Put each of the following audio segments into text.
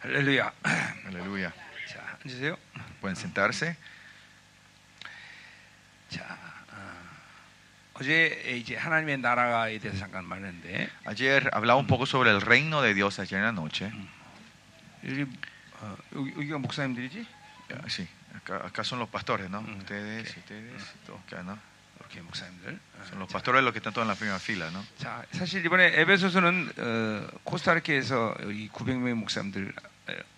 할렐루야. 할렐루야. 자, 앉으세요. Pueden sentarse. 자, 어, 어제 이제 하나님의 나라에 대해서 잠깐 말했는데 Ayer hablaba un poco sobre el reino de Dios ayer en la noche. 여기 어, 여기, 여기가 목사님들이지? Ah, Sí, acá, acá son los pastores, ¿no? Mm, Ustedes, ok. ustedes, todos acá, ¿no? 이렇게 목사님들. 어, Son los 자, pastores los que están todos en la primera fila, ¿no? 자, 사실 이번에 에베소서는 어, 코스타리카에서 이 900명의 목사님들과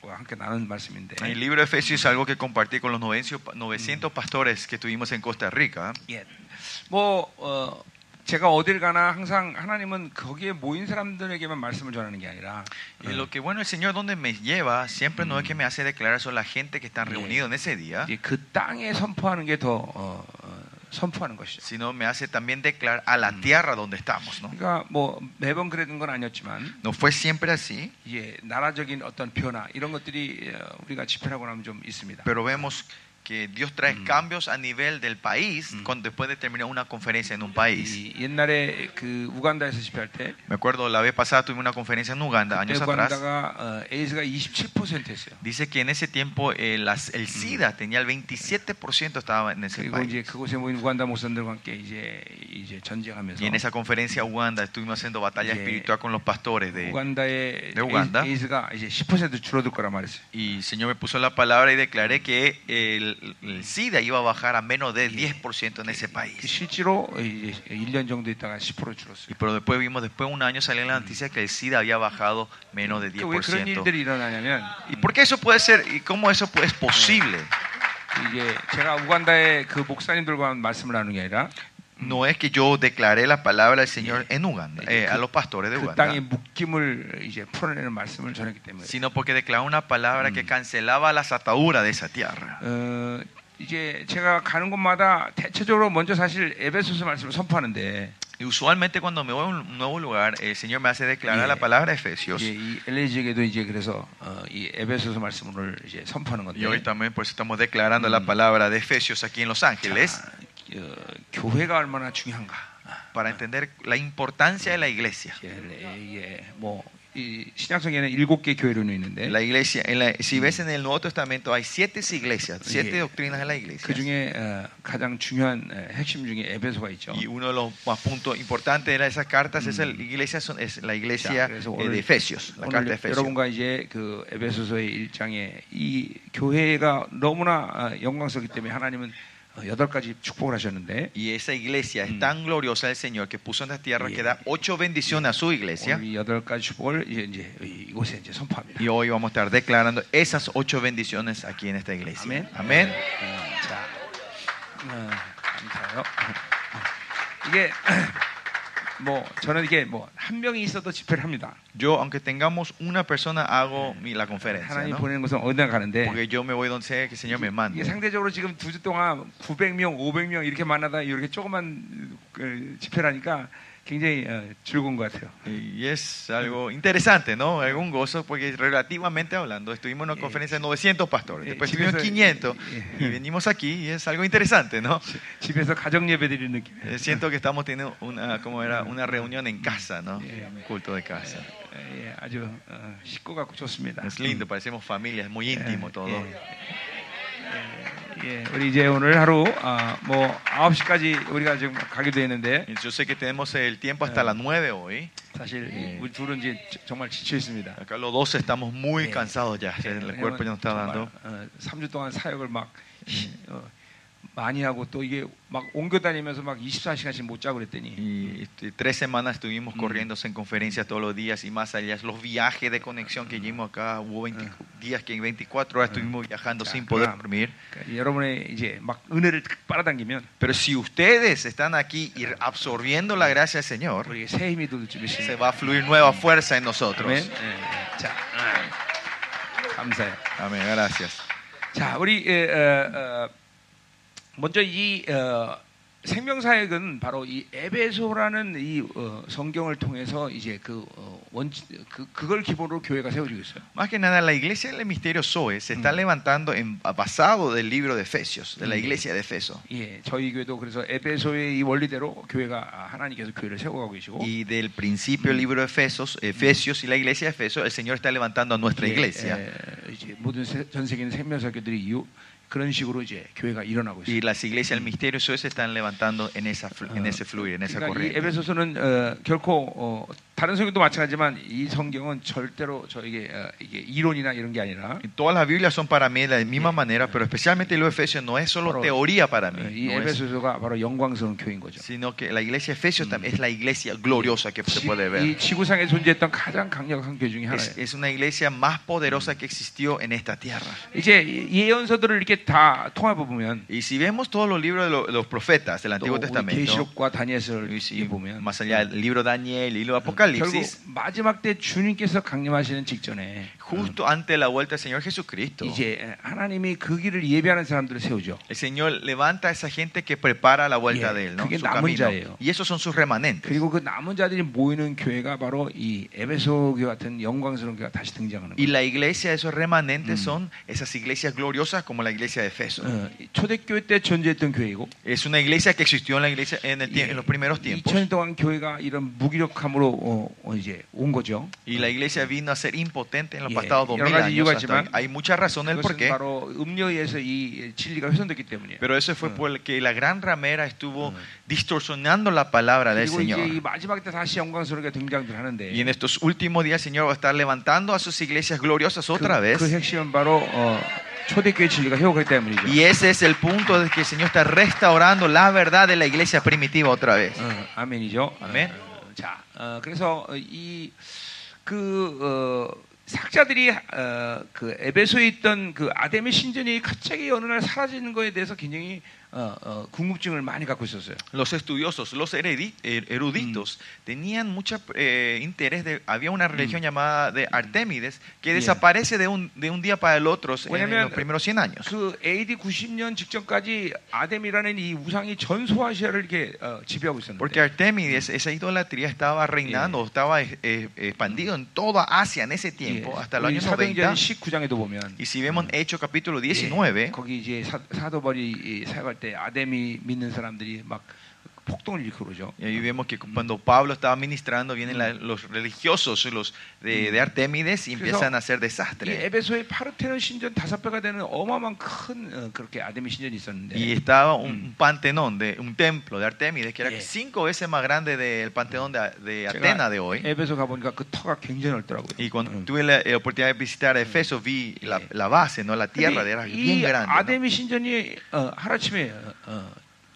함께 나눈 말씀인데 El libro de Efesios es algo que compartí con los 900 900 pastores que tuvimos en Costa Rica. ¿eh? 예. 뭐 어, 제가 어딜 가나 항상 하나님은 거기에 모인 사람들에게만 말씀을 전하는 게 아니라 Y lo que bueno el Señor donde me lleva siempre no es que me hace declarar sobre la gente que están Yeah. reunidos en ese día, 이제 그 땅에 선포하는 게 더 어, 선포하는 것이죠. sino me hace también declarar a la tierra donde estamos, ¿no? 그러니까 뭐 매번 그랬던 건 아니었지만 No fue siempre así, 예, 나라적인 어떤 변화 이런 것들이 어, 우리가 집회라고 하면 좀 있습니다. pero vemos que Dios trae cambios a nivel del país cuando después de terminar una conferencia en un país. 이 옛날에 그 우간다에서 집회할 때 Me acuerdo la vez pasada tuvimos una conferencia en Uganda 그때 años atrás. 우간다가 어, 에이즈가 27%였어요. Dice que en ese tiempo eh, las- el SIDA tenía el 27% estaba en ese 그리고 país. 이제 그곳에 모인 우간다 목사님들과 함께 이제 이제 전쟁하면서 Y en esa conferencia Uganda estuvimos haciendo batalla Yeah. espiritual con los pastores de 우간다의 네, 우간다. 에이즈가 이제 10% 줄어들 거란 말이었어요. y el Señor me puso la palabra y declaré que el, el SIDA iba a bajar a menos del 10% en ese país. 그 실제로 이제 1년 정도 있다가 10% 줄었어요. Y pero después vimos, después de un año salió la noticia que el SIDA había bajado menos del 그러니까 왜 그런 10%. 일들이 일어나냐면 ¿Y por qué eso puede ser? ¿Y cómo eso pu- es posible? 이게 제가 우간다의 그 목사님들과 말씀을 나누는 게 아니라 No es que yo declaré la palabra del Señor en Uganda, Yeah. eh, a los pastores de 그 Uganda. 땅의 묶임을 이제 풀어내는 말씀을 전했기 때문에 sino porque declaró una palabra Mm. que cancelaba las ataduras de esa tierra. 어, 이제 제가 가는 곳마다 대체적으로 먼저 사실 에베소서 말씀을 선포하는데 Y usualmente cuando me voy a un nuevo lugar, el Señor me hace declarar Yeah. la palabra de Efesios. 이제 이 엘레지에게도 이제 그래서 어, 이 에베소서 말씀을 이제 선포하는 건데 Y hoy también pues estamos declarando Mm. la palabra de Efesios aquí en Los Ángeles 자, 어, 교회가 얼마나 중요한가 para entender la importancia de la iglesia. 예, 이게 뭐이 신약성에는 일곱 개 교회론이 있는데 La iglesia en la- si ves en el Nuevo Testamento hay siete iglesias, siete Mm. Yeah. doctrinas de la iglesia. 그 중에 어, 가장 중요한 어, 핵심 중에 에베소가 있죠. Y uno de los más puntos importantes de esas cartas es, el- iglesia, son- es la 자, iglesia 그래서 eh, de 오늘, Efesios, la carta 오늘 de Efesios. 여러분과 이제 그 에베소서의 일장에이 교회가 너무나 아, 영광스럽기 때문에 하나님은 어, 여덟 가지 축복을 하셨는데 Y esa iglesia es tan gloriosa del Señor que puso en la tierra Yeah. que da ocho bendiciones a su iglesia. 오늘 이 여덟 가지 축복을 이제, 이제 이- 이곳에 이제 선포합니다. Y hoy vamos a estar declarando esas ocho bendiciones aquí en esta iglesia. Amén. Amén. 어, 자, 어, 감사해요. 이게 뭐 저는 이게 뭐 한 명이 있어도 집회를 합니다. Yo, aunque tengamos una persona, hago mi- la conferencia. 하나님 ¿no? 보내는 곳은 어디나 가는데 Porque yo me voy donde sea que el Señor me 이게 mande. 상대적으로 지금 두 주 동안 900명, 500명 이렇게 만나다 이렇게 조그만 그, 집회라니까 굉장히 어, 즐거운 것 같아요. Y es algo interesante, ¿no? Algún gozo, porque relativamente hablando, estuvimos en una Eh, conferencia de 900 pastores, eh, después sí, estuvimos eso- 500 eh, y venimos aquí y es algo interesante, ¿no? 집에서 가정 예배 드리는 느낌. Eh, Siento que estamos teniendo una, como era, una reunión en casa, ¿no? Yeah. Un culto de casa. 예, 예, 아주 어, 식구 같고 좋습니다. Es lindo, parecemos familia, es muy íntimo Eh, todo. 예, 우리 이제 오늘 하루 아, 뭐 9시까지 우리가 지금 가게 되어 있는데 Yo sé que tenemos el tiempo hasta las 9 hoy. 사실 이 우리 둘은 이제 저- 정말 지쳐 있습니다. Acá los 12 estamos muy Eh, cansados ya. El cuerpo ya nos está dando. 어, 3주 동안 사역을 막 어, 많이 하고 또 이게 막 옮겨 다니면서 막 24시간씩 못 자고 그랬더니 Y, este, tres Mm. semanas estuvimos corriéndose en conferencias todos los días y más allá. Los viajes de conexión que hicimos acá, hubo 20 días que en 24 horas estuvimos viajando Ah. Ya, sin poder claro. dormir. 그러니까 여러분의 이제 막 은혜를 빨아당기면 Pero si ustedes están aquí y absorbiendo la gracia del Señor, 우리 새 힘이 돋을 se 준비시. va a fluir nueva fuerza en nosotros. 아멘. 예, 자, 아, 감사해요. Amén, gracias. 자, 우리 예, 어, 어, 먼저 이 어, 생명사역은 바로 이 에베소라는 이 어, 성경을 통해서 이제 그 어, 원치, 그 그걸 기본으로 교회가 세워지고 있어요. Más que nada, la iglesia del misterio Zoe Mm. se está levantando en, basado del libro de Efesios, de la iglesia de Efeso. 예, 저희 교회도 그래서 에베소의 이 원리대로 교회가 아, 하나님께서 교회를 세워가고 계시고 Y del principio del libro de Efesos, Efesios y la iglesia de Efeso, el Señor está levantando a nuestra 예, iglesia. 예, 이제 모든 세- 전 세계는 생명사교들이 이유 그런 식으로 이제 교회가 일어나고 Y 있어요. las iglesias del misterio Zoe se están levantando en, esa, flu- Ah. en ese fluir, en esa 그러니까 이 corriente. 에베소서는 어, 결코 어, 다른 성경도 마찬가지지만 이 성경은 절대로 저에게 어, 이게 이론이나 이런 게 아니라 Y Todas las Biblias son para mí de la misma manera, pero especialmente el Efesios no es solo Pero- teoría para 어, mí, 이 no es- 에베소서가 바로 영광스러운 교회인 거죠. sino que la iglesia de Efesios también es la iglesia gloriosa que se 지- puede ver. 이 지구상에 존재했던 가장 강력한 교회 중에 하나예요. Es, es una iglesia más poderosa que existió en esta tierra. 이제 이 예언서들을 이렇게 다 통합해 보면 Y si vemos todos los libros de lo- los, profetas del 또 Antiguo 우리 Testamento, 계시록과 다니엘서를 y si 이렇게 보면 más allá del libro de Daniel y el libro de 결국 Apocalipsis, 마지막 때 주님께서 강림하시는 직전에 음, justo ante la vuelta del Señor Jesucristo, 이제 하나님이 그 길을 예배하는 사람들을 세우죠. el Señor levanta a esa gente que prepara la Yeah, vuelta de Él, ¿no? 그게 su 남은 camino. 자예요. Y esos son sus remanentes. 그리고 그 남은 자들이 모이는 교회가 바로 이 에베소 교회 같은 영광스러운 교회가 다시 등장하는 Y 거예요. la iglesia, de esos remanentes Mm. son esas iglesias gloriosas como la iglesia de Efeso. 어, 초대교회 때 존재했던 교회이고 Es una iglesia que existió en, la iglesia, en, el tie- en los 네, 그 primeros tiempos. 2000년 동안 교회가 이런 무기력함으로 어, 어, 이제 온 거죠. Y la iglesia vino a ser impotente en los Yeah. pasados Yo 2000 creo que años. yo hasta hoy. creo que- Hay muchas razones del por 그것은 qué, 바로 음료에 의해서 이 진리가 훼손됐기 때문이에요. pero eso Ah. fue porque la gran ramera estuvo distorsionando la palabra del 그리고 이제 이 Señor. 마지막 때 다시 영광스럽게 등장들 하는데 Y en estos últimos días, el Señor va a estar levantando a sus iglesias gloriosas 그, otra vez. 그 핵심은 바로 어, 초대교회 진리가 회복하기 때문이죠. Y ese es el punto de que el Señor está restaurando la verdad de la iglesia primitiva otra vez. 어, 아멘이죠. 아멘. 어, 자, 어, 그래서 이그 어, 삭자들이 어, 그 에베소에 있던 그 아담의 신전이 갑자기 어느 날 사라지는 거에 대해서 굉장히 어, 어, 궁금증을 많이 갖고 있었어요. Los estudiosos, los heredi- eh, eruditos, tenían mucho interés. De, había una religión llamada de Artemides que Yeah. desaparece de un, de un día para el otro en, en 왜냐면 los primeros 100 años. 그 AD 90년 직전까지 아담이라는 이 우상이 전 소아시아를 이렇게 어, 지배하고 Porque 있었는데 Artemides, esa idolatría estaba reinando, Yeah. estaba eh, eh, expandido en toda Asia en ese tiempo, 예, 뭐, hasta el año 예, 사도행전 90. 19장에도 보면 Y si vemos en Hechos capítulo 예, 19, 거기 이제 사, 사도벌이 사역할 때 아담이 믿는 사람들이 막 폭동을 일으키고 그러죠. y ahí vemos que cuando Pablo estaba ministrando, vienen la- los religiosos, los de, de Artemides, y Entonces, empiezan a hacer 이 desastres. 에베소의 파르테논 신전 다섯 배가 되는 어마어마한 큰 어, 그렇게 아담의 신전이 있었는데 Y estaba un, un pantenón, de, un templo de Artemides, que era Yeah. cinco veces más grande del panteón de, de 제가 Atena de hoy. 에베소 가보니까 그 터가 굉장히 넓더라고요. Y cuando 음. tuve la, eh, oportunidad de visitar Efeso, vi la, Yeah. la base, no la tierra, era 근데 이 bien grande. ¿no? 아담의 신전이 어, 하루아침에 어, 어,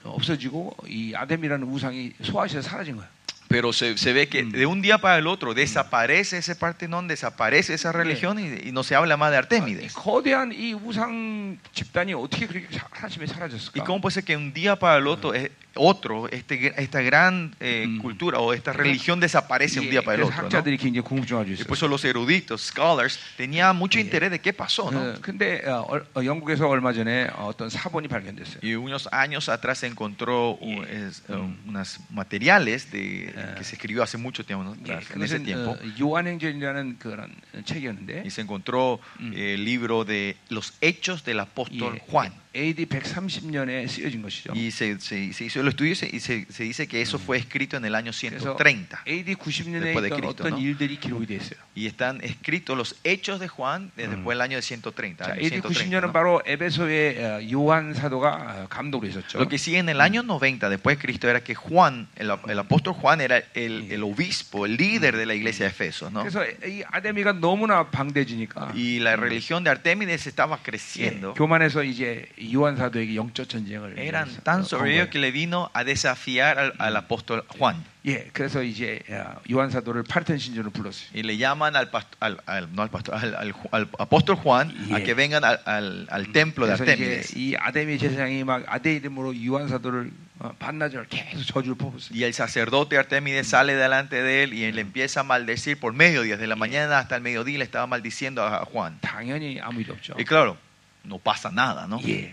없어지고 이 아담이라는 우상이 소아시아 사라진 거예요. Pero se, se ve que de un día para el otro desaparece ese Partenón, desaparece esa religión y, y no se habla más de 이 Artemides. 아, 거대한 이 우상 집단이 어떻게 그렇게 사- 하루아침에 ¿Y 사라졌을까? cómo puede ser que un día para el otro, eh, otro este, esta gran eh, Mm. cultura o esta religión desaparece un 예, día para el 그래서 otro? ¿no? 학자들이 굉장히 궁금증을 가지고 Y 있어요. por eso los eruditos, scholars, tenían mucho interés de qué pasó, ¿no? 어, 근데 어, 얼- 어, 영국에서 얼마 전에 어떤 사본이 발견됐어요. Y unos años atrás se encontró uh, es, um, unos materiales de, que se escribió hace mucho tiempo, ¿no? 예, Eh. en ese 그것은 tiempo. 어, 요한행전이라는 그런 책이었는데 Y se encontró eh, el libro de los Hechos del Apóstol 예, Juan. AD 130년에 쓰여진 것이죠. Y se, se- se hizo el estudio y se, y se- se dice que Mm. eso fue escrito en el año 그래서 130. AD 90년에 음. Después de 있던 Cristo, 어떤 ¿no? 일들이 기록이 돼 있어요. Y están escritos los hechos de Juan eh, después del año de 130. 자, año AD 130, 90년은 ¿no? 바로 에베소의 어, 요한 사도가 어, 감독으로 있었죠. Lo que sigue en el año 90 después de Cristo era que Juan, el, ap- el apóstol Juan, era el, Sí. el obispo, el líder de la iglesia de Efeso. ¿no? Ah. 그래서 이 아데미가 너무나 방대지니까 Y la religión de Artemides estaba 예, creciendo. 교만해서 이제 요한 사도에게 영적 전쟁을 Eran 어, tan 건 soberbios 거예요. que le vino a desafiar al, al apóstol Juan. 예, 그래서 이제 어, 요한 사도를 파르텐 신전으로 불렀어요. Y le llaman al, past- al, al- no al, pastor, al, al- al apóstol Juan a Yeah. que vengan al, al- Mm. al templo de 그래서 이제 Artemides. 이 아데미 제사장이 막 아데 이름으로 요한 사도를 어, 반나절 계속 저주를 퍼붓어요. Y el sacerdote Artemides sale delante de él y él empieza a maldecir por mediodía. Desde la mañana hasta el mediodía le estaba maldiciendo a a Juan. 당연히 아무 일 없죠. Y claro, no pasa nada, ¿no? 예.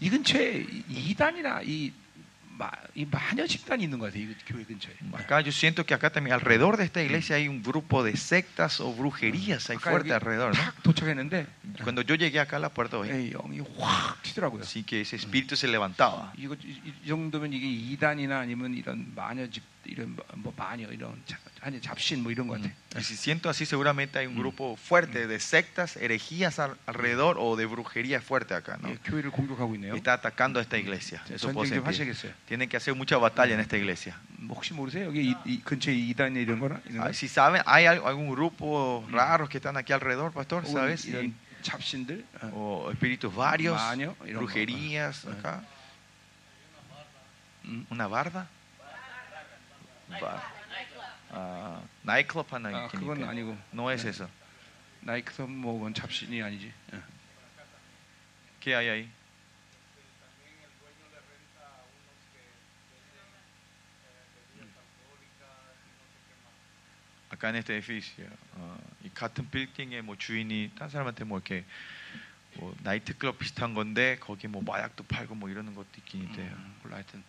이 근처에 이단이나 이 마, 이 마녀 집단이 있는 것 같아요. 이 교회 근처에. Acá yo siento que acá también alrededor de esta iglesia hay un grupo de sectas o brujerías, hay 아까 fuerte alrededor. ¿no? 딱 도착했는데 Cuando yo llegué acá a la puerta hoy, 예, 영이 확 튀더라고요. así que ese espíritu se levantaba. 이거 이, 이 정도면 이게 이단이나 아니면 이런 마녀 집 이런 뭐, 뭐 마녀 이런 자, 아니 잡신 뭐 이런 것 같아. Mm. Y si siento así, seguramente hay un grupo fuerte de sectas, herejías al- alrededor o de brujería fuerte acá, ¿no? 예, 교회를 공격하고 있네요. Está atacando a esta iglesia. 자, Eso puedo 전쟁 좀 sentir. 하셔야겠어요. Tienen que hacer mucha batalla en esta iglesia. 뭐 혹시 모르세요? 여기 이, 이 근처에 이단 이런 거나 이런 거? Ah, Si saben, hay al- algún grupo raros que están aquí alrededor, pastor, 혹은 ¿sabes? 이런 잡신들. 어. O espíritus varios, Maño, y lo- brujerías acá. Mm. ¿Una barda? Bar- Ah, nightclub 하나 아, 있긴 그건 있대. 아니고 No es eso. 나이크섬 뭐 그건 잡신이 아니지. 예. ¿Qué hay ahí? Acá en este edificio. ah, 어, 이 같은 빌딩에 eh, 뭐 주인이 딴 사람한테 뭐 이렇게 뭐 나이트클럽 비슷한 건데 거기 뭐 마약도 팔고 뭐 이러는 것도 있긴 있대요. 음, 몰라 하여튼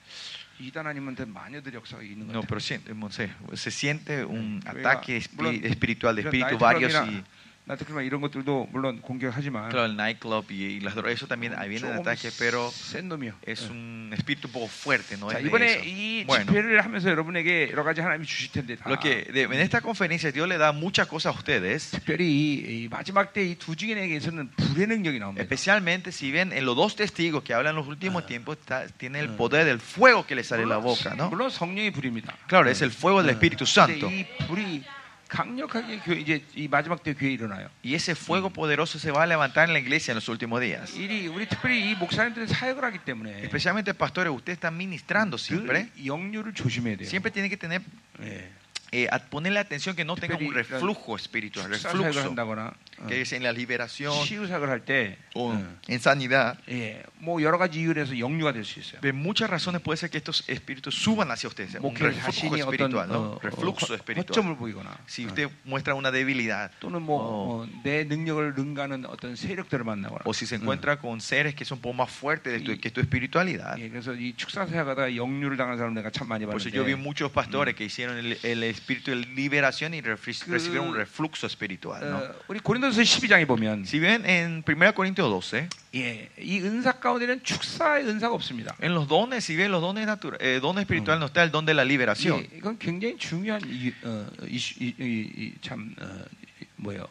이단 아니면 다 마녀들 역사가 있는 것 No, 같아. pero siente- no sé, se siente un Oiga, ataque espi- 물론 espiritual de 이런 espíritus varios y 나이트클럽이나 나트클럽 이런 것들도 물론 공격하지만 claro, el nightclub y, y las drogas, eso también ahí viene el 조금 ataque, 아, pero 센 놈이요. es 예. un espíritu un poco fuerte, ¿no? 자, Es de 이번에 eso. 이 Bueno, 집회를 하면서 여러분에게 여러 가지 하나님이 주실 텐데 다. lo que de- en esta conferencia Dios le da muchas cosas a ustedes, 특별히 이, 이 마지막 때 이 두 증인에게서는 불의 능력이 나옵니다. especialmente si ven en los dos testigos que hablan en los últimos tiempos, está- tiene el poder del fuego que le sale Ah, de la boca, ¿no? 물론 성령의 불입니다. Claro, es el fuego del Espíritu 근데 Santo. 이 불이 강력하게 교회, 이제 이 마지막 때 교회에 일어나요. Y ese fuego poderoso se va a levantar en la iglesia en los últimos días. 이 우리 특별히 이 목사님들은 사역을 하기 때문에 Especialmente pastores, ustedes están ministrando siempre. 늘 영류를 조심해야 돼요. Siempre tienen que tener, 예. eh, a- ponerle atención que no tenga un reflujo espiritual, 축사 사역을 refluxo, 한다거나 어. que es en la liberación 치유 사역을 할때 어. o Ah. en sanidad. 예, 뭐 여러 가지 이유로 해서 영류가 될 수 있어요. De muchas razones puede ser que estos espíritus suban hacia ustedes. Un 목회 reflujo 자신이 어떤 espiritual, 어, ¿no? 어, Refluxo 허- espiritual. 허점을 보이거나 Si 어. usted muestra una debilidad 또는 어. 뭐 내 능력을 능가하는 어떤 세력들을 만나거나 음. o si se encuentra con seres que son un poco más fuertes de tu- que tu espiritualidad. 예, 그래서 이 축사사역하다가 영류를 당한 사람 내가 참 많이 Por eso yo vi 봤는데 muchos pastores que hicieron el, el espíritu de liberación y refri- 그- recibieron un refluxo espiritual. ¿no? 어, 우리 고린도서 12장에 보면 Si bien en 1 Corintios 12, 예, 이 은사 가운데는 축사의 은사가 없습니다. en los dones, si bien los dones naturales, dones espirituales no está el don de la 예, liberación. 이건 굉장히 중요한 이, 어, 이슈- 이- 이- 이- 참 어, 이- 뭐예요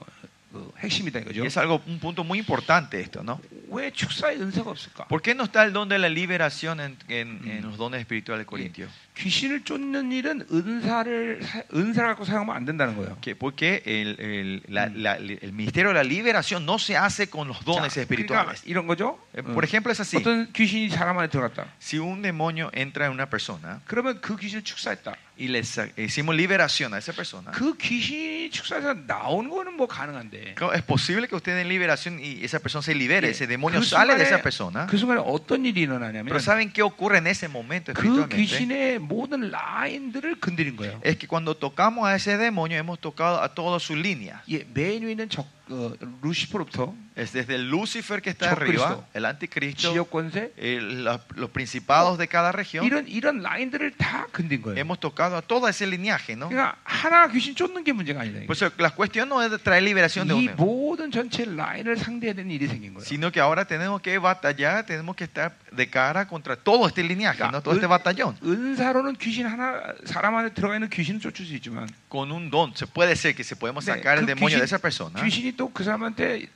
그 핵심이다 Y 이거죠. es algo, un punto muy importante esto, ¿no? 왜 축사의 은사가 없을까? ¿Por qué no está el don de la liberación en, en- Mm. en los dones Eh, espirituales de Corintio? 귀신을 쫓는 일은 은사를 사- 은사를 갖고 사용하면 안 된다는 거예요. Que- Porque el, el- la- Mm. la- el ministerio de la liberación no se hace con los dones 자, 그러니까 espirituales. 이런 거죠. Eh, 어. Por ejemplo, es así. 어떤 귀신이 사람 안에 들어갔다. Si un demonio entra en una persona 그러면 그 귀신을 축사했다. y le sa- eh, hicimos liberación a esa persona, 그 귀신이 축사해서 나온 거는 뭐 가능한데. claro, es posible que usted den liberación y esa persona se libere, 예, ese demonio 그 sale de 순간에- esa persona. 그 순간에 어떤 일이 일어나냐면 Pero ¿saben qué ocurre en ese momento 그 espiritualmente? 귀신의 모든 라인들을 건드린 거예요. Es que cuando tocamos a ese demonio hemos tocado a todas sus líneas. 예, 맨 위에 있는 적, 어, 루시퍼로부터 Es desde el Lucifer que está Yo arriba, Cristo. el anticristo, 지역 권세 el- eh, la- los principados de cada región, 이런 이런 라인들을 다 건든 거예요. hemos tocado a todo ese linaje, ¿no? 그러니까 하나 귀신 쫓는 게 문제가 아니다. 이거. Por eso la cuestión no es de traer liberación de 이 uno, 모든 전체 라인을 상대해야 되는 일이 생긴 거예요. sino que ahora tenemos que batallar, tenemos que estar de cara contra todo este linaje, Ya, ¿no? Todo este un- batallón. 그러니까 은사로는 귀신 하나 사람 안에 들어가 있는 귀신을 쫓을 수 있지만 Con un don, se puede ser que se podemos 네, sacar el 그 demonio 귀신- de esa persona. 귀신이 또 그 사람한테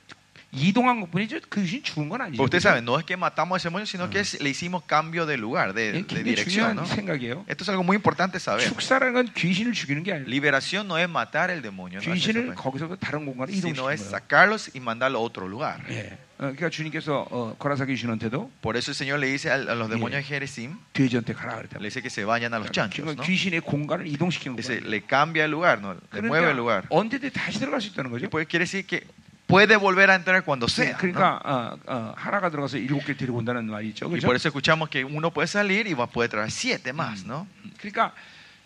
이동한 것뿐이지 그 귀신 죽은 건 아니죠. Pero ustedes saben, Pues no es que matamos a ese demonio, sino que es- le hicimos cambio de lugar, de, 이게 de 굉장히 dirección, 중요한 ¿no? 생각이에요. Esto es algo muy importante saber. 축사라는 건 귀신을 죽이는 게 아니라 Liberación no es matar el demonio, no es 귀신을 eso, 거기서부터 다른 공간으로 sino es 이동시키는 거예요. sacarlos y mandarlos a otro lugar. 예. 어, 그러니까 주님께서 어, 거라사 귀신한테도 Por eso el Señor le dice al- a, los demonios de Jerezim, 돼지한테 가라 그랬다. le dice que se vayan a los chanchos, 그러니까 ¿no? 귀신의 공간을 이동시키는 Dice, 거예요. le cambia el lugar, ¿no? le mueve 그러니까 el lugar. 언제든 다시 들어갈 수 있다는 Y 거죠. pues quiere decir que puede volver a entrar cuando 네, sea. ¿no? 그러니까 어, 어, 하나가 들어가서 일곱 개를 데리고 온다는 말이죠. Y 그렇죠? por eso escuchamos que uno puede salir y va a poder traer siete más, ¿no? 그러니까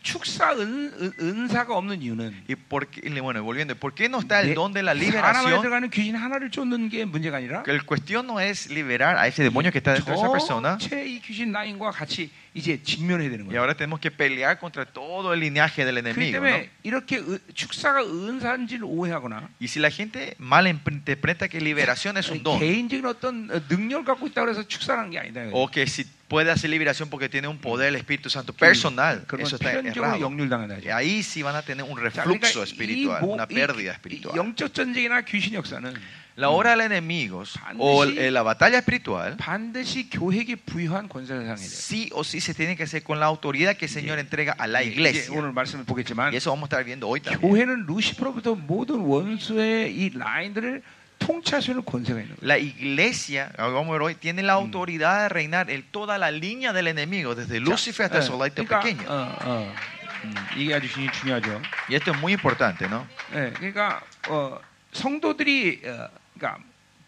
축사 은, 은- 은사가 없는 이유는 Y porque, y bueno, volviendo, ¿por qué no está 내 el don de la 사람 안에 liberación? 들어가는 귀신 하나를 쫓는 게 문제가 아니라 El cuestión no es liberar a ese 그 demonio que está dentro de esa persona. 전체 이 귀신 라인과 같이 이제 직면해야 되는 Y 거예요. ahora tenemos que pelear contra todo el linaje del 그렇기 enemigo. ¿no? 때문에 네 이렇게 의- 축사가 은사인지를 오해하거나 Y si la gente mal interpreta que 네, liberación es un don, 개인적인 어떤 어, 능력을 갖고 있다고 해서 축사라는 게 아니다. o que si puede hacer liberación porque tiene un poder el Espíritu Santo personal, 그건 eso está 필연적으로 errado. 역률당하다. Y ahí sí van a tener un 자, 그러니까 이 refluxo espiritual, 모- una 이- 이 pérdida espiritual. 영적 전쟁이나 귀신 역사는 La hora del enemigo o el- eh, la batalla espiritual 반드시 교회에게 부여한 권세를 사용해야 돼요. sí o sí se tiene que hacer con la autoridad que el Señor entrega a la 예, 이제 iglesia. 오늘 말씀을 보겠지만 Y eso vamos a estar viendo hoy también. 교회는 루시퍼로부터 모든 원수의 이 라인들을 통찰하는 권세가 있는 거예요. La iglesia, ahora vamos a ver hoy, tiene la autoridad de reinar en toda la línea del enemigo, desde Lucifer hasta el 예, soldado 그러니까, pequeño. 어, 어. 음, 이게 아주 중요- 중요하죠. Y esto es muy importante, ¿no? 예, 그러니까 어, 성도들이 어, 그러니까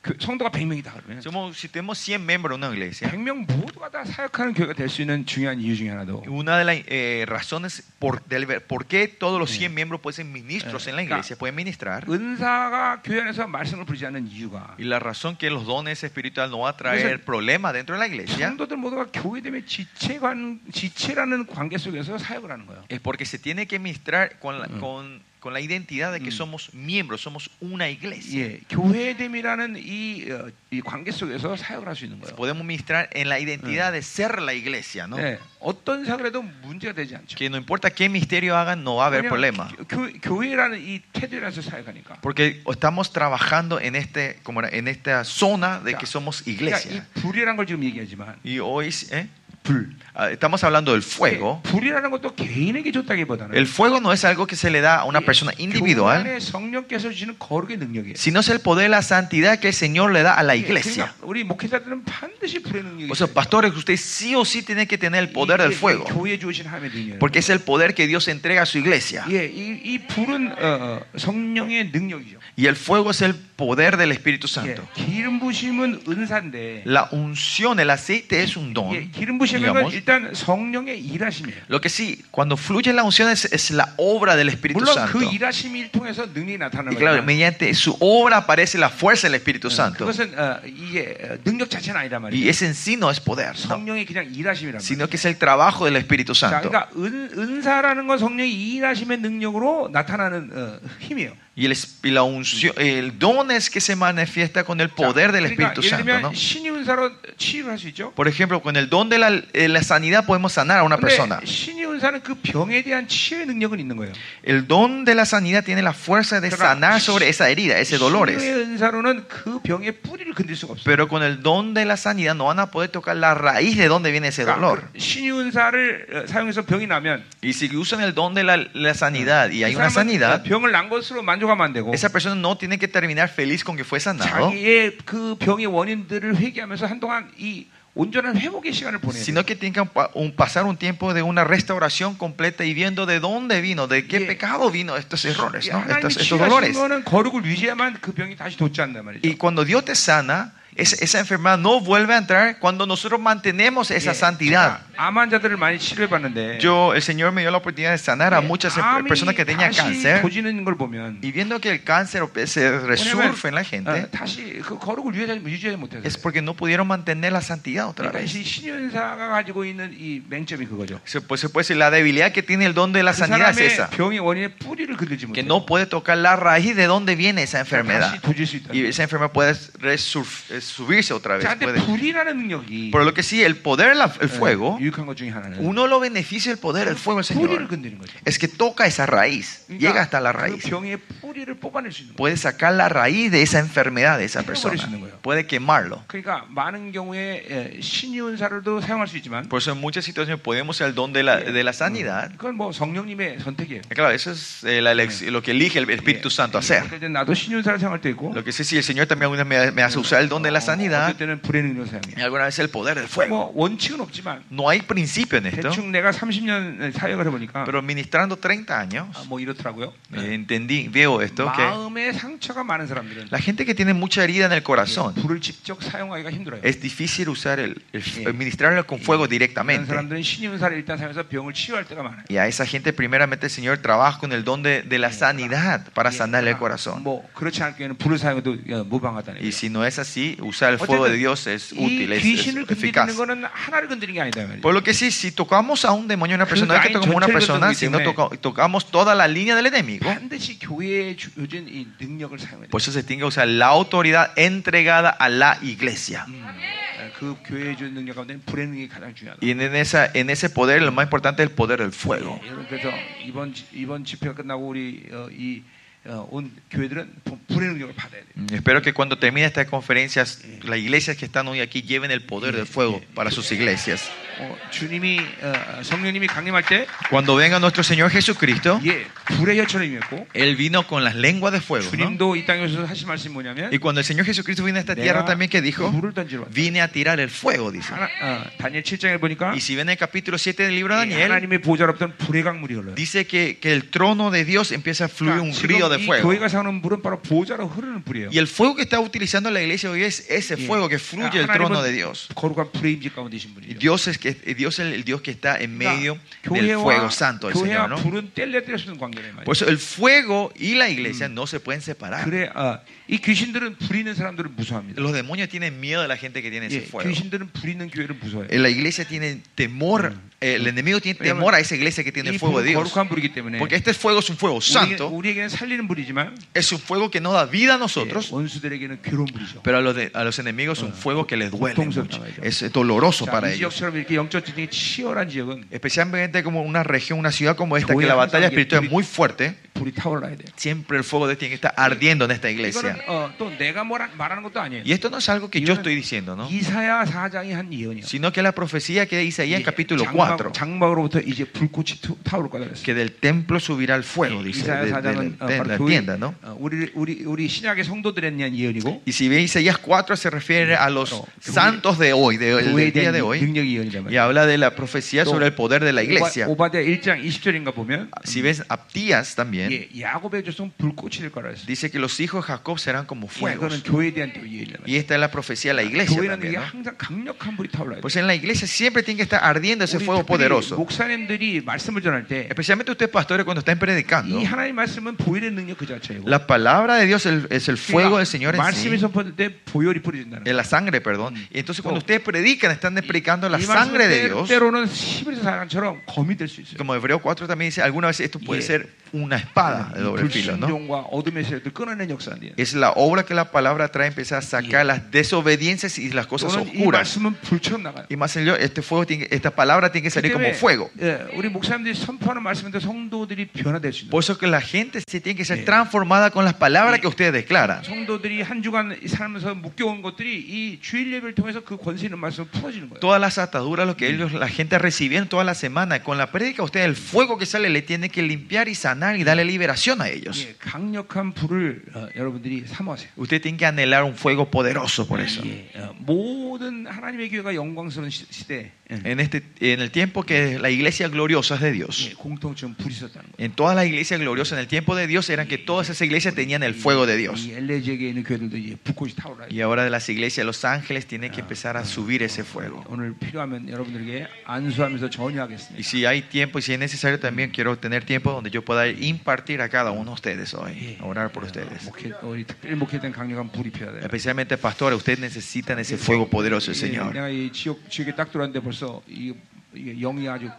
그 성도가 100명이다 그러면 Somos, si tenemos 100 miembros de una iglesia, 100명 모두가 다 사역하는 교회가 될 수 있는 중요한 이유 중에 하나도 una de las eh, razones por, del, por qué todos los 100 miembros pueden ser ministros Mm. Eh, en la iglesia, claro. pueden ministrar, 은사가 교회 안에서 말씀을 부르지 않는 이유가 y la razón que los dones espirituales no va a traer problemas dentro de la iglesia, 성도들 모두가 교회 되면 지체관 지체라는 관계 속에서 사역을 하는 거예요. es porque se tiene que ministrar con la, Mm. con, con la identidad de Mm. que somos miembros, somos una iglesia. 예, 교회 됨이라는 이, 어, 이 관계 속에서 사역을 할 수 있는 거예요. Podemos ministrar en la Mm. identidad de ser la iglesia, ¿no? 예, 어떤 사역을 해도 문제가 되지 않죠. Que no importa qué misterio hagan, no va a haber problema. 교, 교회라는 이 테두리에서 사역하니까. Porque estamos trabajando en, este, como era, en esta zona de Ya. que somos 네, 그러니까 이 iglesia. 불이라는 걸 지금 얘기하지만 Y hoy, ¿eh? 불. Ah, estamos hablando del fuego. 예, 불이라는 것도 개인에게 줬다기보다는 예, El fuego no es algo que se le da a una persona individual, 교회 성령께서 주시는 거룩의 능력이에요. sino es el poder de la santidad que el Señor le da a la 예, iglesia. 그러니까 우리 목회자들은 반드시 불의 능력이 O sea, 있어요. pastores, ustedes sí o sí tienen que tener el poder del 이게 fuego, 교회 주신 하나님의 능력이에요. porque es el poder que Dios entrega a su iglesia. 예, 이, 이 불은 어, 어, 성령의 능력이죠. Y el fuego es el poder del Espíritu 예, Santo. 기름 부심은 은사인데 La unción, el aceite es un 예, don. 기름 부심은 digamos. 일단 성령의 일하심이에요. Lo que sí, cuando fluye la unción es, es la obra del Espíritu 물론 Santo. 그 일하심을 통해서 능력이 나타나는 Y claro, 거예요. mediante su obra aparece la fuerza del Espíritu Santo. 그것은 어, 이게 어, 능력 자체는 아니다 말이에요. Y ese en sí no es poder, ¿no? 성령의 그냥 일하심이란 말이에요. sino que es el trabajo del Espíritu 자, Santo. 그러니까 은, 은사라는 건 성령의 일하심의 능력으로 나타나는 어, 힘이에요. Y el, es- y la unción, el don es que se manifiesta con el 자, poder del 그러니까 Espíritu 예를 Santo. 들면 ¿no? 신의 은사로 치유를 할 수 있죠. Por ejemplo, con el don de la, eh, la sanidad podemos sanar a una persona. 근데 신의 은사는 그 병에 대한 치유의 능력은 있는 거예요. El don de la sanidad tiene la fuerza de Pero- sanar sobre esa herida, ese 신의 dolores. 은사로는 그 병의 뿌리를 건들 수가 없어요. Pero con el don de la sanidad no van a poder tocar la raíz de donde viene ese dolor. 그러니까 그 신의 은사를 어, 사용해서 병이 나면 Y si usan el don de la, la sanidad y hay 그 una 사람은 sanidad, 병을 난 것으로 만족하면 안 되고 esa persona no tiene que terminar feliz con que fue sanado, 자기의 그 병의 원인들을 회개하면서 한동안 이 온전한 회복의 시간을 보내야 돼요. sino que tiene que pa- un- pasar un tiempo de una restauración completa y viendo de dónde vino, de qué Yeah. pecado vino estos errores, 예, ¿no? 하나님이 estos, estos 치유하신 dolores. 거는 거룩을 유지해야만 그 병이 다시 돋지 않는단 말이죠. Y cuando Dios te sana, es- esa enfermedad no vuelve a entrar cuando nosotros mantenemos 예, esa santidad. 제가 암 환자들을 많이 치료해봤는데 Yo, el Señor me dio la oportunidad de sanar a 예, muchas em, 암이 personas que tenían 다시 cáncer. 도지는 걸 보면 Y viendo que el cáncer se 왜냐면, resurfe en la 어, gente, 다시 그 거룩을 유지하지, 유지하지 못해서 es porque no pudieron mantener la santidad otra 그러니까 vez. 이 신윤사가 가지고 있는 이 맹점이 그거죠. Se puede, se puede decir, la debilidad que tiene el don de la 그 sanidad es 사람의 esa, 병의 원인의 뿌리를 그들지 que 못해요. no puede tocar la raíz de dónde viene esa enfermedad. 다시 도질 수 있다. Y esa enfermedad puede resur- eh, subirse otra vez. 자, 근데 puede. 불이라는 능력이 Pero lo que sí, el poder, la- el 예, fuego, 유익한 것 중에 하나는 uno lo beneficia el poder, el fuego del 뿌리를 Señor. 건드리는 거죠. Es que toca esa raíz, llega hasta la 그 raíz. 병의 뿌리를 뽑아낼 수 있는 거예요. Puede sacar la raíz de esa enfermedad de esa persona. Puede- Puede quemarlo. 그러니까 많은 경우에 예, 신윤사를도 사용할 수 있지만 Por eso en muchas situaciones podemos usar el don de la, de la sanidad. 그건 뭐 성령님의 선택이에요. Y Claro, eso es eh, la elec- lo que elige el Espíritu Santo hacer. 그때 나도 신윤사를 사용할 때 있고 Lo que sé si el Señor también alguna vez me, me hace usar el don de la la sanidad. 어떨 때는 불의 능력 사용해요. Y alguna vez el poder del 뭐 fuego. 원칙은 없지만 No hay principio en esto, 대충 내가 30년 사역을 해보니까 pero ministrando 30 años, 아, 뭐 이렇더라고요. eh, entendí, veo esto, que 마음에 상처가 많은 사람들은 예, la gente que tiene mucha herida en el corazón, 불을 직접 사용하기가 힘들어요. es difícil usar el, el- ministrarlo con fuego 그런 directamente. 사람들은 신임사를 일단 사용해서 병을 치유할 때가 많아요. Y a esa gente, primeramente, el Señor trabaja con el don de, de la sanidad para sanarle el Ah, corazón. 뭐 그렇지 않을 경우에는 불을 사용해도 어, 무방하다는 Y 거예요. si no es así, usar el fuego de Dios es 이 útil, es, es 귀신을 eficaz. 건드리는 거는 하나를 건드리는 게 아니다 말이에요. Por lo que sí, si tocamos a un demonio, una persona, no es que tocamos a una persona, si no toca- tocamos toda la línea del enemigo, 반드시 교회의 주- 요즘 이 능력을 사용해야 돼요. por Pues eso se tiene que usar la autoridad entregada a la iglesia. 어, 그 교회의 주 능력 가운데는 불의 능력이 가장 중요하다. Y en, esa, en ese poder, lo más importante es el poder del fuego. 예, 여러분 그래서 이번 지- 이번 집회가 끝나고 우리 어, 이온 교회들은 부- 불의 능력을 받아야 돼요. Mm, Espero que cuando termine esta conferencia, las iglesias que están hoy aquí lleven el poder del fuego para sus iglesias. 어, 주님이 어, 성령님이 강림할 때 Cuando venga nuestro Señor Jesucristo, 예, 불의 혈처럼 임했고 Él vino con las lenguas de fuego. ¿no? 주님도 이 땅에 오셔서 하신 말씀이 뭐냐면 Y cuando el Señor Jesucristo vino a esta tierra, 내가 también que dijo, 불을 던지러 왔다. vine a tirar el fuego, dice. 하나, 어, 다니엘 7장에 보니까 Y si ven el capítulo 7 del libro de 예, Daniel, 하나님의 보좌로부터 불의 강물이 흘러요. dice que, que el trono de Dios empieza a fluir un 그러니까 río de 지금 이 예, fuego. 교회가 사는 물은 바로 보좌로 흐르는 불이에요. Y el fuego que está utilizando la iglesia hoy es ese 예. fuego que fluye el 하나님은 trono de Dios. 거룩한 불의 임재 가운데신 Y 분이죠. Dios es, que, Dios es el Dios que está en medio del 그러니까 교회와, fuego santo del 교회와 Señor. ¿no? 불은 뗄려 뗄 수는 관계란 말이에요. Por eso el fuego y la iglesia no se pueden separar. 그래, 아, 이 귀신들은 불 있는 사람들을 무서워합니다. Los demonios tienen miedo de la gente que tiene 예, ese fuego. 귀신들은 불 있는 교회를 무서워해요. Eh, La iglesia tiene temor, eh, el enemigo tiene temor a esa iglesia que tiene 이 el fuego de 불은 Dios. 거룩한 불이기 때문에 Porque este fuego es un fuego 우리, santo, 우리에게는 살리는 불이지만 es un fuego que no da vida a 예, nosotros, 원수들에게는 괴로운 불이죠. pero a los, de- a los enemigos es un fuego que les duele mucho, es doloroso 자, para 이 ellos. 지역처럼 이렇게 영적 전쟁이 치열한 지역은 Especialmente como una región, una ciudad como esta, que la batalla espiritual es muy fuerte, 불이 타올라야 돼요. siempre el fuego de este tiene que estar ardiendo en esta iglesia. 이거는 어, 또 내가 뭐라, 말하는 것도 아니에요. Y esto no es algo que yo estoy diciendo, ¿no? 이사야 사장이 한 예언이에요. sino que la profecía que dice ahí en 예, capítulo 장막- 4, 장막으로부터 이제 불꽃이 투- 타오를 거다 그랬어요. que del templo subirá el fuego, dice, 이사야 de, de- 사장은 de- 어, de 바로 la 교회, tienda, ¿no? 어, 우리 우리 우리 신약의 성도들에 대한 예언이고 Y si ve Isaías 4 se refiere a los Claro. santos de hoy, de, del 교회에 día 대한 de hoy, 능력의 예언이란 y 말이에요. habla de la profecía sobre el poder de la iglesia. 오바- 오바댜 1장 20절인가 보면 Si ves Abdías también, 예, 야곱의 조상 불꽃이 될 거라 했어요. 예, dice que los hijos de Jacob serán como 이거는 fuegos. 교회에 대한 또 예언이란 Y 말이에요. esta es la profecía de la iglesia 교회는 también. 이게 ¿no? 항상 강력한 불이 타올라야 돼. Pues en la iglesia siempre tiene que estar ardiendo ese 우리 fuego 특별히 poderoso. 목사님들이 말씀을 전할 때 이 Especialmente ustedes, pastores, cuando estén predicando, 하나님 말씀은 보일의 능력 그 자체이고 어. 그러니까 la palabra de Dios el- es el fuego del Señor en 말씀이 sí. 선포될 때 보혈이 뿌려진다는 En la sangre, perdón. Y entonces cuando ustedes predican, están predicando la 이 말씀은 sangre de Dios. 그 때로는 히브리서 사람처럼 검이 될 수 있어요. Como Hebreo 4 también dice, alguna vez esto puede Yeah. ser una espada de doble filo, ¿no? 불순종과 어둠의 세력들 끊어낸 역사인데요. Es la obra que la palabra trae, empezar a sacar las desobediencias y las cosas 또는 이 oscuras. 말씀은 불처럼 나가요. 그 Y más señor, este fuego tiene, que- esta palabra tiene que salir como 때문에, fuego. 예, 우리 목사님들이 선포하는 말씀인데 성도들이 변화될 수 있는 Por eso que la gente se tiene que ser Yeah. transformada con las palabras que ustedes declaran. 성도들이 한 주간 살면서 묶여온 것들이 이 주일 예배를 통해서 그 권세 있는 말씀 풀어지는 거예요. Todas las ataduras, lo que ellos, la gente recibió toda la semana, con la prédica, ustedes el fuego que sale le tiene que limpiar y sanar y darle liberación a ellos. 예, 강력한 불을 어, 여러분들이 사모하세요. Ustedes tienen que anhelar un fuego poderoso por eso. 예, 어, 모든 하나님의 교회가 영광스러운 시, 시대 예, En, este, en el tiempo que la iglesia gloriosa es de 예, Dios. 공통점 불이 있었다는 거예요. En todas las iglesias gloriosas en el tiempo de Dios eran que todas esas iglesias tenían el fuego de Dios. 이 엘레지에게 있는 교회들도 이제 불꽃이 타오르라. Y ahora de las iglesias de los ángeles tiene que empezar a subir ese fuego. 오늘 필요하면 여러분들에게 안수하면서 Y 전유하겠습니다. si hay tiempo y si es necesario también quiero tener tiempo donde yo pueda impartir a cada uno de ustedes hoy, a orar 예, por ustedes. 목회, 우리 특별히 목회된 강력한 불이 피어야 돼요. Especialmente pastores, ustedes necesitan ese fuego poderoso del 예, Señor. 내가 이 지옥 지옥에 딱 들어왔는데 벌써 이, 이 영이 아주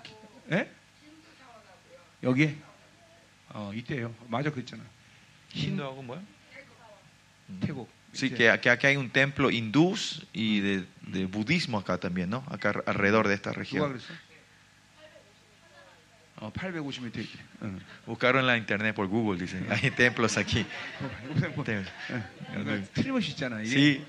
예? 여기에 어 이때요. 맞아 그랬잖아. Hindu하고 뭐야? 태국. Sí, 이제 que aquí aquí hay un templo hindú y de, de budismo acá también, ¿no? Acá alrededor de esta 누가 región. 그랬어? 어 850m 이렇게. 응. Buscaron en la internet por Google, dicen. Hay templos aquí. 뭐, 뭐, 뭐, Templos. 예, 약간 틀림없이 있잖아. 이게 Sí,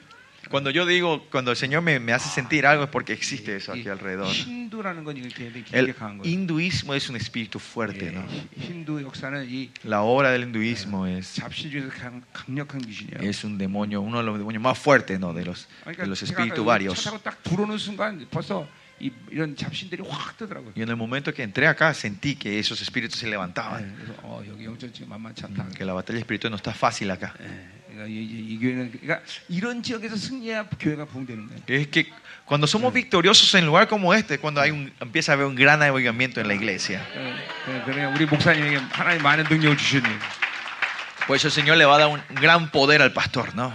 Cuando yo digo, cuando el Señor me, me hace sentir algo es porque existe eso 이 aquí alrededor. 힌두라는 건 이렇게 되게 El 강한 거예요. hinduismo es un espíritu fuerte, 예, ¿no? 히- 힌두 역사는 이 La obra del hinduismo es, 잡신 중에서 강, 강력한 귀신이에요. es un demonio, uno de los demonios más fuertes, ¿no? De los, de 그러니까 los 제가 아까 espíritus 여기 varios. 차 타고 딱 들어오는 순간 벌써 이, 이런 잡신들이 확 뜨더라고요. Y en el momento que entré acá sentí que esos espíritus se 예, levantaban. 그래서 어, 여기 영전지가 만만치 않다. Que la batalla espiritual no está fácil acá. 예, 그러니까 이, 이- 이 교회는 그러니까 이런 지역에서 승리해야 교회가 부흥되는 거예요. Es que cuando somos victoriosos en lugar como este, cuando hay un, empieza a haber un gran avivamiento en la iglesia. 예, 예, 그러니까 우리 목사님에게 하나님 많은 능력을 주셨네. Por eso Pues el Señor le va a dar un gran poder al pastor, ¿no?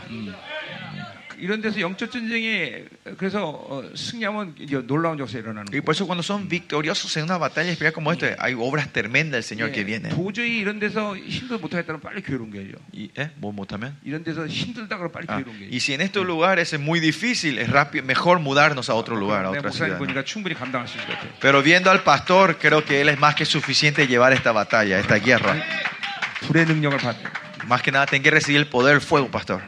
이런 데서 영적 전쟁이 그래서 어, 승리하면 이제 놀라운 역사 일어나는 Y 거예요. por eso cuando son victoriosos en una batalla espiritual como esta, hay obras tremendas del Señor que 예, viene. 도저히 이런 데서 힘들 못하겠다면 빨리 교회로 옮겨야죠. Y, ¿eh? ¿Vos, vos también? 이런 데서 힘들다 그러면 빨리 Ah, 교회로 옮겨야죠. y si en estos lugares es muy difícil, es rápido, mejor mudarnos a otro lugar, a 내가 otra 네, 목사님 ciudad. ¿no? 보니까 충분히 감당할 수 있을 것 같아요. Pero viendo al pastor, creo que él es más que suficiente llevar esta batalla, esta guerra. 불의 능력을 받. Más que nada, tienen que recibir el poder, el fuego, pastor.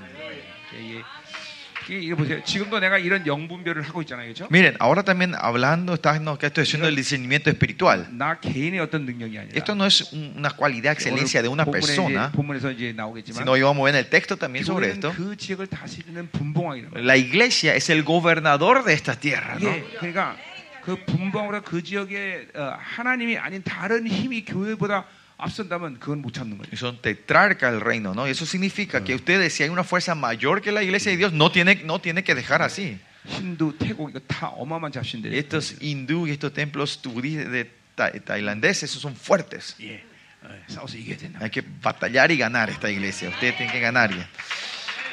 예, 예. 이게 이거 보세요. 지금도 내가 이런 영분별을 하고 있잖아요, 그렇죠? Miren, ahora también hablando, está, no, que estoy haciendo el discernimiento espiritual. 나 개인의 어떤 능력이 아니라. Esto no es un- una cualidad, excelencia de una 오늘 본문에 persona, 이제, 본문에서 이제 나오겠지만 sino íbamos a ver en el texto también sobre 교회는 esto. 그 지역을 다스리는 분봉왕이라고. La iglesia es el gobernador de esta tierra, ¿no? 예, 그러니까 그 분봉으로 그 지역에 어, 하나님이 아닌 다른 힘이 교회보다 앞선다면 그건 못 참는 거예요. Y Son tetrarca el reino, ¿no? Y eso significa que ustedes, si hay una fuerza mayor que la iglesia de Dios, no tiene, no tiene que dejar así. 힌두, 태국 이거 다 어마만 잡신데. Estos hindú y estos templos turi- de ta- tailandeses, esos son fuertes. 예, 어, 싸워서 이겨야 된다. Hay que batallar y ganar esta iglesia. Ustedes tienen que ganar ya.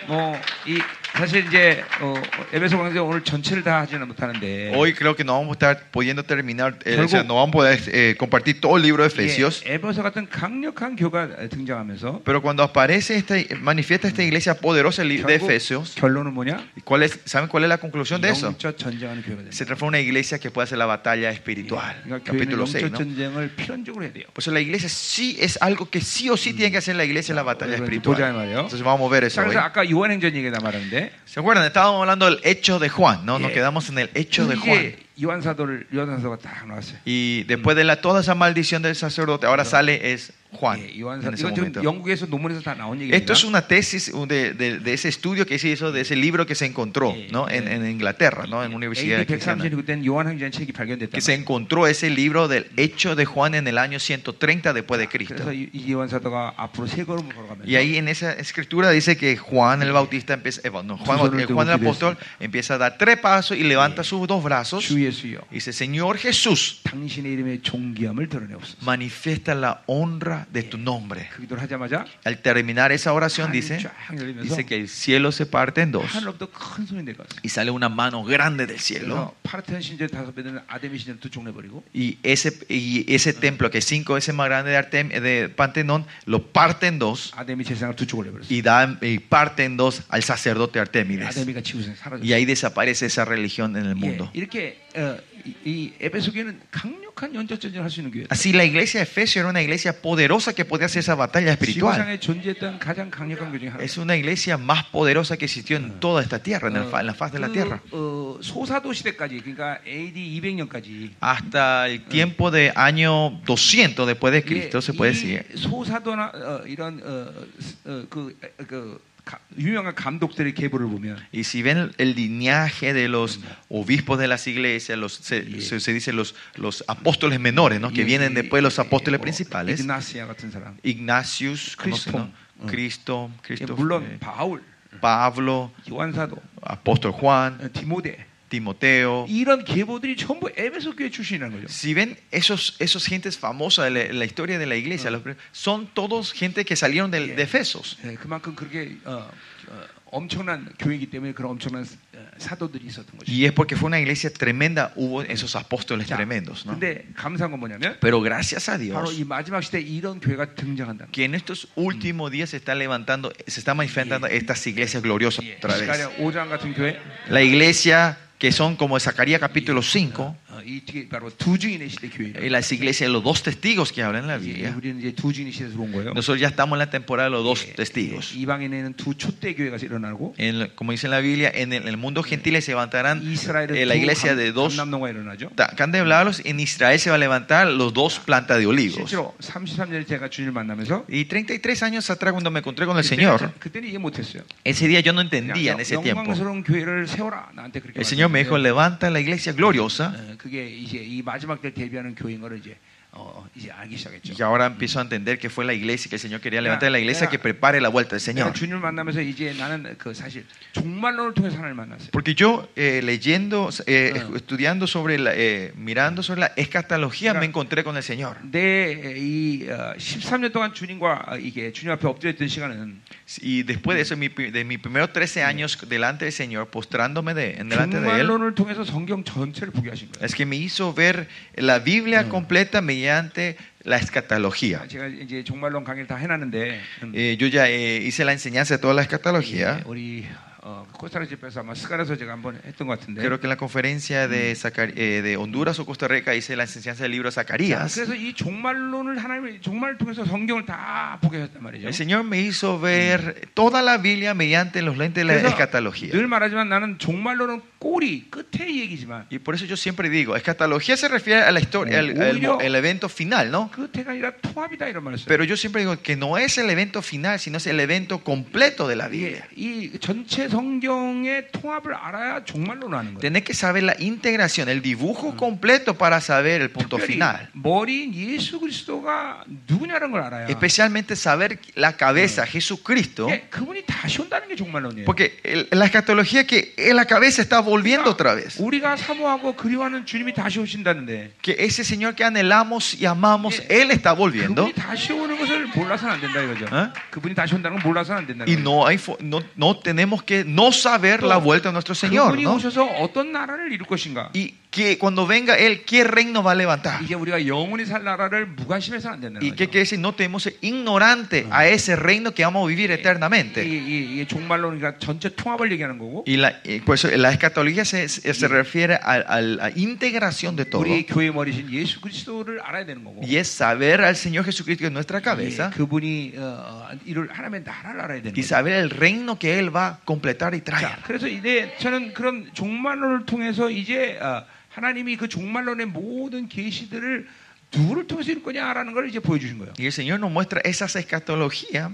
뭐 이 사실 이제 어, 에베소 강의 오늘 전체를 다 하지는 못하는데 Hoy creo que no vamos a estar pudiendo terminar, eh, o sea, Eh, Algo- no vamos a poder eh, compartir todo el libro de Efesios. 예, 에베소 같은 강력한 교가 등장하면서 Pero cuando aparece esta, manifiesta esta iglesia poderosa el li- de 결국 Efesios, 결론은 뭐냐? ¿y ¿cuál es, ¿saben cuál es la conclusión de eso? 영적 전쟁하는 교회가 된다. se transforma en una iglesia que puede hacer la batalla 예, espiritual. 그러니까 교회는 Capítulo 영적 6, ¿no? 전쟁을 필연적으로 해야 돼요. Por eso la iglesia sí es algo que sí o sí tiene que hacer la iglesia la batalla Bueno, espiritual. bueno, bueno. Entonces vamos a ver eso 자, hoy. 그래서 아까 요한행전 얘기다 말하는데 ¿Se acuerdan? Estábamos hablando del hecho de Juan, ¿no? Nos Yeah. quedamos en el hecho de Juan. 이게 요한 사도를 요한 사도가 딱 나왔어요. Y después de la, toda esa maldición del sacerdote, ahora sale es Juan. 예, 요한 en 사도 ese 이건 지금 momento. 영국에서 논문에서 다 나온 얘기입니다. Esto es una tesis de, de- de ese estudio que se hizo, de ese libro que se encontró Yeah. ¿no? En, en Inglaterra, ¿no? en una universidad AD cristiana. 130년 예, 그때는 요한행전 책이 발견됐다. Que se encontró ese libro del hecho de Juan en el añ요 130 después de Cristo. 그래서 이, 이 요한 사도가 앞으로 세 걸음을 걸어가면서 Y ahí en esa escritura dice que Juan el Bautista empieza, eh, bueno, Juan, eh, Juan el apóstol empieza a dar tres pasos y levanta sus dos brazos 주 y 예수여 dice, Señor Jesús, 당신의 이름의 존귀함을 드러내옵소서. manifiesta la honra de tu nombre. 그 기도를 하자마자 Al terminar esa oración 하늘이 dice, 쫙 열리면서 dice que el cielo se parte en dos 하늘로부터 큰 소리 내려왔어요. y sale una mano grande del 예, 그래서 cielo. 파르테논 신전 다섯 배 되는 아데미 신전 두 종내 버리고 Y ese, y ese templo que es cinco veces más grande de, Artem, de Pantenón lo parte en dos 아데미 재상을 두 쪽을 내버렸어요. y, da, y parte en dos al sacerdote Artemides. 아데미가 지구에서 사라졌어요. Y ahí desaparece esa religión en el 예, mundo. 이렇게 어, 이, 이 에베소 교회는 강력한 연적 전쟁을 할 수 있는 교회예요. Así la iglesia de Efesio era una iglesia poderosa que podía hacer esa batalla espiritual. 지구상에 존재했던 가장 강력한 교회 중에 하나. Es una iglesia más poderosa que existió en toda esta tierra, en, el fa- en la faz Ah. de la tierra. 어, 소사도 시대까지 그러니까 AD 200년까지 Hasta el tiempo de año 200 después de Cristo se puede decir. 소사도나 어, 이런 어, 스- 어, 그, 에, 그 가- 유명한 감독들의 계보를 보면 Y si ven el linaje de los obispos de las iglesias, los, se, se- se dice los, los apóstoles menores, ¿no? que vienen después de los apóstoles principales. 어, 예, 이그나시아 같은 사람. Ignatius, ¿conoce, no? Cristo. Cristo, 예, Cristo, 물론 eh, 바울, Pablo, 요한사도, apóstol Juan, 어, 디모데 Timoteo. 이런 계보들이 전부 에베소 교회 출신이라는 거죠. Si ven esos, esos gentes famosas de la, la historia de la iglesia, los prim- son todos gente que salieron de, de Efesos. 예, 그만큼 그렇게 어, 어, 엄청난 교회이기 때문에 그런 엄청난 어, 사도들이 있었던 거죠. Y es porque fue una iglesia tremenda, hubo esos apóstoles 자, tremendos. ¿no? 근데 감사한 건 뭐냐면 Pero gracias a 바로 Dios 이 마지막 시대에 이런 교회가 등장한다는 que en estos últimos días se están levantando, se están manifestando estas iglesias gloriosas 거예요. otra vez. 시가랴 5장 같은 교회 La iglesia que son como Zacarías capítulo 5, 어, 어, 이 뒤에 바로 두 증인의 시대 교회예요. Y las iglesias, los dos testigos que hablan en la 이제 Biblia. 우리는 이제 두 증인의 시대에서 온 거예요. 예, Nosotros ya estamos en la temporada de los dos testigos. 이방인에는 두 촛대 교회가 일어나고 En el- como dice en la Biblia, en el, en el mundo gentil se levantarán 예, 이스라엘은 eh, la iglesia de dos 남동과 일어나죠. ta- candelabros. En Israel se va a levantar los dos plantas de olivos. 실제로 33년 제가 주님을 만나면서 Y 33 años atrás, cuando me encontré con el Señor, 그때는, 그때는 이해 못했어요. ese día yo no 그냥 entendía en ese tiempo. 영광스러운 교회를 세워라 나한테 그렇게 뭐. El Señor me dijo: 말씀하셨는데, Levanta la iglesia gloriosa. 어, 그게 이제 이 마지막 때 대비하는 교회인 걸 이제 어, 이제 알기 시작했죠. Y ahora empiezo a entender que fue la iglesia, que el Señor quería levantar la iglesia Mira, que prepare la vuelta del 내가 Señor. 주님을 만나면서 이제 나는 그 사실 종말론을 통해서 하나님을 만났어요. Porque yo eh, leyendo, eh, Ah. estudiando sobre, la, eh, mirando sobre la escatología, Mira. me encontré con el Señor. 내이 어, 13년 동안 주님과 어, 이게 주님 앞에 엎드렸던 시간은 Y después de eso, mi pri- de mis primeros 13 años delante del Señor, postrándome de, en delante de Él, 종말론을 통해서 성경 전체를 보게 하신 거예요. es que me hizo ver la Biblia completa mediante la escatología. 제가 이제 종말론 강의를 다 해놨는데 음, Eh, yo ya eh, hice la enseñanza de toda la 예, escatología. 우리 어, 코스타라 집에서 아마 스카라서 제가 한번 했던 것 같은데 Creo que en la conferencia de, Zacar- eh, de Honduras o Costa Rica hice la enseñanza del libro de Zacarías. 아, 그래서 이 종말론을 하나님이 종말을 통해서 성경을 다 보게 하셨단 말이죠. El Señor me hizo ver toda la Biblia mediante los lentes de la escatología. 늘 말하지만 나는 종말론은 꼬리 끝의 얘기지만 Y por eso yo siempre digo, escatología se refiere a la historia, al, al mo- el evento final, ¿no? 그 끝에가 아니라 통합이다 이런 말을 써요. Pero yo siempre digo que no es el evento final, sino es el evento completo de la 이게 예, Biblia. 이 전체 성경의 통합을 알아야 종말론을 하는 거예요. Tenés que saber la integración, el dibujo completo para saber el punto 특별히 final. 머리인 예수 그리스도가 누구냐는 걸 알아야. 예, Especialmente saber la cabeza, Jesucristo. 예, 그분이 다시 온다는 게 종말론이에요. Porque el- la escatología que en la cabeza está volviendo otra vez. 우리가 사모하고 그리워하는 주님이 다시 오신다는데 Que ese Señor que anhelamos y amamos, Él está volviendo. 그분이 다시 오는 것을 몰라서는 안 된다 이거죠. 어? 그분이 다시 온다는 걸 몰라서는 안 된다는 Y 거죠. no, hay, fo- no, no tenemos que no saber la vuelta de nuestro Señor. 그분이 ¿no? 오셔서 어떤 나라를 이룰 것인가? y que cuando venga Él, ¿qué reino va a levantar? 이제 우리가 영원히 살 나라를 무관심해서는 안 된다는 ¿Y qué 거죠. quiere decir? No tenemos que ser ignorante a ese reino que vamos a vivir eternamente. 이, 이, 이 종말론이니까 전체 통합을 얘기하는 거고 Y la, eh, por eso la escatología se, se se refiere a, a la integración de todo. 우리 교회 머리신 예수 그리스도를 알아야 되는 거고 Y es saber al Señor Jesucristo en nuestra 예, cabeza 그분이 어, 어, 이를 하나님의 나라를 알아야 되는 y 거죠. saber el reino que Él va a completar y 자, traer. 그래서 이제 저는 그런 종말론을 통해서 이제 어, 하나님이 그 종말론의 모든 계시들을 누구를 통해서 이룰 거냐라는 걸 이제 보여주신 거예요. Y el Señor nos muestra esa escatología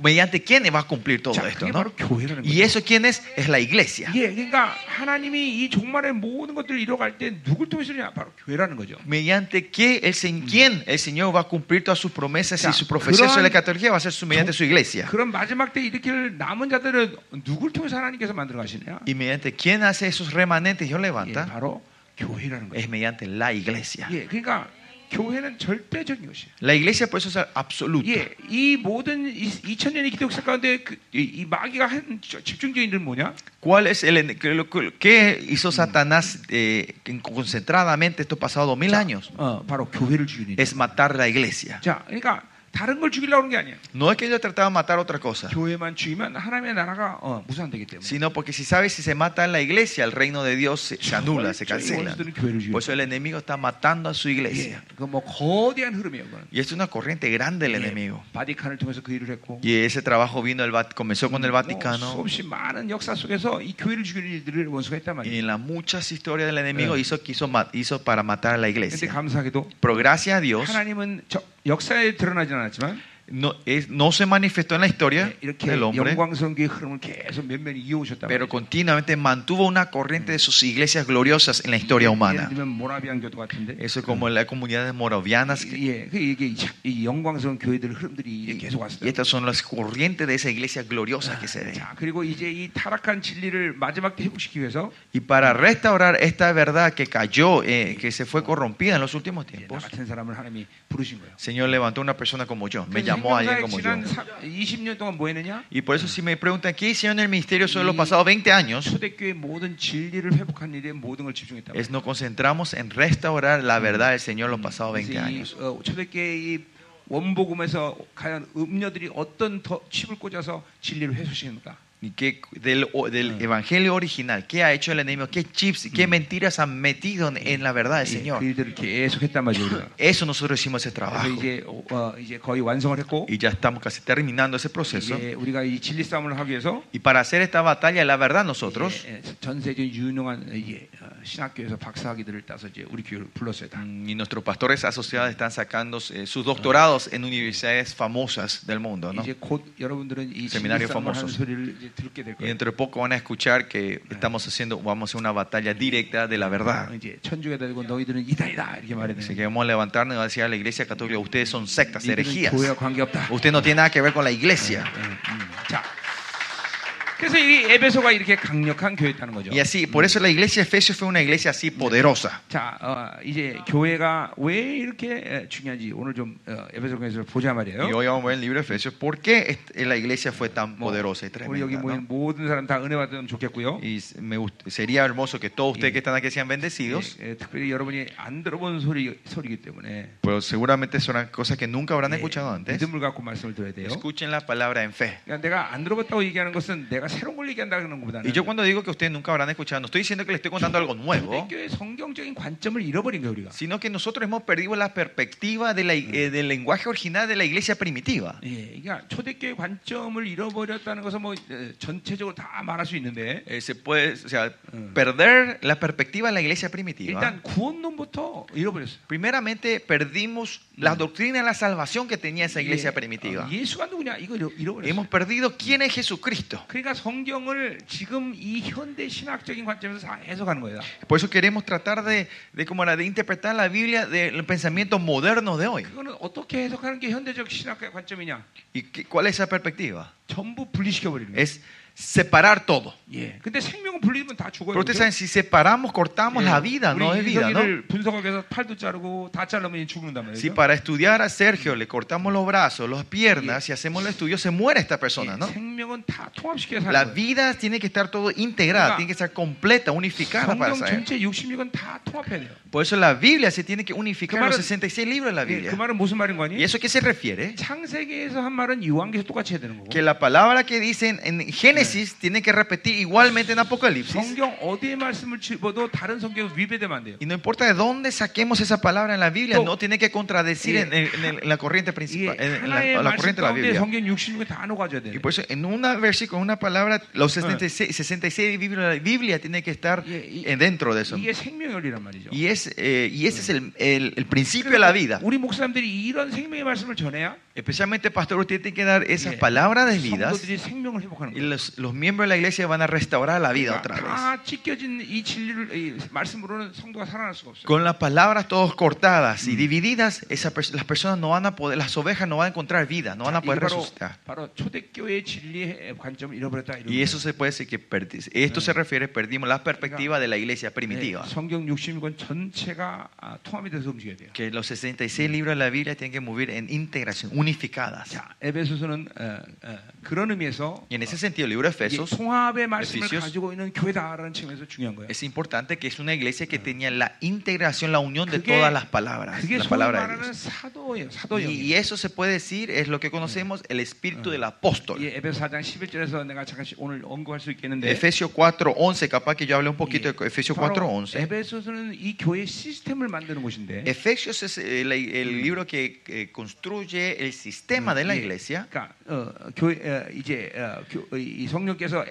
mediante quién va a cumplir todo 자, esto. 그게 ¿no? 바로 교회라는 Y 거예요. eso quién es? Es la iglesia. 예, 그러니까 하나님이 이 종말의 모든 것들을 이뤄갈 때 누굴 통해서냐? 바로 교회라는 거죠. mediante qué el, se- quién el Señor va a cumplir todas sus promesas Ya, y su profecía sobre la 그런- escatología va a ser su- mediante su iglesia. 그런 마지막 때 일으킬 남은 자들은 누굴 통해서 하나님께서 만들어 가시냐? Y mediante quién hace esos remanentes y los 예, levanta 바로 교회라는 거예요. es mediante la iglesia. 예, 그러니까 교회는 절대적인 것이에요. La iglesia por eso es absoluta. 예, 이 모든 2000년의 기독교 역사 가운데 그, 이, 이 마귀가 한 저- 집중적인 일은 뭐냐? ¿Cuál es el en- que lo- que- qué hizo Satanás eh, en- concentradamente estos pasados dos mil años? 어, 바로 교회를 죽이는 일. Es matar la iglesia. 자, 그러니까 다른 걸 죽이려고 하는 게 아니에요. No es que ellos trataban de matar otra cosa, 교회만 죽이면 하나님의 나라가 어, 무산되기 때문에. sino porque si sabes si se mata la iglesia, el reino de Dios se, se anula, se 철저히 cancela. 원수들은 교회를 죽이는 Por eso el enemigo está matando a su iglesia. 예, 그뭐 거대한 흐름이에요, 그건. Y es una corriente grande el enemigo. 바디칸을 통해서 그 일을 했고. Y ese trabajo vino el Vat- comenzó con el 뭐 Vaticano 수없이 많은 역사 속에서 이 교회를 죽이는 일들을 원수가 했단 y 말이에요. en las muchas historias del enemigo Eh. hizo que hizo, ma- hizo para matar a la 근데 iglesia. 감사하게도 Pero gracias a Dios 하나님은 저- 역사에 드러나지는 않았지만 no, es- no se manifestó en la historia 예, 이렇게 del hombre, 영광스러운 교회 흐름을 계속 몇몇이 이어오셨단 네, pero 말이에요. continuamente mantuvo una corriente de sus iglesias gloriosas en la historia 예를 humana. 들면 모라비안 교도 같은데. Eso es como las comunidades moravianas. que- 예, 예, 그 이게 참, 이 영광스러운 교회들 흐름들이 이제 계속 Y 왔어요. estas son las corrientes de esa iglesia gloriosa que se ve. 자, 그리고 이제 이 타락한 진리를 마지막 때 회복시키기 위해서 Y para restaurar esta verdad que cayó, eh, que se fue corrompida en los últimos 이제 나 tiempos, 같은 사람을 하나님이 부르신 거예요. Señor levantó una persona como yo, me 그래서 llamó a alguien 생명사역 como yo. 지난 20년 동안 뭐 했느냐? Y por eso si me preguntan qué hicieron en el ministerio sobre los Y- pasados 20 años, 초대교회 모든 진리를 회복한 일에 모든 걸 집중했다. es nos concentramos en restaurar la verdad del Señor los pasados 20 그래서 이 años. 어, 초대교회의 원복음에서 과연 음녀들이 어떤 더 칩을 꽂아서 진리를 회수시킵니까? Y qué- del, o- del evangelio original, qué ha hecho el enemigo, qué chips, qué mentiras han metido en, en la verdad del 예, Señor. 그 일들을 계속 했단 말이죠. 우리가. Eso nosotros hicimos ese 그래서 trabajo. 이제 어, 이제 거의 완성을 했고 Y ya estamos casi terminando ese proceso. 이제 우리가 이 진리 싸움을 하기 위해서 Y para hacer esta batalla, la verdad, nosotros 예, 예, 전 세계 유능한 예, 어, 신학교에서 박사학위들을 따서 이제 우리 교회를 불렀어요. 다. mm, y nuestros pastores asociados están sacando eh, sus doctorados en universidades famosas del mundo. ¿no? 이제 곧 여러분들은 이 Seminario 진리 싸움을 하는 famosos. 소리를 이제 듣게 될 Y 거예요. dentro de poco van a escuchar que estamos haciendo, vamos a hacer una batalla directa de la verdad. 어, 이제 천주교 달고 너희들은 이단이다 이렇게 Así 말했는데 que vamos a levantarnos y vamos a decir a la iglesia católica, ustedes son sectas, 너희들은 herejías. 교회와 관계 없다. Usted no tiene nada que ver con la iglesia. 자, 그래서 이 에베소가 이렇게 강력한 교회였다는 거죠. Y así, por eso la iglesia de Efesios fue una iglesia así poderosa. 자, 어, 이제 교회가 왜 이렇게 에, 중요한지 오늘 좀 어, 에베소서에서 보자 Y 말이에요. hoy vamos a ver el libro de Efesios por qué est- eh, la iglesia fue tan 뭐, poderosa y 우리 여기 tremenda. 모인 ¿no? 모든 사람 다 은혜 받으면 좋겠고요. Y s- me gust- sería hermoso que todos ustedes que están aquí sean bendecidos, 예, 예, 특별히 여러분이 안 들어본 소리 소리기 때문에 pero seguramente son cosas que nunca habrán 예, escuchado antes. 믿음을 갖고 말씀을 드려야 돼요. Escuchen la palabra en fe. 그러니까 내가 안 들어봤다고 얘기하는 것은 내가 새로운 걸 얘기한다는 것보다는 Y yo cuando digo que ustedes nunca habrán escuchado, no estoy diciendo que les estoy contando algo nuevo, 교회 성경적인 관점을 잃어버린 거예요 우리가. sino que nosotros hemos perdido la perspectiva de la i- eh, del lenguaje original de la iglesia primitiva. 예, 그러니까 초대교회 관점을 잃어버렸다는 것은 뭐 예, 전체적으로 다 말할 수 있는데 Eh, se puede, o sea, Mm. perder la perspectiva de la iglesia primitiva. 일단 구원론부터 잃어버렸어요. Primeramente, perdimos la doctrina de la salvación que tenía esa iglesia primitiva. 예, 예수가 누구냐 이거 잃어- 잃어버렸어요. Hemos perdido quién es Jesucristo. 그러니까 성경을 지금 이 현대 신학적인 관점에서 다 해석하는 거예요. Por eso queremos tratar de, de, como era, de interpretar la Biblia del pensamiento moderno de hoy. 그거는 어떻게 해석하는 게 현대적 신학의 관점이냐? ¿Y qué- cuál es esa perspectiva? 전부 분리시켜 버리는 거예요. Es separar todo. 예. 근데 생명은 분리면 다 죽어요. Pero ustedes saben, si separamos, cortamos Eh, la vida, no es vida, ¿no? 를 분석하기 위해서 팔도 자르고 다 자르면 죽는단 Si 말이에요. para estudiar a Sergio le cortamos los brazos, las piernas y hacemos el estudio, se muere esta persona, ¿no? 예. 생명은 다 통합시켜야 La 사는 거예요. vida tiene que estar todo integrada, tiene que estar completa, unificada para 성경 saber. 전체 66은 다 통합해야 돼요. Por eso la Biblia se tiene que unificar Claro. Eh, los 66 libros de la 예, Biblia. 그 말은 무슨 말인 ¿Y 거니? eso a qué se refiere? 창세기에서 한 말은 요한계에서 똑같이 해야 되는 거고. Que la palabra que dicen en Génesis tiene que repetir igualmente en Apocalipsis. 성경 어디에 말씀을 집어도 다른 성경 위배되면 안 돼요. Y no importa de dónde saquemos esa palabra en la Biblia, No. no tiene que contradecir en, en- en la corriente 이게 principal, en, en la, 하나의 la 말씀 corriente de la 가운데 Biblia. 성경 예. 66이 다 녹아져야 돼요. Y por eso en un versículo, en una palabra, los 66, 66 Biblia, la Biblia tiene que estar Ah. Y- y- eh, dentro de eso. 이게 생명의 원리란 말이죠. Y, es, eh, y ese es el, el- el principio de la vida. 우리 목사님들이 이런 생명의 말씀을 전해야 Especialmente, pastor, usted tiene que dar esas 예, palabras de vidas 성도들이 생명을 회복하는 y 거예요. 그러니까 los, los miembros de la iglesia van a restaurar la vida otra vez. 다 찢겨진 이 진리를 이 말씀으로는 성도가 살아날 수가 없어요. Con las palabras todas cortadas y divididas, esa pers- las personas no van a poder, las ovejas no van a encontrar vida, no van a 이게 poder 바로, resucitar. 바로 초대교회의 진리의 관점을 잃어버렸다. 이런 Y eso se puede decir que perdi- esto se refiere, perdimos la perspectiva de la iglesia 거예요. primitiva. 네, 성경 66권 전체가 아, 통합이 돼서 움직여야 돼요. Que los 66 libros de la Biblia tienen que mover en integración, unificadas. 자, 에베소서는 어, 어, 그런 예, 네, 의미에서 Y en ese sentido, el libro de 이게 Efesios 통합의 말씀을 Efesios. 가지고 있는 교회다라는 측면에서 중요한 거예요. es importante que es una iglesia que tenía la integración, la unión de 그게- todas las palabras, 그게 la 소위 palabra de 말하는 Dios. 사도예요. Y, y 사도예요. eso se puede decir, es lo que conocemos el espíritu del apóstol. 예, 에베소 4장 11절에서 내가 잠깐 오늘 언급할 수 있겠는데 Efesios 4.11, capaz que yo hablé un poquito de Efesios 바로 4.11. 에베소서는 이 교회 시스템을 만드는 곳인데 Efesios es el, el libro que eh, construye el sistema de la 예, iglesia. 그러니까 어, 교회 어, 이제 어, 교, 이 성령께서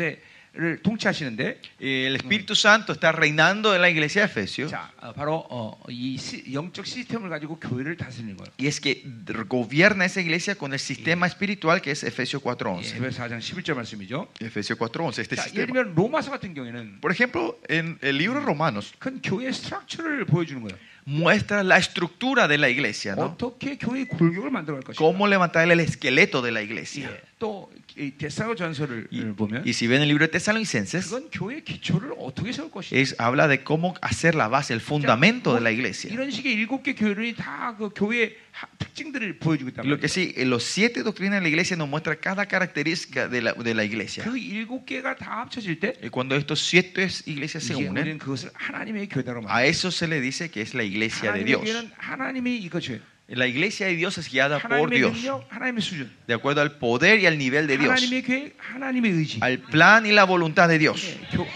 에베소서를 통치하시는데 El Espíritu Santo está reinando en la iglesia de Efesios. 자 어, 바로 어, 이 시, 영적 시스템을 가지고 교회를 다스리는 거예요. Y es que gobierna esa iglesia con el sistema espiritual que es Efesios 예, 4.11. 에베소 4장 11절 말씀이죠. Efesios 4.11, este 자, 예를 sistema. 들면 로마서 같은 경우에는 Por ejemplo, en el libro de Romanos 큰 교회 스트럭처를 보여주는 거예요. muestra la estructura de la iglesia, Oh. ¿no? 어떻게 교회 골격을 만들어갈 것인가. Cómo levantar el esqueleto de la iglesia. 예, 또 데사로 전설을 Y, 보면 y si ven el libro de Tesalonicenses, 그건 교회 기초를 어떻게 세울 것인가. es- habla de cómo hacer la base, el fundamento de la iglesia. 이런 식의 일곱 개 교회론이 다 그 교회의 하- 특징들을 보여주고 있다. Lo que sí, en los siete doctrinas de la iglesia nos muestra cada característica de la, de la iglesia. 그 일곱 개가 다 합쳐질 때 Y cuando estos siete iglesias se 이제 우리는 unen, 그것을 하나님의 교회다로 만. a eso se le dice que es la iglesia de 하나님의 Dios. 교회는 하나님이 이것이에요. La iglesia de Dios es guiada por 하나님의 Dios, 능력, 하나님의 수준, de acuerdo al poder y al nivel de Dios, 하나님의 계획, 하나님의 의지. al plan y la voluntad de Dios. 예, 교,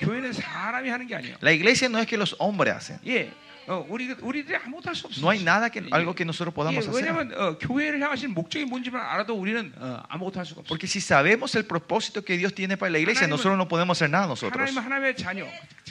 교회는 사람이 하는 게 아니에요. La iglesia no es que los hombres hacen. 예, 어, 우리 우리들이 아무것도 할 수 없어요. No hay nada que 예. algo que nosotros podamos 예, hacer. 왜냐하면 어, 교회를 향하신 목적이 뭔지만 알아도 우리는 어, 아무것도 할 수가 없어요. Porque si sabemos el propósito que Dios tiene para la iglesia, nosotros no podemos hacer nada nosotros. 하나님은 하나님의 자녀,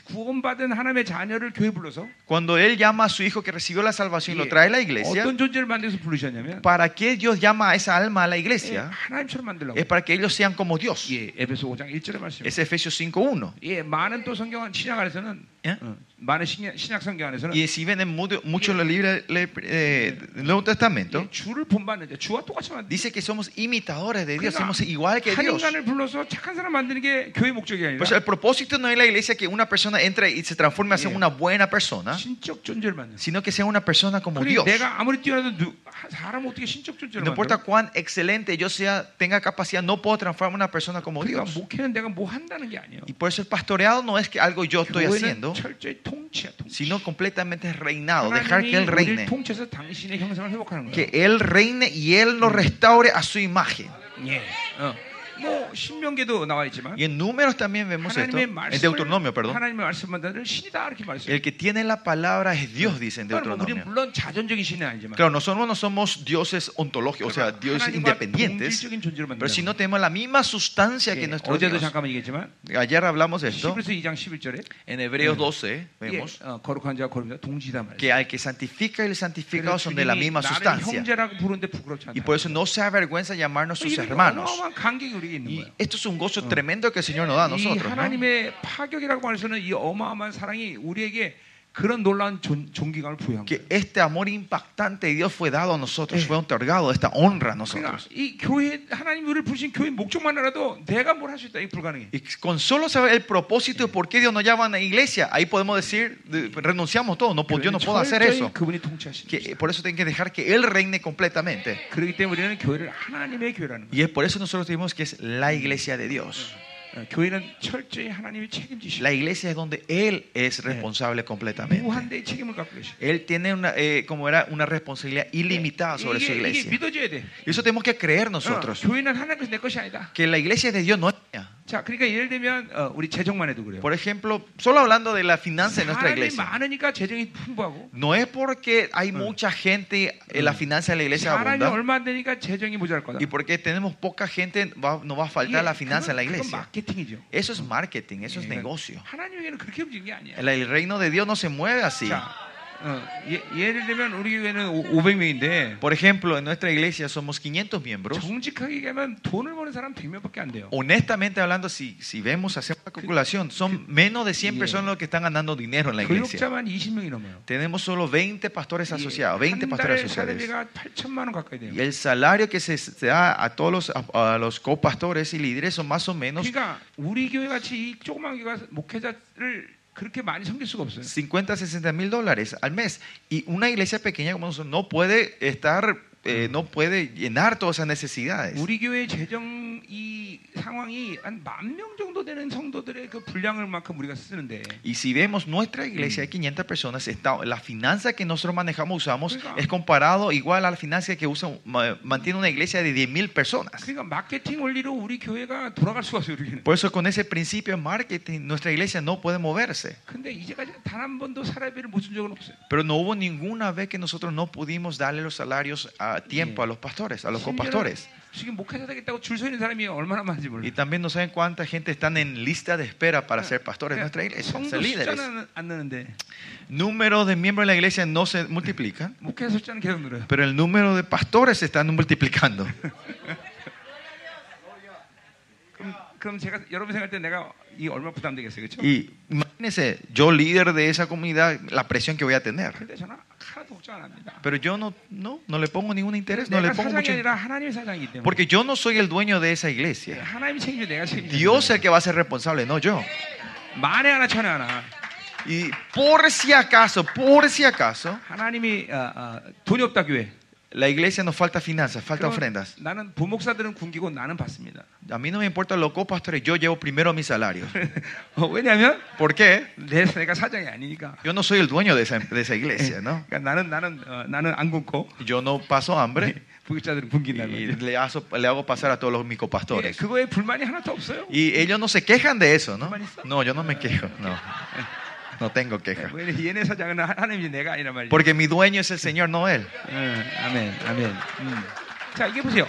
구원받은 하나님의 자녀를 교회 불러서 Cuando Él llama a su hijo que recibió la salvación y lo 예, trae a la iglesia, 어떤 존재를 만들어서 부르셨냐면 ¿para qué Dios llama a esa alma a la 예, iglesia? 하나님처럼 만들라고. Es para que ellos sean como Dios. 예, 에베소 5장 1절의 말씀. Es Efesios 5.1. 예, 많은 또 성경 신약 안에서는 예? 어, 많은 신약, 신약 성경 안에서는 Y si ven en mucho, mucho la libre- le- eh, del Nuevo Testamento, 예, 주를 본받는데 주와 똑같이 만든. dice que somos imitadores de Dios, 그러니까 somos igual que 한 Dios. 인간을 불러서 착한 사람 만드는 게 교회 목적이 아니라 Pues el propósito no es la iglesia que una persona entre y se transforme a ser 예. una buena persona, 신적 존재를 만드는. sino que sea una persona como 그리고 Dios. 내가 아무리 뛰어나도 누, 사람 어떻게 신적 존재를 No importa 만들어? cuán excelente yo sea, tenga capacidad, no puedo transformar a una persona como 그러니까 Dios. 목회는 내가 뭐 한다는 게 아니에요. Y por eso el pastoreado no es que algo yo estoy 교회는 haciendo, 철저히 통치야 통치. sino completamente 아, reinado, dejar que 하나님이 Él 우리를 reine. 통치해서 당신의 형상을 회복하는 Que 거예요. Él reine y Él nos restaure a su imagen. 예. 어. 뭐 신명계도 나와 있지만 Y en números también vemos esto, 하나님의 en 말씀을 Deuteronomio, perdón. 하나님의 말씀만 들을 신이다 이렇게 말씀해요. El que tiene la palabra es Dios, dice en 그러니까 뭐 우리는 그러니까 Deuteronomio. 물론 자존적인 신은 아니지만 Claro, nosotros no somos dioses ontológicos, o sea, dioses 하나님과 independientes, 동질적인 존재로 pero si 만든다. no tenemos la misma sustancia que 예, nuestro 어제도 Dios. 잠깐만 얘기했지만 Ayer hablamos de esto, 히브리서 2장 11절에 어, en Hebreos 12 vemos 거룩한 자와 거룩한 자 동지다 말이에요. que al que santifica y el santificado son de la 주님이 misma 나를 sustancia. 형제라고 부르는데 부끄럽지 않다. Y por eso no se avergüenza llamarnos sus 이런 hermanos. 어마어마한 간격이 우리에게 있는 Y 거예요. esto es un gozo tremendo que el Señor nos da a 이 nosotros. ¿no? 하나님의 파격이라고 말해서는 이 어마어마한 사랑이 우리에게 그런 놀라운 존, 존귀감을 부여한 거예요. Que este amor impactante de Dios fue dado a nosotros, fue otorgado, esta honra 그러니까 a nosotros. 이 교회 하나님 우리를 부르신 교회 목적만이라도 내가 뭘 할 수 있다 이 불가능해. Y con solo saber el propósito de por qué Dios nos llama a la iglesia, ahí podemos decir, de- renunciamos todo, no, puedo- yo no puedo hacer 철저히 eso. 그분이 통치하시는 Que, 것이다. por eso tienen que dejar que Él reine completamente. 그렇기 때문에 우리는 교회를 하나님의 교회라는 거예요. Y es por eso nosotros decimos que es la iglesia de Dios. 어, 교회는 철저히 하나님이 책임지시고 La iglesia es donde Él es responsable completamente. 무한대의 책임을 갖고 계시고 Él tiene una, eh, como era, una responsabilidad ilimitada sobre su 이게, 이게 iglesia. 믿어줘야 돼. Y eso tenemos que creer 어, nosotros. 교회는 하나님께서 내 것이 아니다. Que la iglesia de Dios no es mía. 자, 그러니까 예를 들면 어, 우리 재정만 해도 그래요. Por ejemplo, solo hablando de la finanza de nuestra 사람이 iglesia. 많으니까 재정이 풍부하고 No es porque hay mucha gente, eh, la finanza de la iglesia 사람이 abunda. 얼마 안 되니까 재정이 모자랄 거다. Y porque tenemos poca gente, va- nos va a faltar la finanza en la 그건 iglesia. 마케팅이죠. Eso es marketing, eso es 예, negocio. 하나님에게는 그렇게 움직이는 게 아니야. El, el reino de Dios no se mueve así. 자, 어, 예, 를 들면 우리 교회는 오- 500명인데 Por ejemplo, en nuestra iglesia somos 500 miembros. 정직하게 얘기하면 돈을 버는 사람 100명밖에 안 돼요. Honestamente hablando, si, si vemos, hacemos la calculación, son menos de 100 personas los que están ganando dinero en la iglesia. 교육자만 20명이 넘어요. Tenemos solo 20 pastores asociados, 20 한 pastores 달에 asociados. 사례비가 8천만 원 가까이 돼요. Y el salario que se, se da a todos los, a, a los copastores y líderes son más o menos 그러니까 우리 교회 같이 이 조그만 교회가 목회자를 그렇게 많이 섬길 수가 없어요. 50 60 mil dólares al mes. Y una iglesia pequeña como nosotros no puede estar, eh, no puede llenar todas esas necesidades. 우리 교회 재정 이 상황이 한 만 명 정도 되는 성도들의 그 분량을 만큼 우리가 쓰는데 Y si vemos nuestra iglesia de 500 personas, está, la finanza que nosotros manejamos, usamos, Oiga. es comparado igual a la finanza que usa, ma- mantiene una iglesia de 10 mil personas. 그러니까 마케팅 원리로 우리 교회가 돌아갈 수가 없어요. 우리는. Por eso con ese principio de marketing, nuestra iglesia no puede moverse. 근데 이제까지 단 한 번도 사례비를 못 준 적은 없어요. Pero no hubo ninguna vez que nosotros no pudimos darle los salarios a tiempo a los pastores, a los copastores. 심지어는 지금 목회자 되겠다고 줄 서 있는 사람이 얼마나 많은지 Y 몰라요. también no saben cuánta gente están en lista de espera para ser pastores de nuestra iglesia, 그러니까 ser 성도 líderes. 숫자는 안 느는데 Número de miembros de la iglesia no se multiplican, 목회자 숫자는 계속 늘어요. pero el número de pastores se están multiplicando. 그럼, 그럼 제가 여러분 생각할 때 내가 이 얼마 부담되겠어요, 그렇죠? Y imagínense, yo líder de esa comunidad, la presión que voy a tener. 근데 저는 하나도 걱정 안 합니다. Pero yo no, no, no le pongo ningún interés, no le 내가 pongo 사장이 mucho. 아니라 하나님의 사장이기 때문에 Porque yo no soy el dueño de esa iglesia. 하나님이 책임져 내가 책임져. Dios es el que va a ser responsable, no yo. 만에 하나 천에 하나 Y por si acaso, por si acaso, 하나님이 아, 아, 어, 돈이 없다 교회 La iglesia nos falta finanzas, falta 그럼 ofrendas. 나는 부목사들은 굶기고 na는 받습니다. A mí no me importa los copastores, yo llevo primero mi salario. 어, 왜냐하면 ¿Por qué? 내, 내가 사장이 아니니까. Yo no soy el dueño de esa, de esa iglesia, ¿no? 그러니까 나는 나는 어, 나는 안 굶고 Yo no paso hambre 부역자들은 굶긴다는 y 거죠. le, hago- le hago pasar a todos los mis 예, copastores. 그거에 불만이 하나도 없어요. Y ellos no se quejan de eso, ¿no? ¿Humanista? No, yo no me quejo, no. No tengo queja. 왜 얘네 사장은 하- 하나님이 내가 아니란 말이죠. Porque mi dueño es el Señor, no Él. 예, 아멘, 아멘. 음. 자 이게 보세요.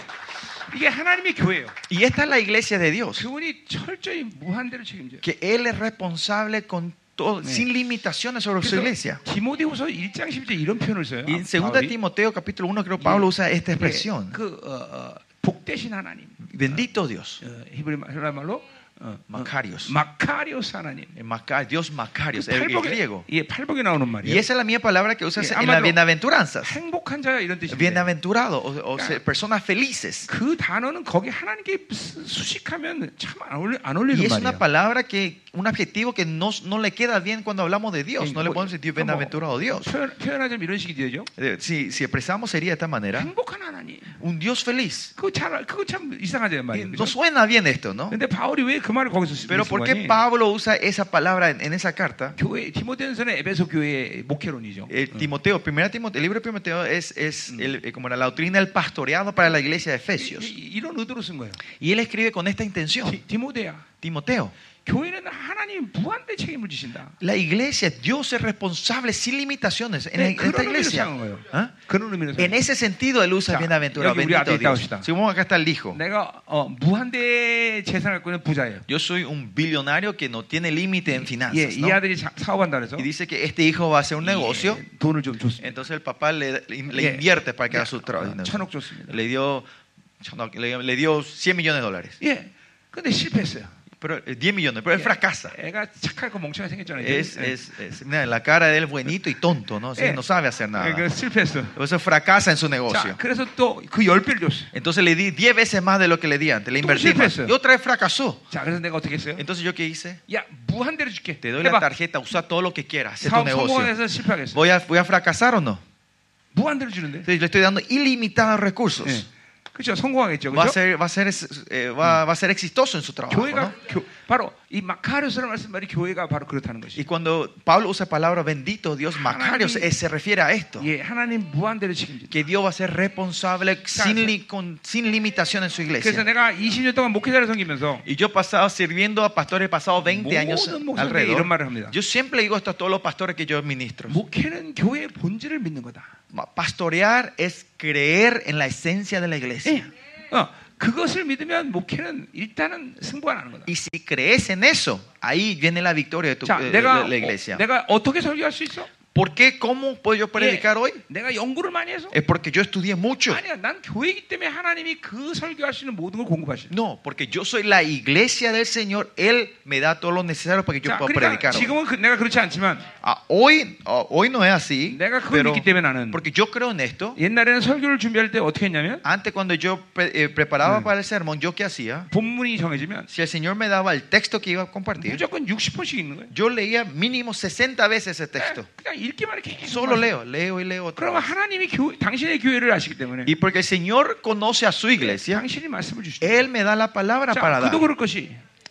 이게 하나님의 교회예요. Y esta es la iglesia de Dios, 그분이 철저히 무한대로 책임져요. que Él es responsable con todo, Sí. sin limitaciones sobre su iglesia. 그래서 디모데후서 1장 10절 이런 표현을 써요. Y en 2 바울이. Timoteo capítulo 1 creo Y- Pablo usa esta 예, expresión. 그 어, 어, 복되신 하나님. Bendito Dios. 어, 히브리 말- 말로 어, Macarios. 어, 마카리오스 하나님. Eh, Maca- Dios Macarios, el, el griego. 예, 팔복이 나오는 Y 말이에요. esa es la misma palabra que usas Sí, en las ámalo. bienaventuranzas. 행복한 자야 이런 뜻인데. Bienaventurado, o, o Claro. se- personas felices. 그 단어는 거기 하나님께 수- 수식하면 참 안 어울리, 안 Y 어울리는 es una 말이에요. palabra que, un adjetivo que no, no le queda bien cuando hablamos de Dios. No le podemos decir Como- bienaventurado Dios. 뭐, 표현, 표현하자면 이런 식이 되죠. Eh, Si, si expresamos sería de esta manera, 행복한 하나님. un Dios feliz. 그거 잘 그거 참 이상하잖아요, Eh, 말이에요. No 그죠? suena bien esto, ¿no? 근데 바울이 왜 그 말을 거기서 쓰- Pero 쓴 ¿por qué 거니? Pablo usa esa palabra en, en esa carta? 교회 디모데전서는 에베소 교회의 목회론이죠. El 어. Timoteo, primera Timoteo, el libro de Timoteo es, es el- eh, como era la doctrina del pastoreado para la iglesia de Efesios. 이- 이런 의도로 쓴 거예요. Y él escribe con esta intención, 디- 디모데야, Timoteo, 교회는 하나님 무한대 책임을 지신다. la iglesia, Dios es responsable sin limitaciones en, 네, 어? en esta 그런 의미로 iglesia. 사용한 거예요. ¿Ah? 그런 의미로 En 사용한 ese sentido él Ya, usa bienaventurado, 여기 우리 앞에 bendito 있다 Dios. 봅시다. Si vamos acá está el hijo. 거예요. 내가 어, 무한대 재산을 갖고 있는 부자예요. Yo soy un billonario que no tiene límite en 예, finanzas. 이 ¿no? 아들이 자- 사업한다 그래서 Y dice que este hijo va a hacer un negocio. 예, 돈을 좀 줬습니다. Entonces el papá le, le- le Yeah. invierte para que haga su 어, trabajo. 천억 줬습니다. Le dio, le, le dio 100 millones de dólares. 예, 근데 실패했어요. Pero, eh, 10 millones, pero él 예, fracasa. 애가 착하고 멍청하게 생겼잖아요. Es, 예. es, es- mira, la cara de él es buenito y tonto, ¿no? O sea, Yeah. no sabe hacer 예, 그 nada. 실패했어. Entonces fracasa en su 자, negocio. 그래서 또 그 열 배를 줬어요. Entonces le di 10 veces más de lo que le di antes, le Tú Eh. invertí más. siempre eso. Y otra vez fracasó. 자, 그래서 내가 어떻게 했어요? Entonces yo qué hice? 야, 무한대로 줄게. Te doy 해봐. la tarjeta, usa todo lo que quieras, es tu 사업 negocio. 성공해서 뭐 실패하겠어. ¿Voy a, voy a fracasar o no? 무한대로 주는데. Entonces, le estoy dando ilimitados recursos. Eh, 그렇죠. 성공하겠죠. Va a 그렇죠? ser, va a ser, es- eh, va, va a ser exitoso en su trabajo. 교회가 ¿no? 교- 바로 이 마카리오스라는 말씀 말이 교회가 바로 그렇다는 Y 것이. cuando Pablo usa palabra bendito Dios, Macarios, Ay. eh, se refiere a esto. 예, 하나님 무한대로 책임진다. Que Dios va a ser responsable sin, li- con- sin limitación en su 그래서 iglesia. 내가 20년 동안 목회자를 섬기면서 Y yo he pasado sirviendo a pastores, he pasado 20 años Modo mujer, alrededor. 이런 말을 합니다. Yo siempre digo esto a todos los pastores que yo ministro. 목회는 교회의 본질을 믿는 거다. Pastorear es creer en la esencia de la 예. iglesia. 어, 그것을 믿으면 목회는 일단은 승부가 나는 거다. Y si crees en eso, ahí viene la victoria de, tu, 자, de- de 내가 la 어, iglesia. 내가 어떻게 설교할 수 있어? 예, ¿Por qué? ¿Cómo puedo yo predicar hoy? 내가 연구를 많이 해서? Es porque yo estudié mucho. 아니야, 난 교회이기 때문에 하나님이 그 설교할 수 있는 모든 걸 공급하시. No, porque yo soy la iglesia del Señor. Él me da todo lo necesario para que yo 자, pueda 그러니까 predicar. hoy. 지금은 그- 내가 그렇지 않지만 Ah, hoy, ah, hoy no es así. 내가 그걸 pero- 믿기 때문에 나는. porque yo creo en esto. 옛날에는 설교를 준비할 때 어떻게 했냐면 Antes cuando yo pre- eh, preparaba para el sermón, ¿yo qué hacía? 본문이 정해지면 Si el Señor me daba el texto que iba a compartir, 무조건 60분씩 읽는 거예요. yo leía mínimo 60 veces ese texto. 그냥 읽기만 네, 해 계속. Solo leo, leo y leo otra 그러면 vez. 하나님이 교, 당신의 교회를 아시기 때문에 Y porque el Señor conoce a su iglesia, 당신이 말씀을 주시죠. Él me da la palabra para 자, dar. 그도 그럴 것이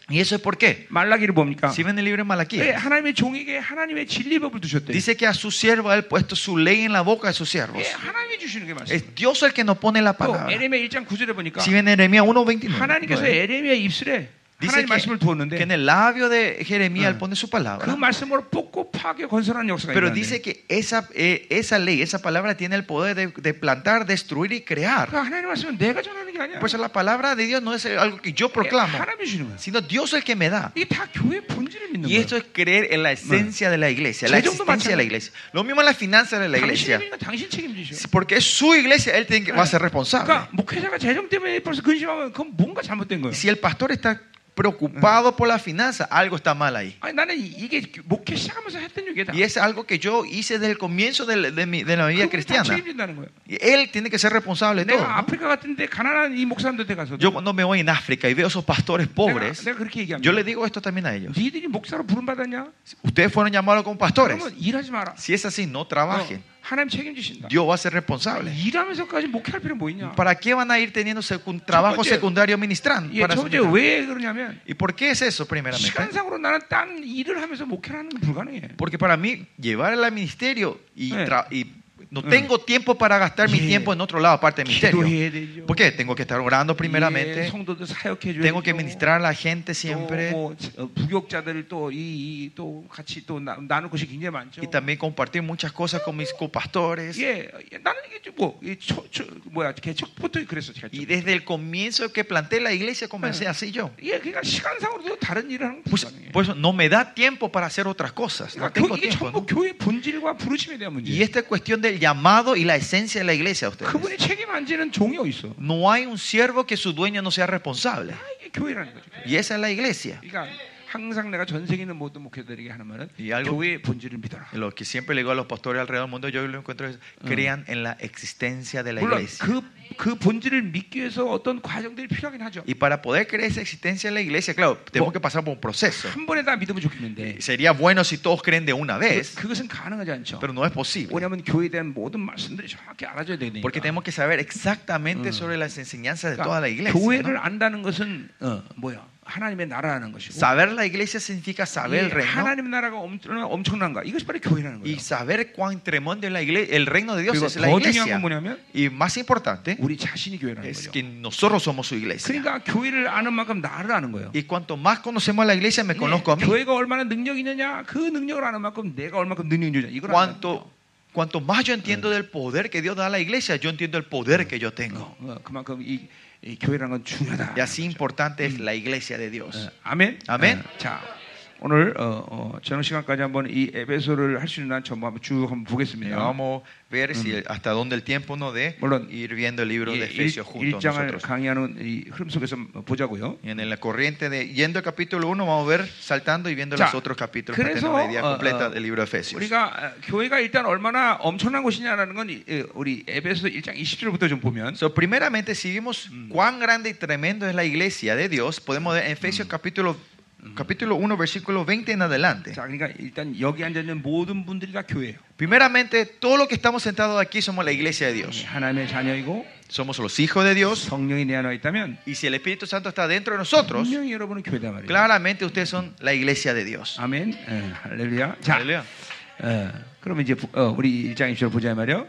¿Y eso es por qué? 말라기를 봅니까? Si ven el libro 예, de Malaquías, 하나님의 종에게 하나님의 진리법을 두셨대. dice que a su siervo él ha puesto su ley en la boca de sus siervos. 예, 하나님이 주시는 게 말씀. Es Dios el que nos pone la 또 palabra. 에레미야 1장 9절에 보니까 Si ven Jeremías 음, 하나님께서 1.29, 에레미야의 입술에 dice 하나님 말씀을 que, que en 두었는데 el labio de Jeremías Ah. él pone su 그 palabra. 말씀으로 뽑고 파괴 건설하는 역사가 Pero 있는데. dice que esa, eh, esa ley, esa palabra tiene el poder de, de plantar, destruir y crear. 그러니까 하나님 말씀은 내가 전하는 게 아니야. Pues la palabra de Dios no es algo que yo proclamo, 하나님이 주는 거야. sino Dios el que me da. 이게 다 교회 본질을 믿는 Y esto 거예요. es creer en la esencia de la iglesia, la Sí, yo no existencia de machaco. la iglesia. Lo mismo en las finanzas de la 당신이 iglesia. 믿는 건 당신 책임지셔. Porque es su iglesia, él tiene que- va a ser 그러니까 responsable. 목회자가 재정 때문에 벌써 근심하면 그건 뭔가 잘못된 거예요. Y si el pastor está preocupado por la finanza, algo está mal ahí. 아니 나는 이- 이게 목회 시작하면서 했던 얘기다. Y es algo que yo hice desde el comienzo de, la- de mi- de la vida 그분이 다 cristiana. 책임진다는 거예요. Y él tiene que ser responsable de todo. 내가 ¿no? 아프리카 같은데 가난한 이 목사님들한테 가서 Yo cuando me voy en África y veo esos pastores 내가, pobres, 내가 뭐 그렇게 얘기합니다. yo le digo esto también a ellos. 니들이 목사로 부름 받았냐? Ustedes fueron llamados como pastores. 그러면 일하지 마라. Si es así, no 어, trabajen. 하나님 책임지신다. Dios va a ser responsable. 일하면서까지 목회할 필요 뭐 있냐? ¿Para qué van a ir teniendo secu- trabajo 번째, secundario ministrando? 예, para 첫 su 번째 ministra- 왜 그러냐면 ¿Y por qué es eso primeramente? 시간상으로 나는 딴 일을 하면서 목회를 하는 건 불가능해. Porque para mí llevar al ministerio y, Eh. tra- y no Mm. tengo tiempo para gastar mi Yeah. tiempo en otro lado aparte del ministerio. 기도해야 되죠. ¿Por qué? Tengo que estar orando 예, primeramente. 성도들 사역해 줘야 Tengo que ministrar a la gente siempre. 뭐, 어, 부역자들을 또이또 같이 또 나, 나눌 것이 굉장히 많죠. Y también compartir muchas cosas con mis copastores. 예, 예, 나는 이게 좀 뭐, 이 초, 초, 뭐야 개척부터 그랬어 제가. Y desde el comienzo que planté la iglesia Eh. comencé así yo. 예, 그러니까 시간상으로도 뭐, 다른 일을 하는 건 Pues, 불가능해. por eso no me da tiempo para hacer otras cosas. No 그러니까 교- tengo 이게 tiempo. 전부 ¿no? 교회 본질과 부르심에 대한 문제. Y esta es cuestión del llamado y la esencia de la iglesia. Ustedes. 그분이 책임 안 지는 종이 어디 있어? No hay un siervo que su dueño no sea responsable. 아, 이게 교회라는 거죠. Y esa es la iglesia. 그러니까 항상 내가 전 세계 있는 모든 목회자들에게 하는 말은 이 알고- 교회의 본질을 믿어라. Lo que siempre le digo a los pastores alrededor del mundo, yo lo encuentro es, crean en la existencia de la 물론 iglesia. 그 그 본질을 믿기 위해서 어떤 과정들이 필요하긴 하죠. Y para poder creer esa existencia en la iglesia, claro, tenemos que pasar por un proceso. Eh, 한 번에 다 믿으면 좋겠는데 Sería bueno si todos creen de una 그, vez, 그것은 가능하지 않죠. pero no es posible. 왜냐하면 교회에 대한 모든 말씀들이 정확히 알아줘야 되니까. Porque tenemos que saber exactamente sobre las enseñanzas de toda la 그러니까 iglesia. 교회를 ¿no? 안다는 것은 어, 뭐야? 하나님의 나라라는 것이고. Saber la iglesia significa saber 이 el reino. 하나님의 나라가 엄청난 엄청난가? 이것이 바로 교회라는 거예요. Y saber cuán tremendo es la iglesia, el reino de Dios 그리고 es la 더 중요한 iglesia. 건 뭐냐면 Y más importante 우리 자신이 교회라는 es 거죠. que nosotros somos su iglesia. 그러니까 교회를 아는 만큼 나를 아는 거예요. Y cuanto más conocemos a la iglesia, me conozco a mí. 예, 교회가 얼마나 능력이 있느냐 그 능력을 아는 만큼 내가 얼마큼 능력이 있느냐 이걸 아는 Cuanto, cuanto más yo entiendo del poder que Dios da a la iglesia, yo entiendo el poder que yo 거예요. tengo. 어, 어, 그만큼 이, 이 교회라는 건 중요하다 Y así importante es la iglesia de Dios. 어, 아멘 아멘. 어, 자 오늘 어, 어, 저녁 시간까지 한번 이 에베소를 할 수 있는 한 전부 한번 쭉 한번 Eh, 보겠습니다 Vamos a ver si hasta dónde el tiempo nos dé 물론 ir viendo el libro de 예, 일, Efesios juntos 1장을 nosotros. 강의하는 이 흐름 속에서 보자고요 Y En la corriente de yendo al capítulo 1 vamos a ver saltando y viendo 자, los otros capítulos para tener 그래서, una idea 어, completa 어, del libro de Efesios. 우리가 어, 교회가 일단 얼마나 엄청난 곳이냐라는 건 이- 이- 우리 에베소 1장 20절부터 좀 보면 So, primeramente, si vimos Mm. cuán grande y tremendo es la iglesia de Dios, podemos ver en Mm. Efesios capítulo, capítulo 1, versículo 20 en adelante. 자 그러니까 일단 여기 앉아 있는 모든 분들이 다 교회예요 Primeramente, todos los que estamos sentados aquí somos la iglesia de 예, Dios. 하나님의 자녀이고 Somos los hijos de Dios. 성령이 내 안에 있다면 Y si el Espíritu Santo está dentro de nosotros, 분명히 여러분은 교회다 말이에요. claramente ustedes son la iglesia de Dios. 아멘. 예, 할렐루야. 자, 할렐루야. 예, 그러면 이제 부- 어, 우리 일장 입절 보자 말이요.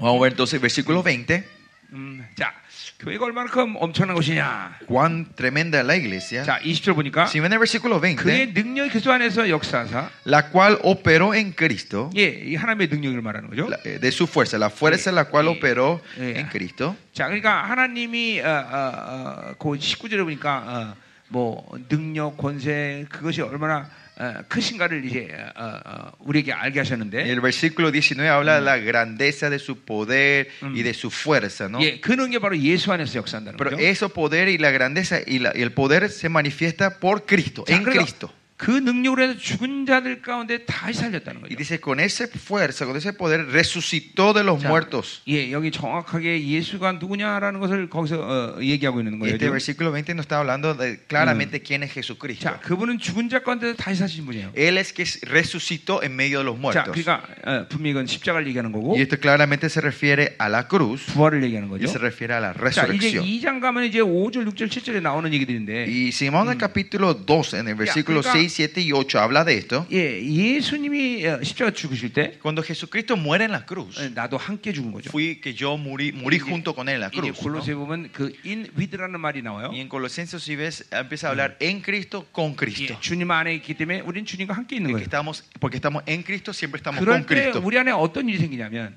Vamos a ver entonces versículo 20. 음, 자, 교회가 얼마큼 엄청난 것이냐. Cuán tremenda es la iglesia. 자, 20절 보니까 Si ven el versículo 그의 20, 능력이 그리스도 안에서 역사사. la cual operó en Cristo, 예, 이 하나님의 능력을 말하는 거죠. la- eh, de su fuerza, la fuerza la cual Sí. operó Sí. en Cristo. 자, 그러니까 하나님이 어, 어, 어, 그 19절에 보니까 어, 뭐 능력, 권세 그것이 얼마나 어, 크신가를 이제 어, 어, 우리에게 알게 하셨는데. El versículo 19 habla de la grandeza de su poder y de su fuerza, ¿no? 예, 그 능력 바로 예수 안에서 역사한다는 Pero 거죠. ese poder y la grandeza y, la- y el poder se manifiesta por Cristo, 자, en 그러니까 Cristo. 그 능력으로 해서 죽은 자들 가운데 다시 살렸다는 Y 거죠. dice, con esa fuerza, con ese poder, resucitó de los 자, muertos. 예, 여기 정확하게 예수가 누구냐라는 것을 거기서 어, 얘기하고 있는 Y 거예요. este 지금. versículo 20 nos está hablando de claramente quién es Jesucristo. 자, 그분은 죽은 자 가운데 다시 사신 분이에요. Él es que resucitó en medio de los 자, muertos. 그러니까 어, 분명히 이건 십자가를 얘기하는 거고 Y esto claramente se refiere a la cruz 부활을 얘기하는 y 거죠. se refiere a la 자, 이제 resurrección. 2장 가면 이제 5절, 6절, 7절에 나오는 얘기들인데 Y si vamos al capítulo 2, en el versículo 그러니까- 6, 7 y 8, habla de esto. 예, 예수님이 어, 십자가 죽으실 때 Cuando Jesucristo muere en la cruz, 어, 나도 함께 죽은 거죠. fui que yo morí, morí junto con él en la 이제 cruz. ¿no? 골로새 보면 그 in with라는 말이 나와요. 예, Y en Colosenses, si ves, empieza a hablar en Cristo, con Cristo. 예, 주님 안에 있기 때문에 우리는 주님과 함께 있는 Que 거예요. estamos, porque estamos en Cristo, siempre estamos con 그럴 때 Cristo. 우리 안에 어떤 일이 생기냐면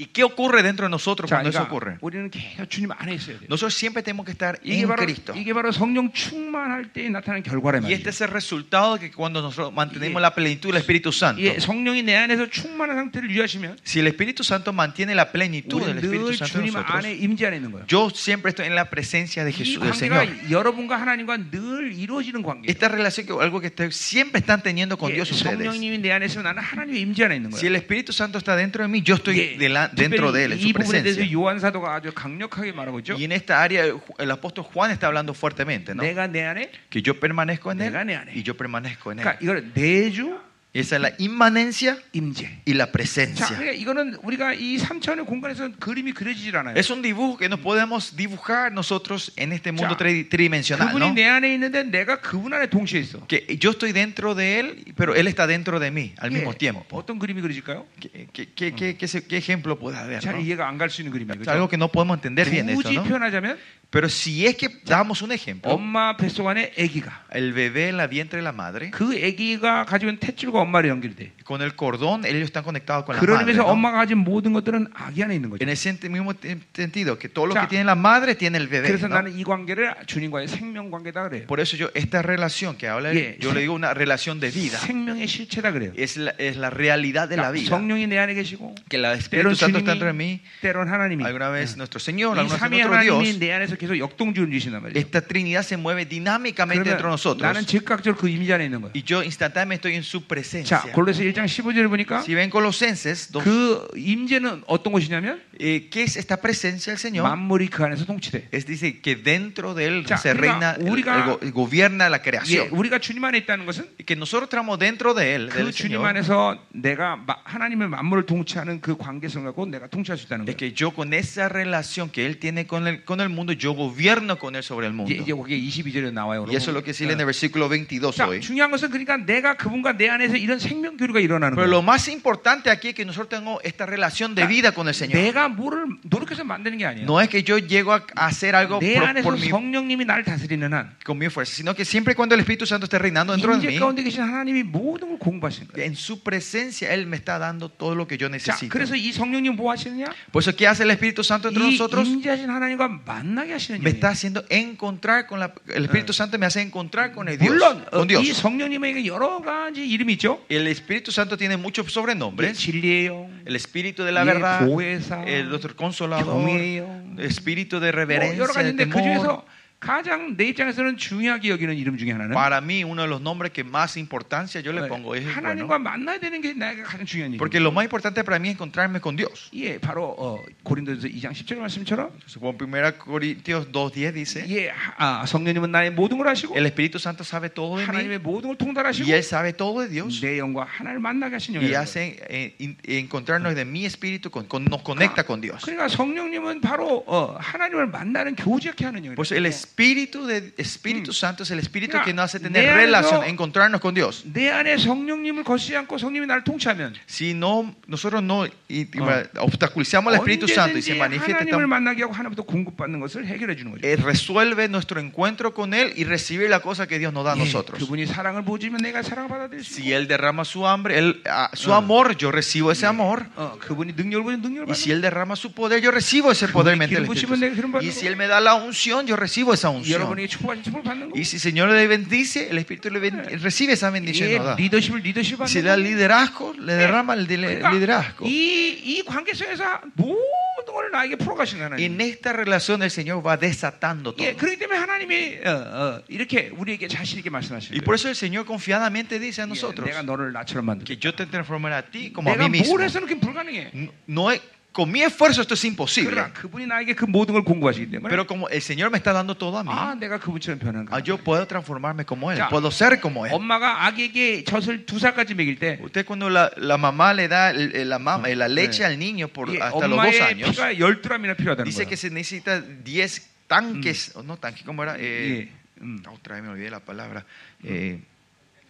¿Y qué ocurre dentro de nosotros 자, cuando eso 그러니까 ocurre? 우리는 계속 주님 안에 있어야 돼요. Nosotros siempre tenemos que estar 이게 en 바로 Cristo. 이게 바로 성령 충만할 때 나타나는 결과란 Y 말이에요. este es el resultado de que cuando nosotros mantenemos Y- la plenitud del Espíritu Santo. 예, 성령이 내 안에서 충만한 상태를 유지하시면 Si el Espíritu Santo mantiene la plenitud del 우리는 Espíritu 늘 Santo en 주님 안에 nosotros, 임재 안에 있는 거예요. yo siempre estoy en la presencia de 이 Jesús, del Señor. 관계가 여러분과 하나님과 늘 이루어지는 관계예요. Esta relación que algo que ustedes siempre están teniendo con 예, Dios ustedes. 성령님이 내 안에 있으면 나는 하나님의 임재 안에 있는 Si el 거예요. Espíritu Santo está dentro de mí, yo estoy 예, dela- dentro de él, 특별히 en 이 su 부분에 대해서 presencia. 요한 사도가 아주 강력하게 말하고 있죠. Y en esta área el ju- el apóstol Juan está hablando fuertemente, ¿no? 네. 내가 내 안에 Que yo permanezco en él 내가 내 안에. y yo permanezco en él. 그러니까 이걸 내주 Esa es la inmanencia 임재. y la 자, presencia. 그러니까 이거는 우리가 이 3차원의 공간에서 그림이 그려지질 않아요. Es un dibujo que nos podemos dibujar nosotros en este mundo Ya. tri- tridimensional, 그분이 ¿no? 내 안에 있는데 내가 그분 안에 동시에 있어. Que yo estoy dentro de él, pero él está dentro de mí al 예, mismo tiempo. 어떤 그림이 그려질까요? ¿Qué, qué- qué- qué- qué se- qué ejemplo puede haber? 잘 네, no? 이해가 안 갈 수 있는 그림이에요. Es algo 그렇죠? que no podemos entender bien esto, 굳이 ¿no? 어? Oh 표현하자면 Pero si es que damos un ejemplo, 엄마 뱃속 안에 아기가 el bebé en la vientre de la madre, 그 아기가 가지고 있는 탯줄과 엄마를 연결돼. con el cordón, ellos están conectados con la 그런 madre. 의미에서 ¿no? 엄마가 가진 모든 것들은 아기 안에 있는 거죠. En el senti- mismo te- sentido, que todo lo Ya. que tiene la madre tiene el bebé. 그래서 ¿no? 나는 이 관계를 주님과의 생명 관계다 그래요. Por eso yo, esta relación que habla, Yeah. yo le digo una relación de vida, 생명의 실체다 그래요. es la, es la realidad de la 그러니까 vida. 성령이 내 안에 계시고 Que la 때론 Espíritu Santo 주님이 está dentro de mí, 때론 하나님이 예. alguna vez nuestro Señor, 이 alguna vez 삼위 nuestro 하나님이 Dios, 내 안에서 계속 역동주를 주신단 말이에요. esta Trinidad se mueve dinámicamente dentro de 그러면 nosotros. 나는 즉각적으로 그 이미지 안에 있는 거예요. Y yo instantáneamente estoy en su presencia. 자, 골로새 1장 15절을 보니까 Si ven Colosenses, dos- 그 임재는 어떤 것이냐면 eh, ¿qué es esta presencia del Señor? 만물이 그 안에서 통치돼. Es dice que dentro de él Ya, se mira, reina, el- uriga- el go- el gobierna la 예, creación. 우리가 주님 안에 있다는 것은 Y que nosotros estamos dentro de él, 그 del 주님 Señor, 안에서 내가 마- 하나님의 만물을 통치하는 그 관계성 갖고 내가 통치할 수 있다는 es 거예요. que yo con esa relación que él tiene con el, con el mundo, yo gobierno con él sobre el mundo. 이게, 이게 거기에 22절에 나와요. Y eso es lo que se lee en el 어. versículo 22 자, hoy. 중요한 것은 그러니까 내가 그분과 내 안에서 이런 생명 교류가 일어나는 Pero 거예요. lo más importante aquí es que nosotros tengamos esta relación de vida con el Señor. 내가 뭐를 노력해서 만드는 게 아니에요. No es que yo llego a a hacer algo 내 por, 안에서 por mi, 성령님이 나를 다스리는 한 con mi fuerza, sino que siempre cuando el Espíritu Santo esté reinando dentro de 인재 mí, 가운데 계신 하나님이 모든 걸 공부하시는 거예요. en su presencia él me está dando todo lo que yo 자, necesito. 그래서 이 성령님 뭐 하시느냐? Por eso, ¿qué hace el Espíritu Santo entre 이 nosotros? 임재하신 하나님과 만나게 하시는 Me está 일이에요. haciendo encontrar con la, el Espíritu Santo me hace encontrar con el Dios, 물론 어, con 이 Dios. 성령님에게 여러 가지 이름이 있죠. El Espíritu Santo tiene muchos 예, sobrenombres. 진리의 영, El Espíritu de la 예, verdad, 보혜사, el otro consolador, 경외의 영, el Espíritu de 뭐 여러 reverencia, de 가지인데 그 temor. 중에서 가장 내 입장에서는 중요하게 여기는 이름 중에 하나는 Para mí, uno de los nombres que más importancia yo le pongo Ah, es bueno, 하나님과 만나야 되는 게 나에게 가장 중요한 일이에요. porque lo más importante para mí es encontrarme con Dios. 예, 바로 어, 고린도전서 2장 10절 말씀처럼 Como 1 Corintios 2.10 dice, 예, 하- 아, 성령님은 나의 모든 걸 하시고 el Espíritu Santo sabe todo de mí 하나님의 모든 걸 y 통달하시고 él sabe todo de Dios. 내 영과 하나님을 만나게 하신 y 영이에요. hace eh, in- encontrarnos de mi espíritu con, con- nos conecta con Dios. 그러니까 성령님은 바로 어, 하나님을 만나는 교제케 하는 영이에요. Por eso Pues el espíritu de Espíritu Santo es el espíritu Mira, que nos hace Mm. de tener algo- relación, encontrarnos con Dios. 내 안에 성령님을 거시지 않고 성령이 나를 통치하면 Si no nosotros no y- y- Ah. obstaculizamos al Espíritu Santo y se 언제든지 manifiesta, 하나님을 estamos- 만나게 하고 하나님부터 공급받는 것을 해결해 주는 거죠. eh, resuelve nuestro encuentro con él y recibir la cosa que Dios nos da a 예, nosotros. 그분이 사랑을 보여주면 내가 사랑을 받아들일 수 Si 있고 él derrama su hambre, él, ah, su Ah. amor, yo recibo ese amor. 어, 그분이 능력을 보여주면 능력을 받는 Y si él derrama su poder, yo recibo ese poder Kibun- mental. Kibun- Kibun- Kibun- Y si él me da la unción, yo recibo 거예요. esa unción. 여러분에게 축복하신 축복을 받는 Y 거예요. si el Señor le bendice, el Espíritu le ben- recibe esa bendición. y 예, nos da. 리더십을 리더십 Y si 받는 le da 거예요. liderazgo, le derrama el dile- 그러니까 liderazgo. Y 이, 이 관계 속에서 모든 걸 나에게 풀어가시는 하나님. en esta relación el Señor va desatando todo. 예, 그렇기 때문에 하나님이 어, 어, 이렇게 우리에게 자신 있게 Y 말씀하시는 por 거예요. eso el Señor confiadamente dice a 예, nosotros 내가 너를 나처럼 만들. que yo te transformaré a ti como a 내가 mí mismo. 뭘 해서는 그게 불가능해. No- No es- con mi esfuerzo esto es imposible. 그러나 그분이 나에게 그 모든 걸 공부하시기 때문에 Pero como el Señor me está dando todo a mí, 아, 내가 그분처럼 변한가. ah, yo puedo transformarme como Él, Ya. puedo ser como Él. 엄마가 아기에게 젖을 두 살까지 먹일 때 Usted cuando la, la mamá le da el- el- la, mama- la leche Eh. al niño por 이 hasta los dos 엄마의 años, 피가 열두 람이나 필요하다는 Dice 거예요. que se necesita 10 tanques, o no tanques, ¿cómo era? Eh, 예, 음, Otra vez me olvidé la palabra. Eh,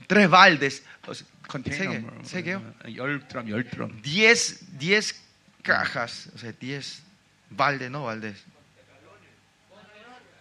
tres baldes. o sea, 컨테이너 뭐 세계, 세계요? 어, 열두 람, 열두 람. 10, 10 cajas, o sea, 10 baldes, no baldes.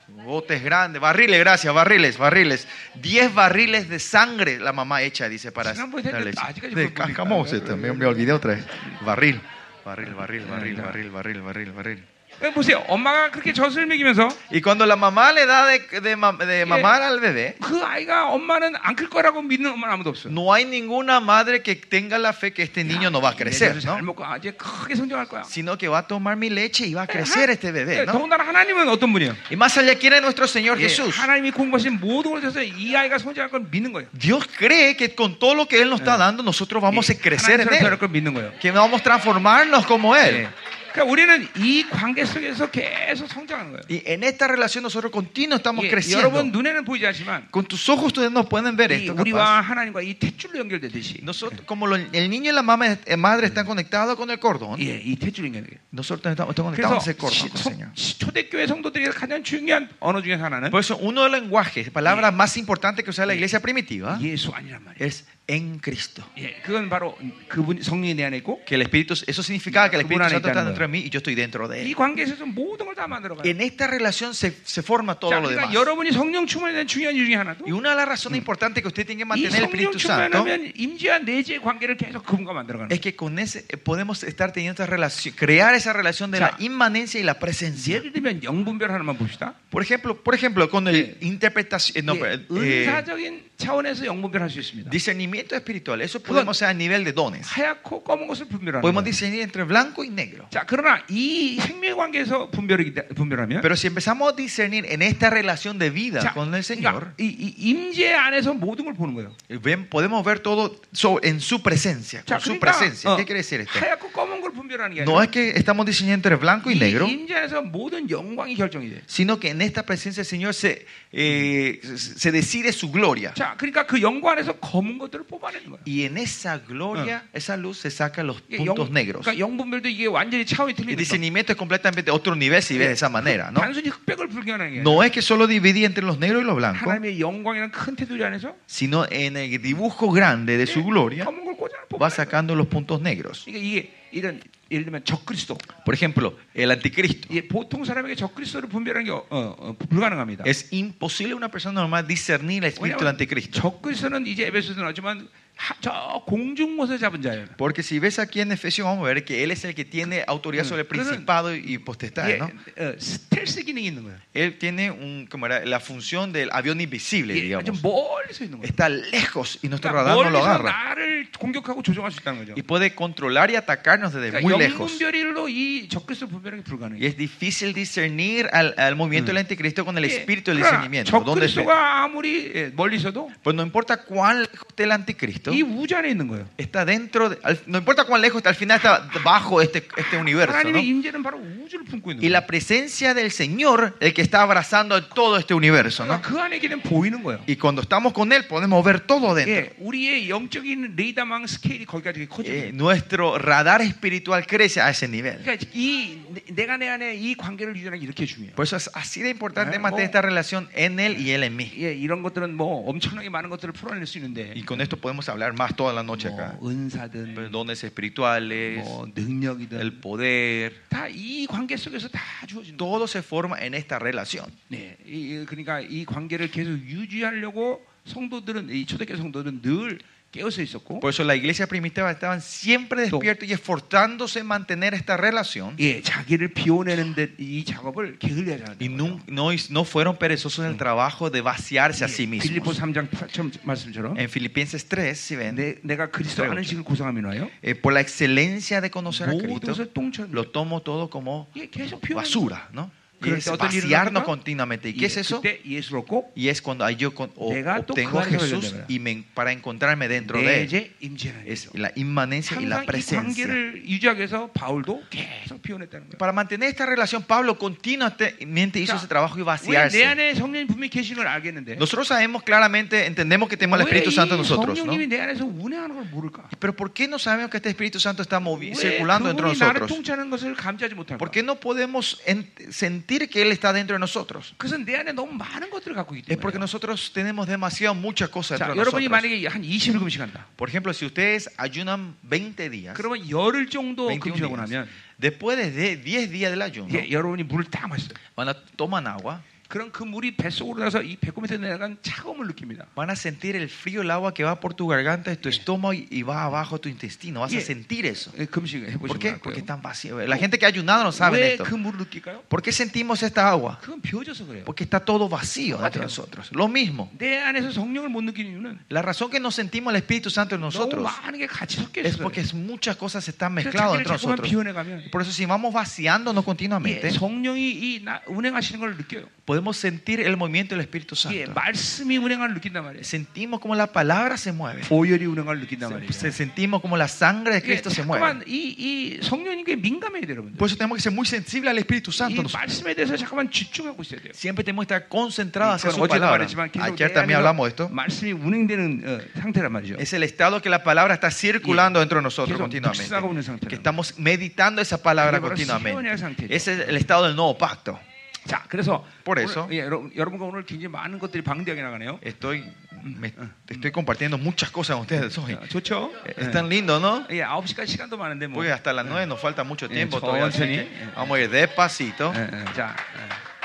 Botes grandes, barriles, gracias, barriles, barriles. 10 barriles de sangre la mamá hecha, dice, para Cinnamon, ¿eh? Achica, yo creo que- De cascamos, este, me, me olvidé otra vez. Barril, barril, barril, barril, ya. barril, barril, barril, barril. 그러니까 보세요, 엄마가 그렇게 젖을 먹이면서 Y cuando la mamá le da de, de ma- de mamar al bebé, 그 아이가 엄마는 안 클 거라고 믿는 엄마는 아무도 없어. no hay ninguna madre que tenga la fe que este niño no va a crecer, 잘 ¿no? 먹고 아, 이제 크게 성장할 거야. 아, 네, Sino que va a tomar mi leche y va a crecer este bebé, ¿no? 더군다나 하나님은 어떤 분이에요? Y más allá, ¿quién es nuestro Señor 예, Jesús? 하나님이 공부하신 모든 걸 통해서 이 아이가 성장할 걸 믿는 거예요. Dios cree que con todo lo 뭐 que Él nos está dando, nosotros vamos a 예, crecer en 하나님처럼 Él. 걸 믿는 거예요. Que vamos a transformarnos como 예. Él. 그러니까 우리는 이 관계 속에서 계속 성장하는 거예요. Y en esta relación nosotros continuo estamos 예, 여러분 creciendo. 눈에는 보이지 않지만 Con tus ojos ustedes no pueden ver 이 esto. 우리와 capaz. 하나님과 이 탯줄로 연결되듯이 Nosotros, como lo- el niño y la mamá, eh, madre están conectados con el cordón, 예, 이 탯줄로 연결돼. nosotros estamos, estamos 그래서 conectados con ese 시- cordón, con el 성- Señor. 시- 초대교회 성도들에게 가장 중요한 언어 중에 하나는 Por eso, uno de los lenguajes, palabras más importantes que usa la iglesia primitiva, 예수 아니란 말이에요. es en Cristo. 예, 그건 바로 그분 성령이 내 안에 있고 Que el Espíritu, eso significaba que el Espíritu Una Santo está necesitan- dentro de mí y yo estoy dentro de 이 él. 관계에서 모든 걸 다 만들어가요. En esta relación se, se forma todo 자, lo 그러니까 demás. 여러분이 성령 충만에 대한 중요한 이유 중에 하나도 Y una de las razones importantes que usted tiene que 이 mantener el 성령 Espíritu Santo 충만하면 임지와 내지의 관계를 계속 그분과 만들어가는 es que con ese eh, podemos estar teniendo esta relación, crear esa relación de Ya. la inmanencia y la 거예요. presencia. 예를 들면 영분별 하나만 봅시다. Por ejemplo, por ejemplo, con el interpretación, no, 예, eh, 은사적인 차원에서 영분별 할 수 있습니다. discernimiento espiritual, eso Perdón. podemos hacer a nivel de dones. 하얗고 검은 것을 분별하는 Podemos 거예요. discernir entre blanco y negro. 자, 그러나 이 생명의 관계에서 분별이, 분별하면 Pero si empezamos a discernir en esta relación de vida 자, con el 그러니까 Señor, eh, 이, 이 임재 안에서 모든 걸 보는 거예요. ven- podemos ver todo so- en su presencia, 자, con su 그러니까, presencia. 어, ¿Qué quiere decir esto? 하얗고 검은 걸 분별하는 게 No 아니라 es que estamos discerniendo entre blanco y negro, 이 임재 안에서 모든 영광이 결정이 돼. sino que en esta presencia del Señor se, eh, se- se decide su gloria. 자, 그러니까 그 영광 안에서 검은 것들을 뽑아내는 거예요. Y en esa gloria, esa luz, se sacan los 이게 영, puntos negros. 그러니까 영분별도 이게 완전히 차원이 El 틀리죠. discernimiento es completamente otro nivel si ves de esa manera, ¿no? 단순히 흑백을 불견하는 게 아니라 No es que solo dividí entre los negros y los blancos, 하나님의 영광이라는 큰 테두리 안에서 예, sino en el dibujo grande de su gloria 검은 걸 꽂아 va 뽑아. 그러니까 sacando los puntos negros. 이게 이런 예를 들면 적그리스도. Por ejemplo, el anticristo. 이게 예, 보통 사람에게 적그리스도를 분별하는 게 어, 어, 어, 불가능합니다. Es imposible una persona normal discernir el espíritu del 왜냐면 anticristo. 적그리스도는 이제 에베소서 나왔지만 하- 저 공중곳에 잡은 자예요. Porque si ves aquí en Efesios, vamos a ver que él es el que tiene autoridad sobre el 그는- principado y potestad, 이게 ¿no? 어, 스텔스 기능이 있는 거예요. Él tiene un, ¿cómo era? la función del avión invisible, 이게 예, 아주 digamos. 멀리서 있는 거예요. Está lejos y nuestro 그러니까 radar no lo 멀리서 agarra. 나를 공격하고 조종할 수 있다는 거죠. Y puede controlar y atacarnos desde muy 그러니까 lejos. 영분별일로 이 적그리스도 분별하기 Y 불가능해요. es difícil discernir al, al movimiento del anticristo con el espíritu del 예, 그러나 discernimiento. ¿Dónde está? 적그리스도가 아무리 예, 멀리서도 Pues no importa cuán lejos esté el anticristo, 이 우주 안에 있는 거예요. está dentro, de- al- no importa cuán lejos está, al final está bajo este, este universo. ¿no? 하나님의 임재는 바로 우주를 품고 있는 Y 거예요. la presencia del Señor, el que está abrazando todo este universo. ¿no? 그러니까 그 안에 걔는 보이는 거예요. Y cuando estamos con Él, podemos ver todo dentro. 예, 우리의 영적인 레이더망 스케일이 거기까지 Eh, 커져요. nuestro radar espiritual crece a ese nivel. 그러니까 이 내- 내가 내 안에 이 관계를 유지하는 게 이렇게 중요해요. Por eso es así de importante Ah, mantener oh. esta relación en Él y Él en mí. 예, 이런 것들은 뭐 엄청나게 많은 것들을 풀어낼 수 있는데 Y con esto podemos hablar más toda la noche acá. 뭐 은사든 Dones espirituales, 뭐 능력이든 el poder, 다 이 관계 속에서 다 주어지는 거예요. todo se forma en esta relación. 네, 이, 이- 그러니까 이 관계를 계속 유지하려고 성도들은 이 초대교 성도들은 늘 깨어서 있었고, Por eso la iglesia primitiva estaban Oh. siempre despiertos y esforzándose en mantener esta relación. 예, 자기를 비워내는 데 이 작업을 게을리하지 않았다. Y nun- no, no fueron perezosos en el trabajo de vaciarse a sí 예, 빌리포 mismos. 3장 8절 말씀처럼 En Filipenses 3, si ven, 네, 내, 내가 그리스도 아는 식을 고상함이 나요. eh, por la excelencia de conocer a 모든 Cristo, 것을 똥처럼 lo tomo todo como 예, 계속 비워내는 basura, ¿no? Y Pero es te otro libro vaciarnos acá. continuamente. ¿Y 거예요. qué es eso? 그때 예수를 얻고 Y es cuando ahí yo con- o- Llega tu obtengo a cuerpo de Jesús verdad. y me, para encontrarme dentro de 내 él. 이제 임재하는 Es 거죠. la inmanencia y la 항상 이 presencia. 관계를 유지하기 위해서 바울도 계속 비워냈다는 거예요. Para mantener esta relación, Pablo continuamente hizo 자, ese trabajo y 우리 내 vaciarse. 안에 성령이 분명히 계신 걸 알겠는데 Nosotros sabemos claramente, entendemos que tenemos el 왜 Espíritu Santo en 이 nosotros, ¿no? 성령님이 내 안에서 운행하는 걸 모를까? Pero ¿por qué no sabemos que este Espíritu Santo está movi- 왜 circulando dentro de 그분이 나를 nosotros? 통치하는 것을 감지하지 못할까? ¿Por qué no podemos en- sentir que Él está dentro de nosotros? 그것은 내 안에 너무 많은 것들을 갖고 있기 Es porque 때문에 nosotros tenemos demasiadas muchas cosas 자, dentro de 여러분이 nosotros. 만약에 한 20일 금식한다 Por ejemplo, si ustedes ayunan 20 días, 그러면 열흘 정도 21 금식하고 días, 나면 después de 10 días del ayuno, 예, 여러분이 물을 딱 마셔요 van a toman agua, 그럼 그 물이 뱃속으로 가서 이 배꼽에 내려간 차가움을 느낍니다 van a sentir el frío, el agua que va por tu garganta, tu estómago y y va abajo tu intestino. Vas a Yeah. Pues sentir eso. 예, 금식을 ¿Por 해보시면 qué? 알 거예요 Porque están vacíos. La gente que ha ayunado no sabe 왜 esto. 그 물을 느낄까요? ¿Por qué sentimos esta agua? 그건 비워져서 그래요 Porque está todo vacío dentro de nosotros. Lo mismo. 내 안에서 성령을 못 느끼는 이유는 La razón que no sentimos el Espíritu Santo en 너무 nosotros 많은 게 같이 섞여 es 있어서 porque 그래요. es- muchas cosas están 그래서 mezcladas 자기를 dentro de 자꾸만 nosotros. 비워내가면 Por eso si vamos vaciándonos 예, continuamente, 성령이 이 나- 운행하시는 걸 느껴요 podemos sentir el movimiento del Espíritu 이게 Santo. 말씀이 운행을 느낀단 말이에요. Sentimos como la palabra se mueve. 보혈이 운행을 느낀단 말이에요. Se- se- sentimos como la sangre de 이게 Cristo se mueve. 잠깐만 이, 이 성령님께 민감해야 돼요, 여러분들. Por eso tenemos que ser muy sensibles al Espíritu 이 Santo. nosotros. 말씀에 대해서 잠깐만 집중하고 있어야 돼요. Siempre tenemos que estar concentrados hacia 그건 아, su 어제도 palabra. 말했지만 계속 Ayer 내 también hablamos de 안에서 esto. 말씀이 운행되는 어, 상태란 말이죠. Es el estado que la palabra está circulando dentro de nosotros 계속 continuamente. 묵상하고 있는 상태라는 Que estamos meditando esa palabra 그게 바로 시온의 continuamente. 상태죠. Ese es el estado del nuevo pacto. 자, 그래서 Por 오늘- eso. 예, 여러분, 여러분과 오늘 굉장히 많은 것들이 방대하게 나가네요. Estoy, me- estoy compartiendo muchas cosas con ustedes hoy. 자, 어, 좋죠? Eh, Es tan lindo, ¿no? 예, 9시까지 시간도 많은데 뭐. Porque hasta las 9 nos falta mucho Ah. Eh, tiempo todavía. así 천천히. que Vamos a ir despacito. 예, 예, 자, 예.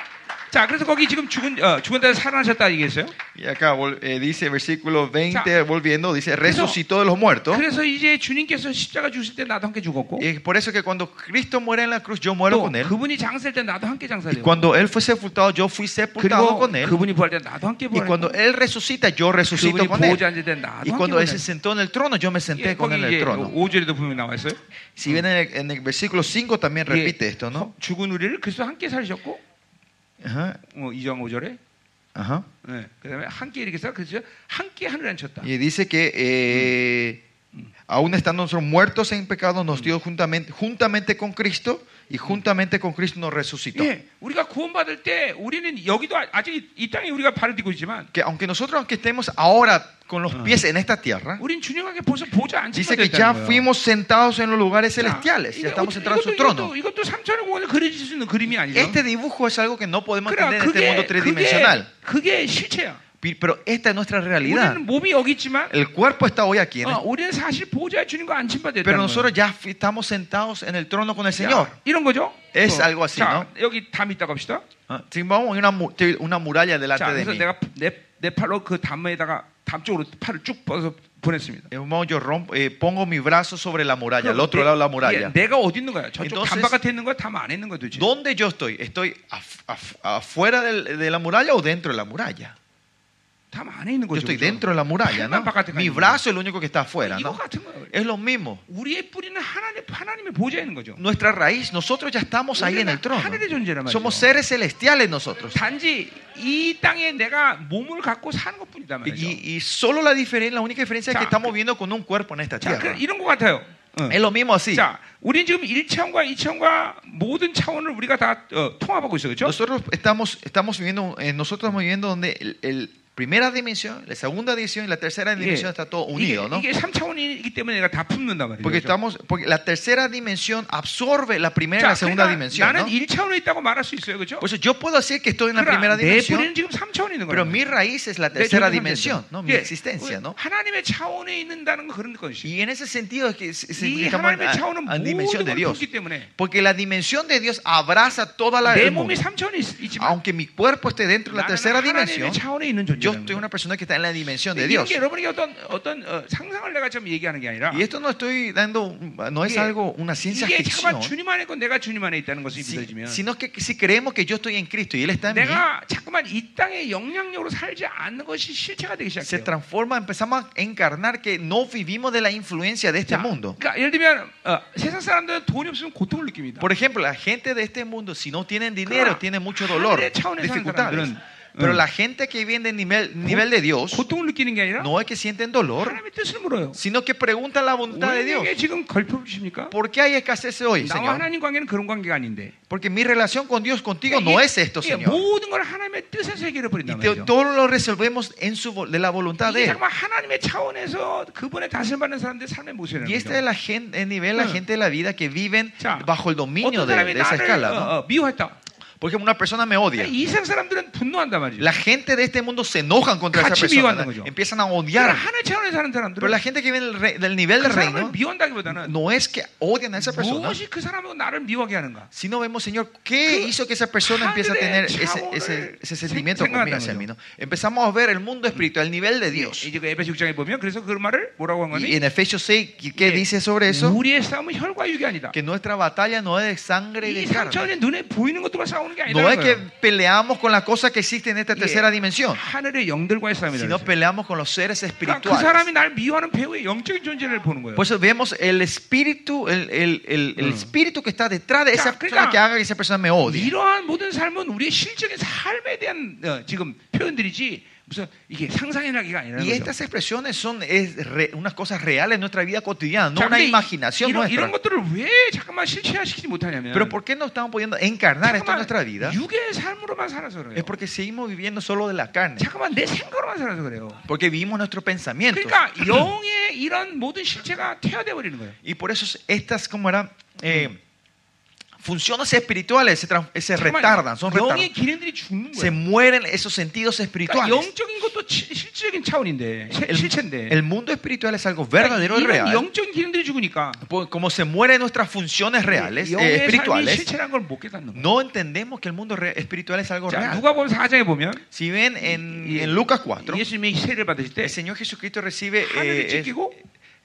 자, 그래서 거기 지금 죽은 어, 죽은 데 살아나셨다 얘기했어요. Y acá vol- eh, dice versículo 20, volviendo, dice, eso- resucitó de los muertos. 그래서 이제 주님께서 십자가 주실 때 nato 함께 죽었고, Y es por eso que cuando Cristo muere en la cruz, yo muero 또 con él. 예, 그분이 장사할 때 나도 함께 장사돼요. Cuando él fue sepultado, yo fui sepultado 그리고 con él. 그분이 부활 때 나도 함께 Y 부활했고, cuando él resucita, yo resucito 그분이 con él. 보호자 앉을 때 나도 Y 함께 cuando él 보냈고. se sentó en el trono, yo me 예, senté con 거기 él en 이제 el trono. 5절에도 분명히 나와 있어요. Si bien en el, en el versículo 5 también 예, repite esto, ¿no? 죽은 우리를 그리스도 함께 살리셨고, Ajá, 어, 2장 5절에. 네. ajá. 그다음에 함께 이렇게 써 그래서 함께 하늘에 앉혔다. Y dice que eh, aún estando nosotros muertos en pecado, nos dio juntamente, juntamente con Cristo y juntamente con Cristo nos resucitó. 예, 우리가 구원받을 때 우리는 여기도 아- 아직 이- 이 땅에 우리가 발을 딛고 있지만 Que aunque nosotros aunque estemos ahora con los pies en esta tierra, 우린 주님에게 벌써 보좌 앉히면 dice que ya 됐다는 거예요. fuimos sentados en los lugares 자, celestiales, ya 이게 어떻게- estamos sentados en su 이것도- trono. 이것도, 이것도 3천의 공원을 그려질 수 있는 그림이 아니죠. Este dibujo es algo que no podemos 그러나 entender en este 그게, mundo 그게, tridimensional. 그게 실체야. Pi- Pero esta es nuestra realidad. 우리는 몸이 여기 있지만 El cuerpo está hoy aquí, en 어, este- 우리는 사실 보좌에 주님과 안침받아 됐다는 pero nosotros ya fi- estamos sentados en el trono con el Señor. 야, 이런 거죠. Es 어, algo así, 자, 여기 담 있다 갑시다. Ah, sí, vamos, hay una, mu- te- una muralla delante 자, de 그래서 mí. 내가 내, 내 팔로 그 담에다가 담 쪽으로 팔을 쭉 뻗어서 보냈습니다. Eh, vamos, Yo rompo, eh, pongo mi brazo sobre la muralla, al otro 내- lado de la 예, muralla. 내가 어디 있는 거야? 저쪽 Entonces- 담 바깥에 있는 거야? 담 안에 있는 거야 도대체? ¿Dónde yo estoy? ¿Estoy af- af- afuera del- de la muralla o dentro de la muralla? 담 안에 있는 Yo 거죠. estoy 그죠? dentro de la muralla, ¿no? 팔만 바깥에 가 Mi 있는 brazo es el único que está afuera, 거야. 이거 ¿no? 같은 거야. Es lo mismo. 우리의 뿌리는 하나님 하나님의 보좌에 있는 거죠. Nuestra raíz, nosotros ya estamos ahí en el trono. 하늘의 존재란 말이죠. Somos seres celestiales nosotros. 단지 이 땅에 내가 몸을 갖고 사는 것뿐이다 말이죠. Y, y solo la diferencia, la única diferencia es que Ya. estamos viviendo con un cuerpo en esta 자, tierra. 그, 이런 것 같아요. 응. Es lo mismo así. 자, 우리는 지금 1차원과 2차원과 모든 차원을 우리가 다 어, 통합하고 있어요. 그렇죠? Nosotros estamos, estamos viviendo, eh, nosotros estamos viviendo donde el, el primera dimensión, la segunda dimensión y la tercera dimensión está todo unido, ¿no? 예. 이게, 이게 3차원이기 때문에 내가 다 품는단 말이죠. Porque estamos, porque la tercera dimensión absorbe la primera y la segunda dimensión, 그러니까 나는 ¿no? 1차원에 있다고 말할 수 있어요. 그렇죠? Por eso yo puedo decir que estoy en la 그러나 primera 내 뿌리는 dimensión, 지금 3차원에 있는 pero 거예요. mi raíz es la tercera dimensión, ¿no? Mi existencia, 예, ¿no? 하나님의 차원에 있는다는 건 그런 것이지. Y en ese sentido es que es- es- 이 아, estamos en 하나님의 la 차원은 en dimensión 모든 de 걸 Dios. 품기 때문에 Porque la dimensión de Dios abraza toda la 내 el 몸이 mundo. 3차원에 있- 있지만 Aunque mi cuerpo esté dentro de 나는 la tercera 하나님의 dimensión, 차원에 있는 yo 존재라는 estoy 거예요. una persona que está en la dimensión de 이런 Dios. 게 여러분에게 어떤 어떤 어, 상상을 내가 지금 얘기하는 게 아니라 Y esto no estoy dando, no es 이게- algo, una ciencia 이게 잠깐 ficción, 주님 안에 있고 내가 주님 안에 있다는 것이 si- 믿어지면 sino que si creemos que yo estoy en Cristo y Él está en mí, 내가 잠깐만 이 땅의 영향력으로 살지 않는 것이 실체가 되기 se 시작해요. transforma, empezamos a encarnar que no vivimos de la influencia de este 자, mundo. 그러니까 예를 들면 어, 세상 사람들은 돈이 없으면 고통을 느낍니다. Por ejemplo, la gente de este mundo, si no tienen dinero, Claro. tiene mucho dolor, 하늘의 차원에 사는 dificultades. 사람들은, Pero 음. la gente que viene del nivel, nivel de Dios, 고통을 느끼는 게 아니라 no es que sienten dolor, 하나님의 뜻을 물어요. sino que preguntan la voluntad de Dios. 우리에게 지금 걸프를 주십니까? ¿Por qué hay escasez hoy, 나와 Señor? 하나님 관계는 그런 관계가 아닌데. Porque mi relación con Dios, contigo, 그러니까 no 이게- es esto, 이게 Señor. 모든 걸 하나님의 뜻에서 해결해 Y 버린단 te- 말이죠. todo lo resolvemos en su, vol- de la voluntad de 이게 Él. 정말 하나님의 차원에서 그분의 다스림 받는 사람들의 삶의 모습이라는 Y este es 거죠. la gente, el nivel, la Mm. gente de la vida que viven 자, bajo el dominio 어떤 de, 사람이 de esa 나를 escala. ¿no? 어, 어, 미워했다. Por ejemplo, una persona me odia. 이상 사람들은 분노한다 말이죠. La gente de este mundo se enojan contra esa 같이 persona. 미워하는 거죠. Empiezan a 그러니까 odiar. 하나의 차원에서 사는 Pero 사람들은 la gente que viene del, re- del nivel 그 del 사람을 reino 미워한다기보다는 no es que odian a esa persona, 무엇이 그 사람하고 나를 미워하게 하는가? sino vemos, Señor, ¿qué 그 hizo que esa persona empiece a tener 하늘의 ese, ese, 차원을 ese 생- sentimiento conmigo 생각한다는 hacia 거죠. mí? eh. ¿no? Mm. Empezamos a ver el mundo espiritual, el nivel de Dios. 이제 그 에베소 6장에 보면 그래서 그 말을 뭐라고 한 Y 거니? en Efesios 6, ¿qué- ¿qué 예, dice sobre eso? 우리의 싸움은 혈과 육이 아니다. Que nuestra batalla no es de sangre y 이 de carne. 상처는 눈에 보이는 것들과 싸우는 싸우는 게 No 아니라는 es que 거예요. peleamos con las cosas que existen en esta 예. tercera dimensión, 하늘의 영들과의 싸움이라는 sino 거예요. peleamos con los seres 그러니까 그 사람이 espirituales. 날 미워하는 배우의 영적인 존재를 보는 거예요. Por eso vemos el espíritu, el, el- el- el Mm. espíritu que está detrás de esa Claro, persona claro. que haga que esa persona me odie. 이러한 모든 삶은 우리의 실적인 삶에 대한 어, 지금 표현들이지 무슨 이게 상상이라기가 아니라는 거죠. Y estas expresiones son es re- unas cosas reales en nuestra vida cotidiana, no 자, una 근데 이- imaginación 이런, nuestra. 이런 것들을 왜 잠깐만 실체화시키지 못하냐면 Pero ¿por qué no estamos pudiendo encarnar esto en nuestra vida? 잠깐만 육의 삶으로만 살아서 그래요. Es porque seguimos viviendo solo de la carne, 잠깐만 내 생각으로만 살아서 그래요. porque vivimos nuestros pensamientos. 그러니까 영의 이런 모든 실체가 퇴화돼 버리는 거예요. Y por eso estas, como era? Eh, funciones espirituales se, tran- se 네, retardan, son 영의 retardadas. 기능들이 죽는 Se 거예요. mueren esos sentidos 그러니까 espirituales. 영적인 것도 치- 실질적인 차원인데 실- 실체인데 El mundo espiritual es algo 그러니까 verdadero y 이런 real. 영적인 기능들이 죽으니까 Po- Como se mueren nuestras funciones reales, eh, 영의 삶이 espirituales, 실체라는 걸 못 깨닫는 거예요. no entendemos que el mundo re- espiritual es algo 자, real. 누가 보면 4장에 보면 Si ven en, Y- Ah, en Lucas 4, 예수님이 세례를 받으실 때 el Señor Jesucristo recibe, 하늘이 eh, es- 찢기고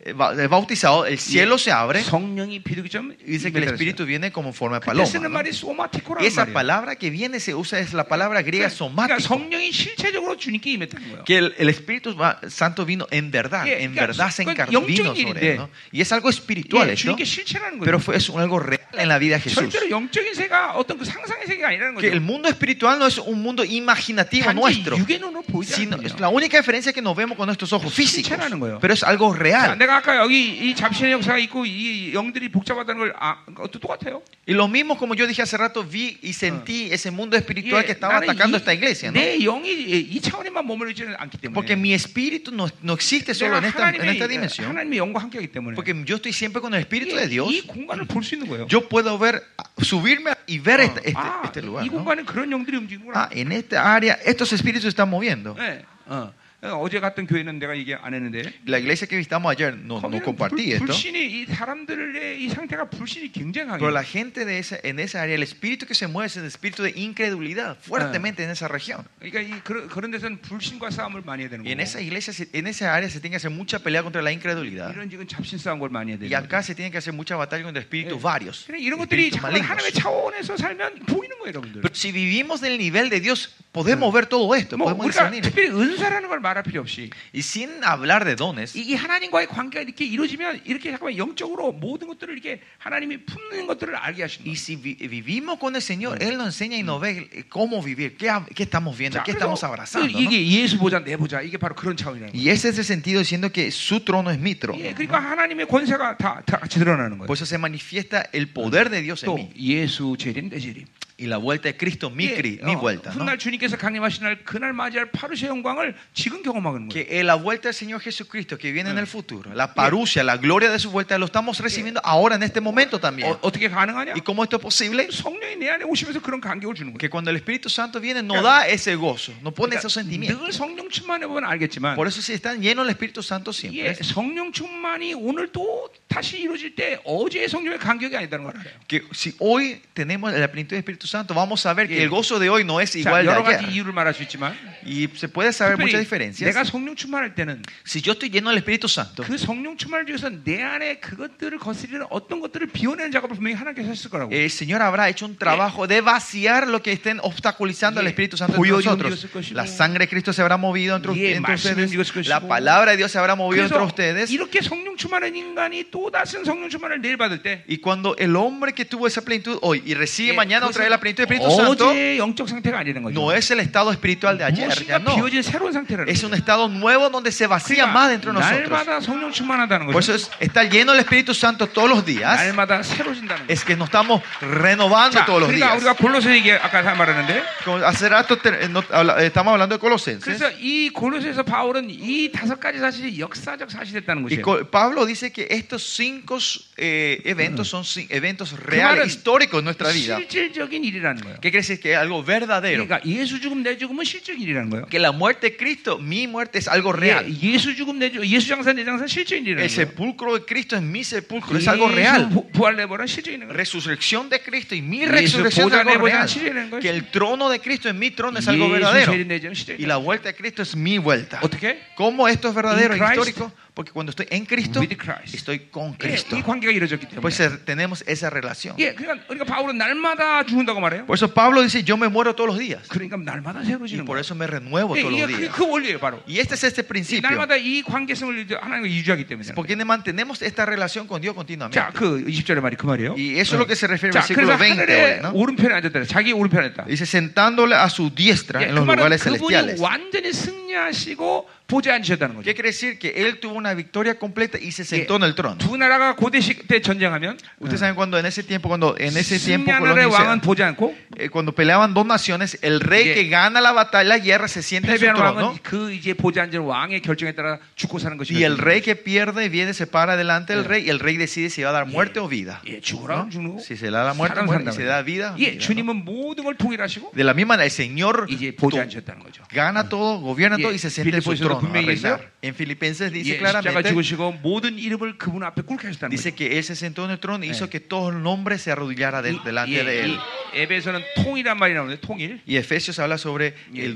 eh, ba- es bautizado, el cielo se abre 성령이 비둘기처럼 y dice que el Espíritu viene como en forma 그때 de paloma. 쓰는 ¿no? 말이 소마티코라는 Y esa 말이에요. palabra que viene se usa es la palabra griega 그러니까 somático. 성령이 실체적으로 주님께 임했다는 거예요. Que el, el Espíritu va- Santo vino en verdad, Que- en que- verdad se que- encarnó, vino 영적인 sobre él. 일인데. ¿no? Y es algo espiritual 예, esto, 주님께 실체라는 거예요. pero fue, es algo real en la vida de Jesús. 절대로 영적인 세가 어떤 그 상상의 세계가 아니라는 Que 거죠. el mundo espiritual no es un mundo imaginativo 단지 nuestro. 육의 눈으로 보이지 sino- 않는 es la única diferencia que nos vemos con nuestros ojos físicos, 실체라는 거예요. pero es algo 자, real. 내가 아까 여기 이 잡신의 역사가 있고 이 영들이 복잡하다는 걸 아, 그것도 똑같아요. Y lo mismo como yo dije hace rato, vi y sentí ese mundo espiritual eh, que estaba 예, 나는 atacando 이- esta iglesia, ¿no? 내 영이 이 차원에만 머물러 있지는 않기 때문에. Porque mi espíritu no, no existe 내가 solo en esta, en 하나님의, esta dimensión. 하나님의 영과 함께하기 때문에. Porque yo estoy siempre con el Espíritu de Dios. 이 공간을 볼 수 있는 거예요. Yo puedo ver, subirme y ver este, este- 아, este lugar. 이 ¿no? 공간은 그런 영들이 움직이구나. Ah, en esta área estos espíritus se están moviendo. 네, 어. 어제 갔던 교회는 내가 얘기 안 했는데 La iglesia que visitamos ayer no, no 거기는 compartí 불, esto. 불신이 이 사람들의 이 상태가 불신이 굉장히 Pero la 강해요. gente de esa, en esa área, el espíritu que se mueve es el espíritu de incredulidad fuertemente en esa región. 그러니까 이 그런, 그런 데서는 불신과 싸움을 많이 해야 되는 Y en esa 거고 iglesia, se- en esa área se tiene que hacer mucha pelea contra la incredulidad. 이런 지금 잡신 싸움 걸 많이 해야 Y 되는 acá 거고 se tiene que hacer mucha batalla contra espíritus varios. 그냥 이런 것들이 그렇죠. espíritus 잠깐 하나님의 malignos. 차원에서 살면 보이는 거예요, 여러분들. Pero si vivimos del nivel de Dios, podemos ver todo esto, 뭐 podemos 우리가 discernir. 특별히 은사라는 걸 말할 필요 없이 Y sin hablar de dones, 이, 이 하나님과의 관계가 이렇게 이루어지면 이렇게 잠깐만 영적으로 모든 것들을 이렇게 하나님이 품는 것들을 알게 하시는 거예요. Y si vi- vivimos con el Señor, Él nos enseña y nos ve eh, cómo vivir, qué, ha- qué estamos viendo, qué estamos 그래서 abrazando. ¿no? 이게 예수 보자 내 보자 이게 바로 그런 차원이라는 거예요. Y ese es el sentido diciendo que su trono es mi trono. 예, 그러니까 하나님의 권세가 다, 다 같이 드러나는 Por 거예요. eso se manifiesta el poder de Dios en 또 mí. 예수 재림 내 재림. Y la vuelta de Cristo, mi, cri- 예, mi 어, vuelta. ¿no? 훗날 주님께서 강림하신 날 그날 맞이할 파루시의 영광을 지금 경험하는 거예요. Que eh, la vuelta del Señor Jesucristo que viene en el futuro, la parucia, la gloria de su vuelta, lo estamos recibiendo ahora en este momento también. 어, 어떻게 가능하냐? ¿Y cómo esto es posible? 성령이 내 안에 오시면서 그런 감격을 주는 거예요. Que cuando el Espíritu Santo viene, nos da ese gozo, nos pone 그러니까 esos sentimientos. 늘 성령 충만해 보면 알겠지만 Por eso, si están llenos del Espíritu Santo siempre. ¿eh? 이게 성령 충만이 오늘 또 다시 이루어질 때 어제의 성령의 감격이 아니다는 걸 알아요. que si hoy tenemos la plenitud del Espíritu Santo, vamos a ver que Bien. el gozo de hoy no es 자, igual de 여러 가지 ayer. 이유를 말할 수 있지만 Y se puede saber 특별히 muchas diferencias. 내가 성령 충만할 때는 Si yo estoy lleno del Espíritu Santo, 그 성령 충만을 위해서 내 안에 그것들을 거스리는 어떤 것들을 비워내는 작업을 분명히 하나님께서 하실 거라고. Eh, el Señor habrá hecho un trabajo de vaciar lo que estén obstaculizando al Bien. Espíritu Santo en Pollo de Dios nosotros. es cosísimo. La sangre de Cristo se habrá movido entre, Bien, entre más de Dios es ustedes. La cosísimo. palabra de Dios se habrá movido entre 그래서 ustedes. 이렇게 성령 충만한 인간이 또 다른 성령 충만을 내일 받을 때 Y cuando el hombre que tuvo esa plenitud hoy y recibe 예, mañana otra vez la plenitud del Espíritu 그것은 Santo, 어제의 영적 상태가 아니라는 거죠. no es el estado espiritual de ayer. 무엇인가 Ya no. 비워진 새로운 상태라는 Es un 거죠. estado nuevo donde se vacía más dentro de nosotros. 날마다 성령 충만하다는 Por eso 거죠. es estar lleno del Espíritu Santo todos los 아, días 날마다 새로워진다는 거죠. es que nos estamos renovando 자, todos los 그러니까 días. 우리가 골로새 얘기 아까 말했는데 Como Hace rato te- eh, no- habla- eh, estamos hablando de Colosenses. 그래서 이 골로새에서 바울은 이 다섯 가지 사실이 역사적 사실이었다는 Y 것이에요. co- Pablo dice que estos cinco eh, eventos son cin- eventos 말은 reales, históricos en nuestra vida. 실질적인 일이라는 거예요. ¿Qu quiere decir? Que es algo verdadero. 그러니까 예수 죽음 내 죽음은 실질적인 일이라는 거예요. Que la muerte de Cristo, mi muerte, es algo real. 예, 예수 죽음 내 죽음, 예수 장사 내 장사 실질적인 El 일이라는 거예요. sepulcro de Cristo es mi sepulcro, es algo real. 예수 부활 내버려 실질적인 거예요. Resurrección de Cristo y mi Eso, resurrección es puta, algo nebo, real. chileno, Que el trono de Cristo es mi trono, es algo 예수 verdadero. 재림 내 죽음 Y 실질적인 la 거예요. vuelta de Cristo es mi vuelta. 어떻게? ¿Cómo esto es verdadero In e Christ, histórico? Porque cuando estoy en Cristo, With Christ. estoy con 예, Cristo. 이 관계가 이루어졌기 때문에. Pues eh, tenemos esa relación. 예, 그러니까 우리가 바울은 날마다 죽는다고 말해요. Por eso Pablo dice, yo me muero todos los días. 그러니까 날마다 Y 새로지는 por 거예요. eso me renuevo 예, todos 이게 los 그, días. 그 원리예요, 바로. Y este es este 이 principio. 날마다 이 관계성을 유지- 하나님과 유지하기 때문에. Porque mantenemos esta relación con Dios continuamente. 자, 그 20절의 말이 그 말이에요. 어. Y eso es lo que se refiere 자, al 그래서 versículo 20. 하늘에 ahora, ¿no? 오른편에 앉았다. 자기 오른편에 앉았다. Dice, sentándole a su diestra 예, en 그 los 말은 lugares 그분이 celestiales. 완전히 승리하시고 보좌에 앉으셨다는 거죠. ¿Qué quiere decir? Que él tuvo una victoria completa y se 예, sentó en el trono. 두 나라가 고대식 때 전쟁하면 어, Ustedes saben cuando en ese tiempo, cuando en ese tiempo 승리한 나라의 colonizaban- 왕은 보지 않고 eh, cuando peleaban dos naciones, el 예. rey que gana la batalla, la guerra, se siente en su 패배한 trono. 왕은 그 이제 보지 않은 왕의 결정에 따라 죽고 사는 것이 Y el rey que pierde viene, se para delante del 예. rey y el rey decide si va a dar muerte o vida. 예, 죽어라 하면 ¿no? 죽는 거 Si se le da la muerte, 사람 muere. Y 산다 si se da vida, 예, vida, 네. ¿no? 주님은 모든 걸 통일하시고 De la misma manera, el Señor 이제 to- 보지 않으셨다는 거죠 gana todo, gobierna 예, todo y se siente en su Filipenses trono. a 분명히 reinar. 얘기해요. En Filipenses 예, dice 십자가 claramente 죽으시고 모든 이름을 그분 앞에 꿇게 하셨다는 Dice 거죠 que él se sentó en el trono y Eh. hizo que todo el nombre se arrodillara del- 이- delante de 예, él. 이 에베에서는 통일이란 말이 나오는데 통일 Y Efesios habla sobre 예, el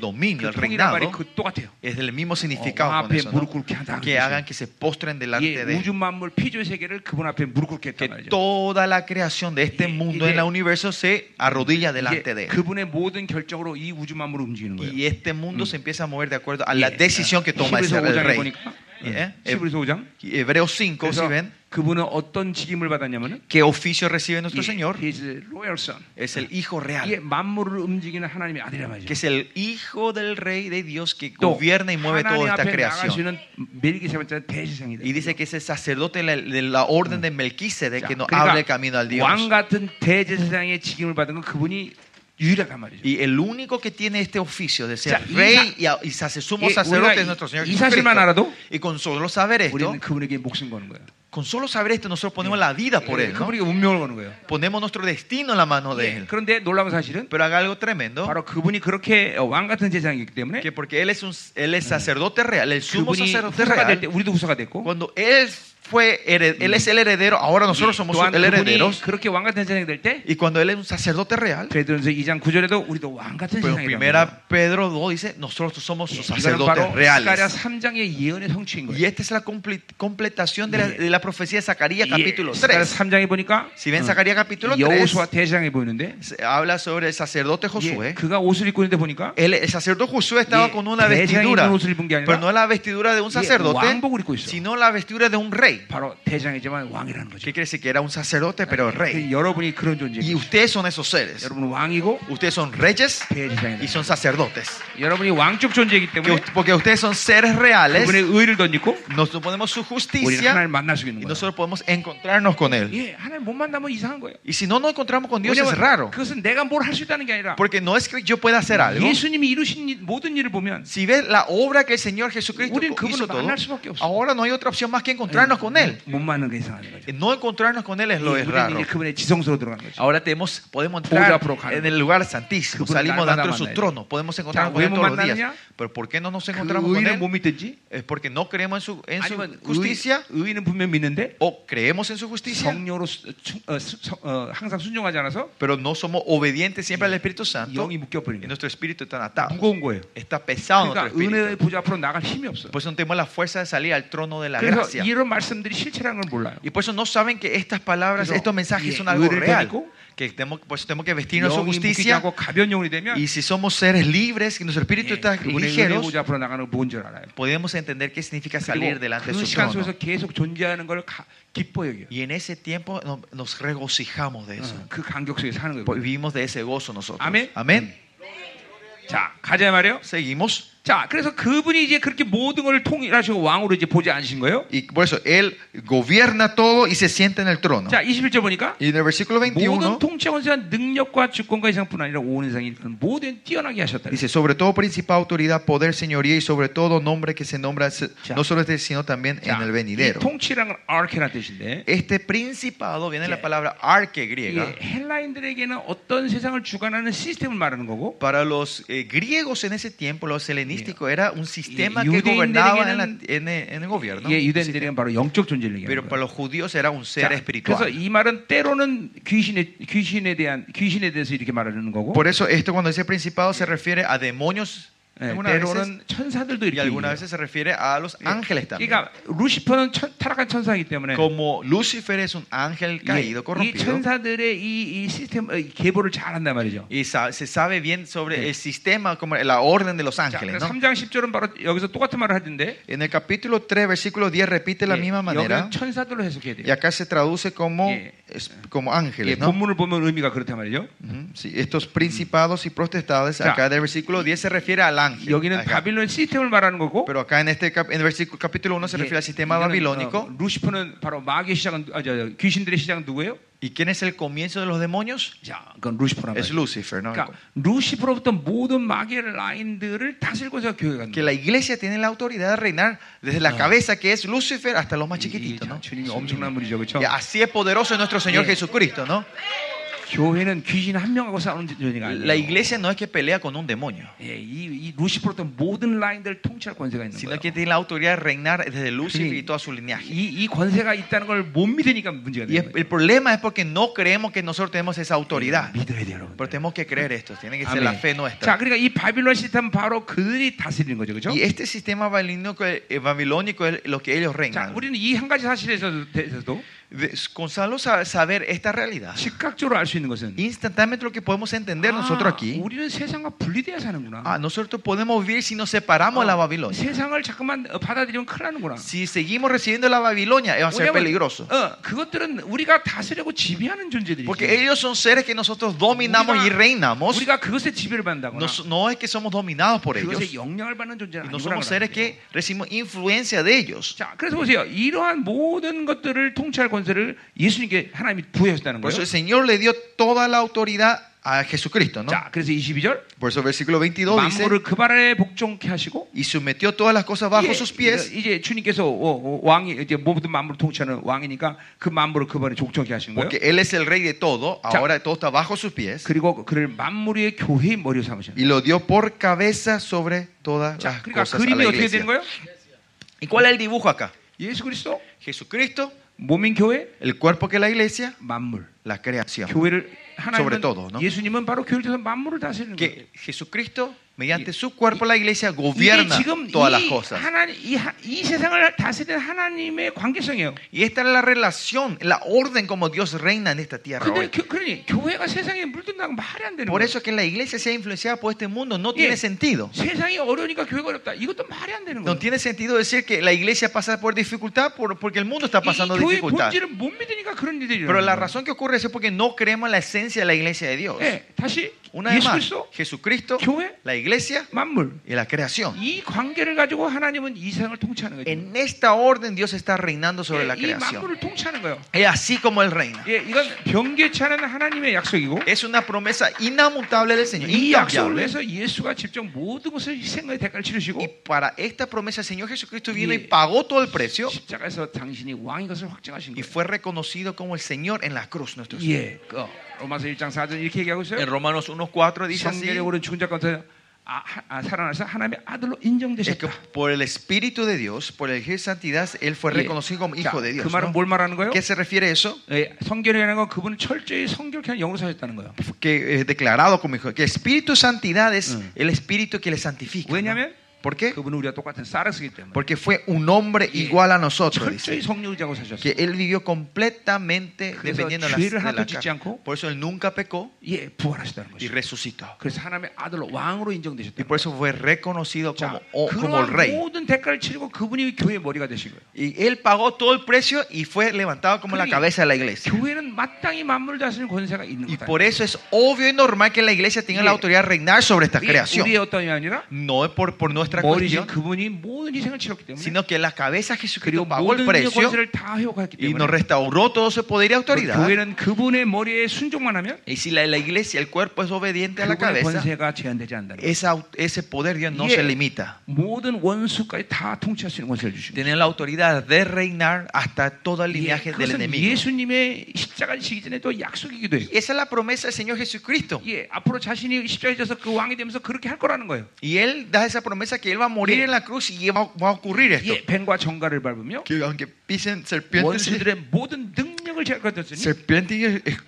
그 dominio, el 통일이란 말이 reinado. 그 똑같아요 Es del mismo 어, significado con 앞에 eso, 무릎 ¿no? 꿇게 한다 Que hagan que se postren 예, delante de 우주 él. 만물 피조의 세계를 그분 앞에 무릎 꿇게 Que 했단 말이죠 toda la creación de este Y- y mundo de- en el universo se arrodilla delante de 이제 él. 그분의 모든 결정으로 이 우주 만물을 움직이는 거예요 Y este mundo Mm. se empieza a mover de acuerdo a 예, la decisión que toma ese 히브리서 el 5장에 rey. 보니까 예. 히브리서 5장 Hebreos 5, si 그래서 ven, 그분은 어떤 직임을 받았냐면은 ¿qué oficio recibe nuestro 예, Señor? He is a royal son. Es el Hijo 이게 real, 만물을 움직이는 하나님의 아들이란 que 말이죠. es el Hijo del Rey de Dios que 또 gobierna y mueve 하나님 toda esta 앞에 나갈 수 creación. 있는 멜기세반자 대지상이다. Y dice que es el sacerdote de la, de la orden de Melquisedec 자, que nos 그러니까 abre el camino al 왕 Dios. 같은 대제사장의 직임을 받은 건 그분이 유일하단 말이죠. Y el único que tiene este oficio de 자, ser 이 rey y, a- y sace- sumo 예, sacerdote 우리가 es nuestro Señor 이- 이 사실만 Jesucristo. 알아도 Y con solo saber esto, 우리는 그분에게 목숨 거는 거예요. con solo saber esto, nosotros ponemos la vida por 예, él, Eh, ¿no? 그분에게 운명을 거는 거예요. Ponemos nuestro destino en la mano de 예, él. 그런데 놀라운 사실은 Pero haga algo tremendo, 바로 그분이 그렇게 왕 같은 제사장이기 때문에 que porque él es, un, él es sacerdote real, el sumo 그분이 sacerdote 후사가 될 때 real, 우리도 후사가 됐고 cuando él fue hered- él es el heredero, ahora nosotros somos 또한 el heredero. 그분이 그렇게 왕 같은 제사장이 될때 Y cuando él es un sacerdote real, 베드로전서 2장 9절에도 우리도 왕 같은 Pero 세상이라는 primera Pedro 2 dice, nosotros somos sus 이거는 바로 sacerdotes 스가랴 reales. 3장의 예언의 성취인 Y 거예요. 예, esta es la comple- completación de la, de la profecía de Zacarías capítulo 스가랴 3. 3장에 보니까 어, Si ven Zacarías capítulo 3, 여호수아 대장에 보이는데 se habla sobre el sacerdote 예, Josué. 그가 옷을 입고 있는데 보니까 El, el sacerdote 예, Josué estaba con una 대장이 vestidura, 입는 옷을 입은 게 아니라 pero no la vestidura de un 예, sacerdote, 왕복을 입고 있어. sino la vestidura de un rey. 바로 대장이지만 왕이라는 ¿Qué 거죠. quiere decir? Que era un sacerdote, pero 그 rey. 여러분이 그런 Y 존재예요. ustedes son esos seres. 여러분은 왕이고 Ustedes son reyes y 대장이다. son sacerdotes. 여러분이 왕적 존재이기 Que 때문에 u- porque ustedes son seres reales, 그분의 의를 던지고 nosotros ponemos su 우리는 justicia 하나님 만날 수 Y 있는 거예요. nosotros podemos encontrarnos con Él. 예, 하나님 못 만나면 이상한 거예요. Y si no nos encontramos con Dios es 왜냐면 raro. 그것은 내가 뭘 할 수 있다는 게 아니라 Porque no es que yo pueda hacer algo. 예수님이 이루신 일- 모든 일을 보면 Si ves la obra que el Señor Jesucristo 우리는 hizo 그분을 todo, 만날 수밖에 없어. ahora no hay otra opción más que encontrarnos con Él. Eh, 못 만나는 게 이상한 거죠. No encontrarnos con Él es lo es 우리는 raro. 이제 그분의 아, 지성소로 들어간 거죠. Ahora tenemos, podemos Boya entrar 앞으로 가는 en el lugar santísimo. 그분을 Salimos 날마다 dentro de su 만나야 trono. Podemos encontrarnos 자, con Él 왜 todos 못 los días. 만나느냐? Pero ¿por qué no nos encontramos 그 con 의는 못 Él? 믿든지 Es porque no creemos en su, en su 아니면 justicia 의, 의는 분명 믿는데 o creemos en su justicia, 성령으로 수- 충- 어, 수- 성- 어, 항상 순종하지 않아서 pero no somos obedientes siempre al Espíritu Santo 영이 y 묶여버리는 거예요. nuestro espíritu está atado. 무거운 거예요. Está pesado 그러니까 nuestro 은혜의 espíritu. 보좌 앞으로 나갈 힘이 없어. Por eso no tenemos la fuerza de salir al trono de la 그래서 gracia. 이런 말씀들이 실체라는 걸 몰라요. Y por eso no saben que estas palabras, 그래서 estos mensajes 예, son algo 의를 real. 던지고 Que tenemos, por eso tenemos que vestirnos de 영이 su 묶이지 justicia. 않고 가벼운 영이 되면 Y si somos seres libres, que nuestro espíritu 예, está 그분의 은혜 ligeros, 보좌 앞으로 나가는 건뭔줄 알아요. podemos entender qué significa salir 그리고 delante 그 de su 시간 속에서 trono. 계속 존재하는 걸 가- 기뻐 여겨요. Y en ese tiempo no- nos regocijamos de eso. 어, 그 간격 속에 사는 Pues 거예요. Vivimos de ese gozo nosotros. Amén. Amén. 자, 가자 말이요. Seguimos. 자, 그래서 그분이 이제 그렇게 모든 걸 통일하시고 왕으로 이제 보지 않으신 거예요. Y por eso Él gobierna todo y se sienta en el trono. 자, 21절 보니까 Y en el versículo 모든 21 통치 권세한 능력과 주권과 이상뿐 아니라 온 세상이 모든 뛰어나게 하셨다. Dice, sobre todo principado, autoridad, poder, señoría y sobre todo nombre que se nombra se- Ya. no solo este, sino también en el venidero. 통치라는 건 arche란 뜻인데 Este principado viene de Ya. la palabra arque 이게 griega. 헬라인들에게는 어떤 세상을 주관하는 시스템을 말하는 거고 Para los eh, griegos en ese tiempo, los helenísticos, era un sistema Y- que Yudein gobernaba en, la- deleguen- en el, en el gobierno. 이게 유대인들에게는 바로 영적 존재를 Pero 얘기하는 거예요. para los judíos era un ser 자, 그래서 espiritual. 이 말은 때로는 귀신에 귀신에 대한 귀신에 대해서 이렇게 말하는 거고 Por eso esto cuando dice principado se refiere a demonios 예, algunas 때로는 천사들도 Y 이렇게 algunas 얘기해요. veces se refiere a los ángeles también. 그러니까 루시퍼는 천- 타락한 천사이기 때문에 Como Lucifer es un ángel 예, caído, 이 corrompido, 천사들의 이, 이 시스템 어, 이 계보를 잘 한단 말이죠. y sa- se sabe bien sobre el sistema, como la orden de los 자, ángeles. ¿no? 3장 10절은 바로 여기서 똑같은 말을 하던데 En el capítulo 3, versículo 10, repite la 예, misma manera. 여기는 천사들로 해석해야 Y 돼요. acá se traduce como, Yeah. es- como 예, ángeles. ¿no? 본문을 보면 의미가 그렇단 말이죠. Ujú, sí, estos principados y protestades, Ya. acá del versículo 10 se refiere al ángel. 여기는 Ajá. 바빌론 시스템을 말하는 거고 예, Pero acá en este cap- en el versículo, capítulo 1 se 예, refiere al sistema 이거는, babilónico. 어, 루시퍼는 바로 마귀의 시작은 누- 아, 저, 저, 귀신들의 시작은 누구예요? ¿Y quién es el comienzo de los demonios? 자, 그건 루시퍼란 Es 말이에요. Lucifer, ¿no? 그러니까 루시퍼로부터 모든 마귀의 라인들을 다스리고 해서 교회가 Que la iglesia tiene la autoridad de reinar desde la cabeza que es Lucifer hasta los más chiquititos, ¿no? 예, 주님이 엄청난 분이죠, 그렇죠? Y así es poderoso es nuestro Señor Yeah. Jesucristo, ¿no? 교회는 귀신 한 명하고 싸우는 존재가 아니에요. La iglesia no es que pelea con un demonio, 예, 이, 이 루시퍼로부터 모든 라인들을 통치할 권세가 있는 sino 거예요. que tiene la autoridad de reinar desde Lucifer Sí. y toda su linaje. 이, 이 권세가 있다는 걸 못 믿으니까 문제가 Y es- 되는 거예요. el problema es porque no creemos que nosotros tenemos esa autoridad. 믿어야 돼요, 여러분. Pero tenemos que creer esto, tiene que ser 아멘. la fe 자, nuestra. 그러니까 이 바빌론 시스템 바로 그들이 다스리는 거죠, 그렇죠? Y este sistema babilónico, eh, babilónico es lo que ellos 자, reinan. 우리는 이 한 가지 사실에서 대해서도 De- Gonzalo sa- saber esta realidad. 즉각적으로 알 수 있는 것은 Instantáneamente lo que podemos entender nosotros 아, aquí, 우리는 세상과 분리돼야 사는구나. ah, nosotros podemos vivir si nos separamos de la Ah, Babilonia. 세상을 자꾸만 어, 받아들이면 큰일 나는구나. Si seguimos recibiendo la Babilonia, va a 왜냐면, ser peligroso. 어, 그것들은 우리가 다스리고 지배하는 존재들이. Porque ellos son seres que nosotros dominamos Uliga- y reinamos. 우리가 그것에 지배를 받는다거나 Nos- no es que somos dominados por ellos. 그것에 영향을 받는 존재는 Y no 아니구나. somos seres que recibimos influencia de ellos. 자, 그래서 보세요. 이러한 모든 것들을 통치할 권세를 예수님께 하나님이 부여하셨다는 Por eso 거예요. el Señor le dio toda la autoridad a Jesucristo, ¿no? 자, 그래서 22절 Por eso versículo 22 dice, 만물을 그 발에 복종케 하시고 y sometió todas las cosas bajo 이제- sus pies. 이제, 이제 주님께서 어, 어, 왕이 이제 모든 만물을 통치하는 왕이니까 그 만물을 그 발에 복종케 하신 거예요. Porque Él es el rey de todo, Ya. ahora todo está bajo sus pies. 그리고 그를 만물의 교회의 머리로 삼으셨는 Y lo dio por cabeza sobre todas 자, las 그러니까 cosas. a la 그림이 어떻게 iglesia. 되는 거예요? ¿Y cuál es el dibujo acá? 예수 그리스도 Jesucristo, 몸인 교회 el cuerpo que es la iglesia, 만물 la creación. 교회를 하나님은 Sobre todo, no? 예수님은 바로 교회를 통해서 만물을 다스리는 거예요. Que Jesucristo, mediante su cuerpo, la iglesia 이게 gobierna 지금 todas las 이, cosas. 하나님, 이, 하- 이 세상을 다스리는 하나님의 관계성이에요. Y esta es la relación, la orden como Dios reina en esta tierra. 근데 hoy. 교, 그러니 교회가 세상에 물든다고 말이 안 되는 Por 거예요. eso que la iglesia sea influenciada por este mundo no Yeah. tiene sentido. 세상이 어려우니까 교회가 어렵다. 이것도 말이 안 되는 No 거예요. tiene sentido decir que la iglesia pasa por dificultad por- porque el mundo está 이- pasando 이 교회의 dificultad. 본질을 못 믿으니까 그런 일들이 Pero la 일어나는 razón que ocurre es porque no creemos en la esencia de la iglesia de Dios. 거예요. 예, 다시 Una vez 예수 más, 그리스도 Jesucristo, 교회, la iglesia 만물 y la creación. 이 관계를 가지고 하나님은 이 세상을 통치하는 거예요. En esta orden Dios está reinando sobre la 예, 이 creación. 만물을 통치하는 거예요. Es así como Él reina. 예, 이건 변개치 않은 하나님의 약속이고 Es una promesa inamutable del Señor. 이 약속을 Incambiable. 네, 위해서 예수가 직접 모든 것을 희생의 대가를 치르시고 Y para esta promesa el Señor Jesucristo vino y Yeah. pagó todo el precio 십자가에서 당신이 왕인 것을 확증하신 y 거예요. fue reconocido como el Señor en la cruz. Nuestro Señor. 예, 그, 어, 로마서 1장 4절 이렇게 얘기하고 En 있어요. Romanos 1.4 dice así. 성령으로 죽은 자 가운데 아, 하- 아, 살아나서 하나님의 아들로 Es que 인정되셨다. por el Espíritu de Dios, por el Espíritu de Santidad, Él fue 예. reconocido como 자, Hijo de Dios. 그 말은 ¿no? 뭘 말하는 거예요? ¿Qué se refiere a eso? 예, 성결이라는 건 그분은 철저히 성결케한 영으로 사셨다는 거예요. Que es declarado como Hijo. Que Espíritu de Santidad es Mm. el Espíritu que le santifica. ¿no? 왜냐면 ¿Por qué? 그분은 우리와 똑같은 사르스기 때문에 Porque fue un hombre 예. igual a nosotros, 철저히 dice. 성령이자고 사셨어요. 예. Que Él vivió completamente 그래서 dependiendo de la, 죄를 de 하나도 la 짓지 carne. 않고 Por eso Él nunca pecó 예, 부활하셨다는 y 것이죠. resucitó. 그래서 하나님의 아들로 왕으로 Y 인정되셨다는 거예요. por eso fue reconocido 자, como, o- como el 그러한 Rey. 모든 대가를 치르고 그분이 교회의 머리가 되신 거예요. Y Él pagó todo el precio y fue levantado como la 그러니 cabeza de la iglesia. 교회는 마땅히 만물을 다스리는 권세가 있는 Y 거다. por eso es obvio y normal que la iglesia tenga Bien. la autoridad de reinar sobre esta 이게 creación. 우리의 어떤 게 아니라 No es por, por nuestra 머리신 cuestión, 그분이 모든 희생을 치렀기 때문에 sino que la cabeza de 그리고 Jesucristo pagó 모든 el 영의 precio 권세를 다 회복했기 y nos 때문에 restauró todo su poder 그 y autoridad. 교회는 그분의 머리에 순종만 하면 Y si la, la iglesia, el cuerpo es obediente a la 그분의 cabeza, 권세가 제한되지 않는다는 거예요. esa au- ese poder Dios no Bien. se limita. 모든 원수까지 다 통치할 수 있는 권세를 주신 거예요. Tiene la autoridad de reinar hasta todo el 예, linaje del 그것은 enemigo. 예수님의 십자가를 지기 전에 또 약속이기도 해요. Y esa es la promesa del Señor Jesucristo. 예, 앞으로 자신이 십자가에 져서 그 왕이 되면서 그렇게 할 거라는 거예요. Y Él da esa promesa que Él va a morir Bien. en la cruz y va, va a ocurrir esto. 예, 뱀과 예, 정갈을 밟으며 Que aunque pisen serpientes y 원수들의 모든 능력을 영역을 제할 것이니 Serpiente y 너를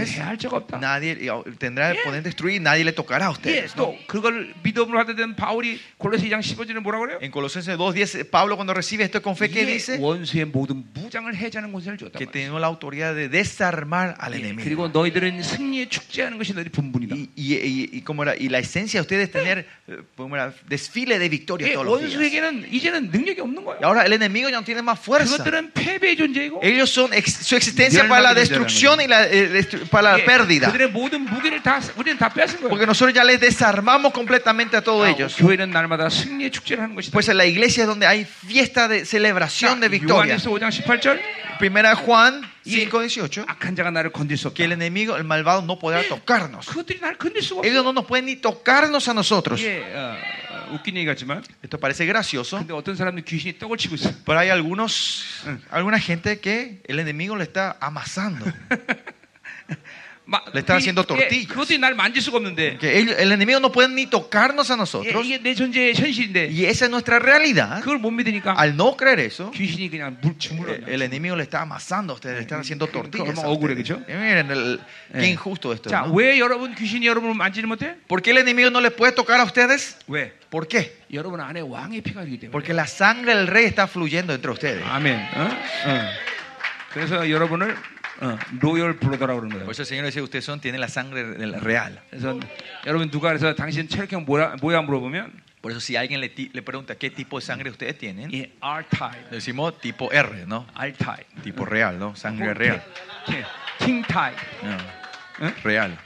escorpiones. 해할 적 없다. Nadie oh, tendrá el poder destruir y nadie le tocará a 예, ustedes. ¿no? 또 그걸 믿음으로 하게 된 바울이 골로새 2장 15절에 뭐라고 그래요? En Colosenses 2.10, Pablo cuando recibe esto con fe, ¿qué 이게 dice? 원수의 모든 무장을 해제하는 권세를 주었다. Que tenemos la autoridad de desarmar al enemigo. 그리고 너희들은 승리에 축제하는 것이 너희 분분이다. 예, Y, y, y- y como era- y la esencia de ustedes es tener eh, como era, desfile de victoria 예, todos los días. 원수에게는 이제는 능력이 없는 거예요. Y ahora el enemigo ya no tiene más fuerza. 그것들은 패배의 존재이고 Ellos son ex- su existencia para la destrucción y la, eh, destru- para la 예, pérdida. 그들의 모든 무기를 다 우리는 다 뺏은 거예요. Porque nosotros ya les desarmamos completamente a todos 아, ellos. 교회는 날마다 승리의 축제를 하는 것이다. Pues en la iglesia es donde hay fiesta de 자, celebración de victoria. 요한에서 5장 18절 Primera Juan Sí. 5:18. 악한 자가 나를 건들 수 없다. Que el enemigo, el malvado, no podrá tocarnos. 그것들이 나를 건들 수가 없어. Ellos no nos pueden ni tocarnos a nosotros. 예, 어, 어, 웃긴 얘기 같지만 Esto parece gracioso, 근데 어떤 사람들 귀신이 떡을 치고 있어. pero hay algunos, alguna gente que el enemigo le está amasando. 막 Le 이- están haciendo tortillas. 그것들이 날 만질 수가 없는데 Que ellos- el enemigo no puede ni tocarnos a 예, nosotros. 이게 내 존재의 현실인데 Y esa es nuestra realidad. 그걸 못 믿으니까 Al no creer eso, 귀신이 그냥 물 예. 주물러. el enemigo le está amasando a ustedes, le están haciendo Como tortillas. a ogure, ustedes. ¿cachó? Eh, Miren, el- Eh. qué injusto esto. 자, ¿no? 왜 여러분 귀신이 여러분을 만지지 못해? ¿Por qué el enemigo no le puede tocar a ustedes? 왜? ¿Por qué? 여러분 안에 왕의 피가 있기 때문에. Porque la sangre del rey está fluyendo entre ustedes. 아멘. 어? 어. 그래서 여러분을 어, 로열 블러더라고 그러는 거예요. Por eso el Señor dice, ustedes son, tienen la sangre del real. 그래서 여러분 누가 그래서 당신 혈액형 뭐야, 뭐야 물어보면 Por eso si alguien le, ti- le pregunta qué tipo de sangre ustedes tienen, 예, R type, decimos tipo R, ¿no? R type, Tipo real, ¿no? Sangre real. 예, King type. No, ¿Eh? Real.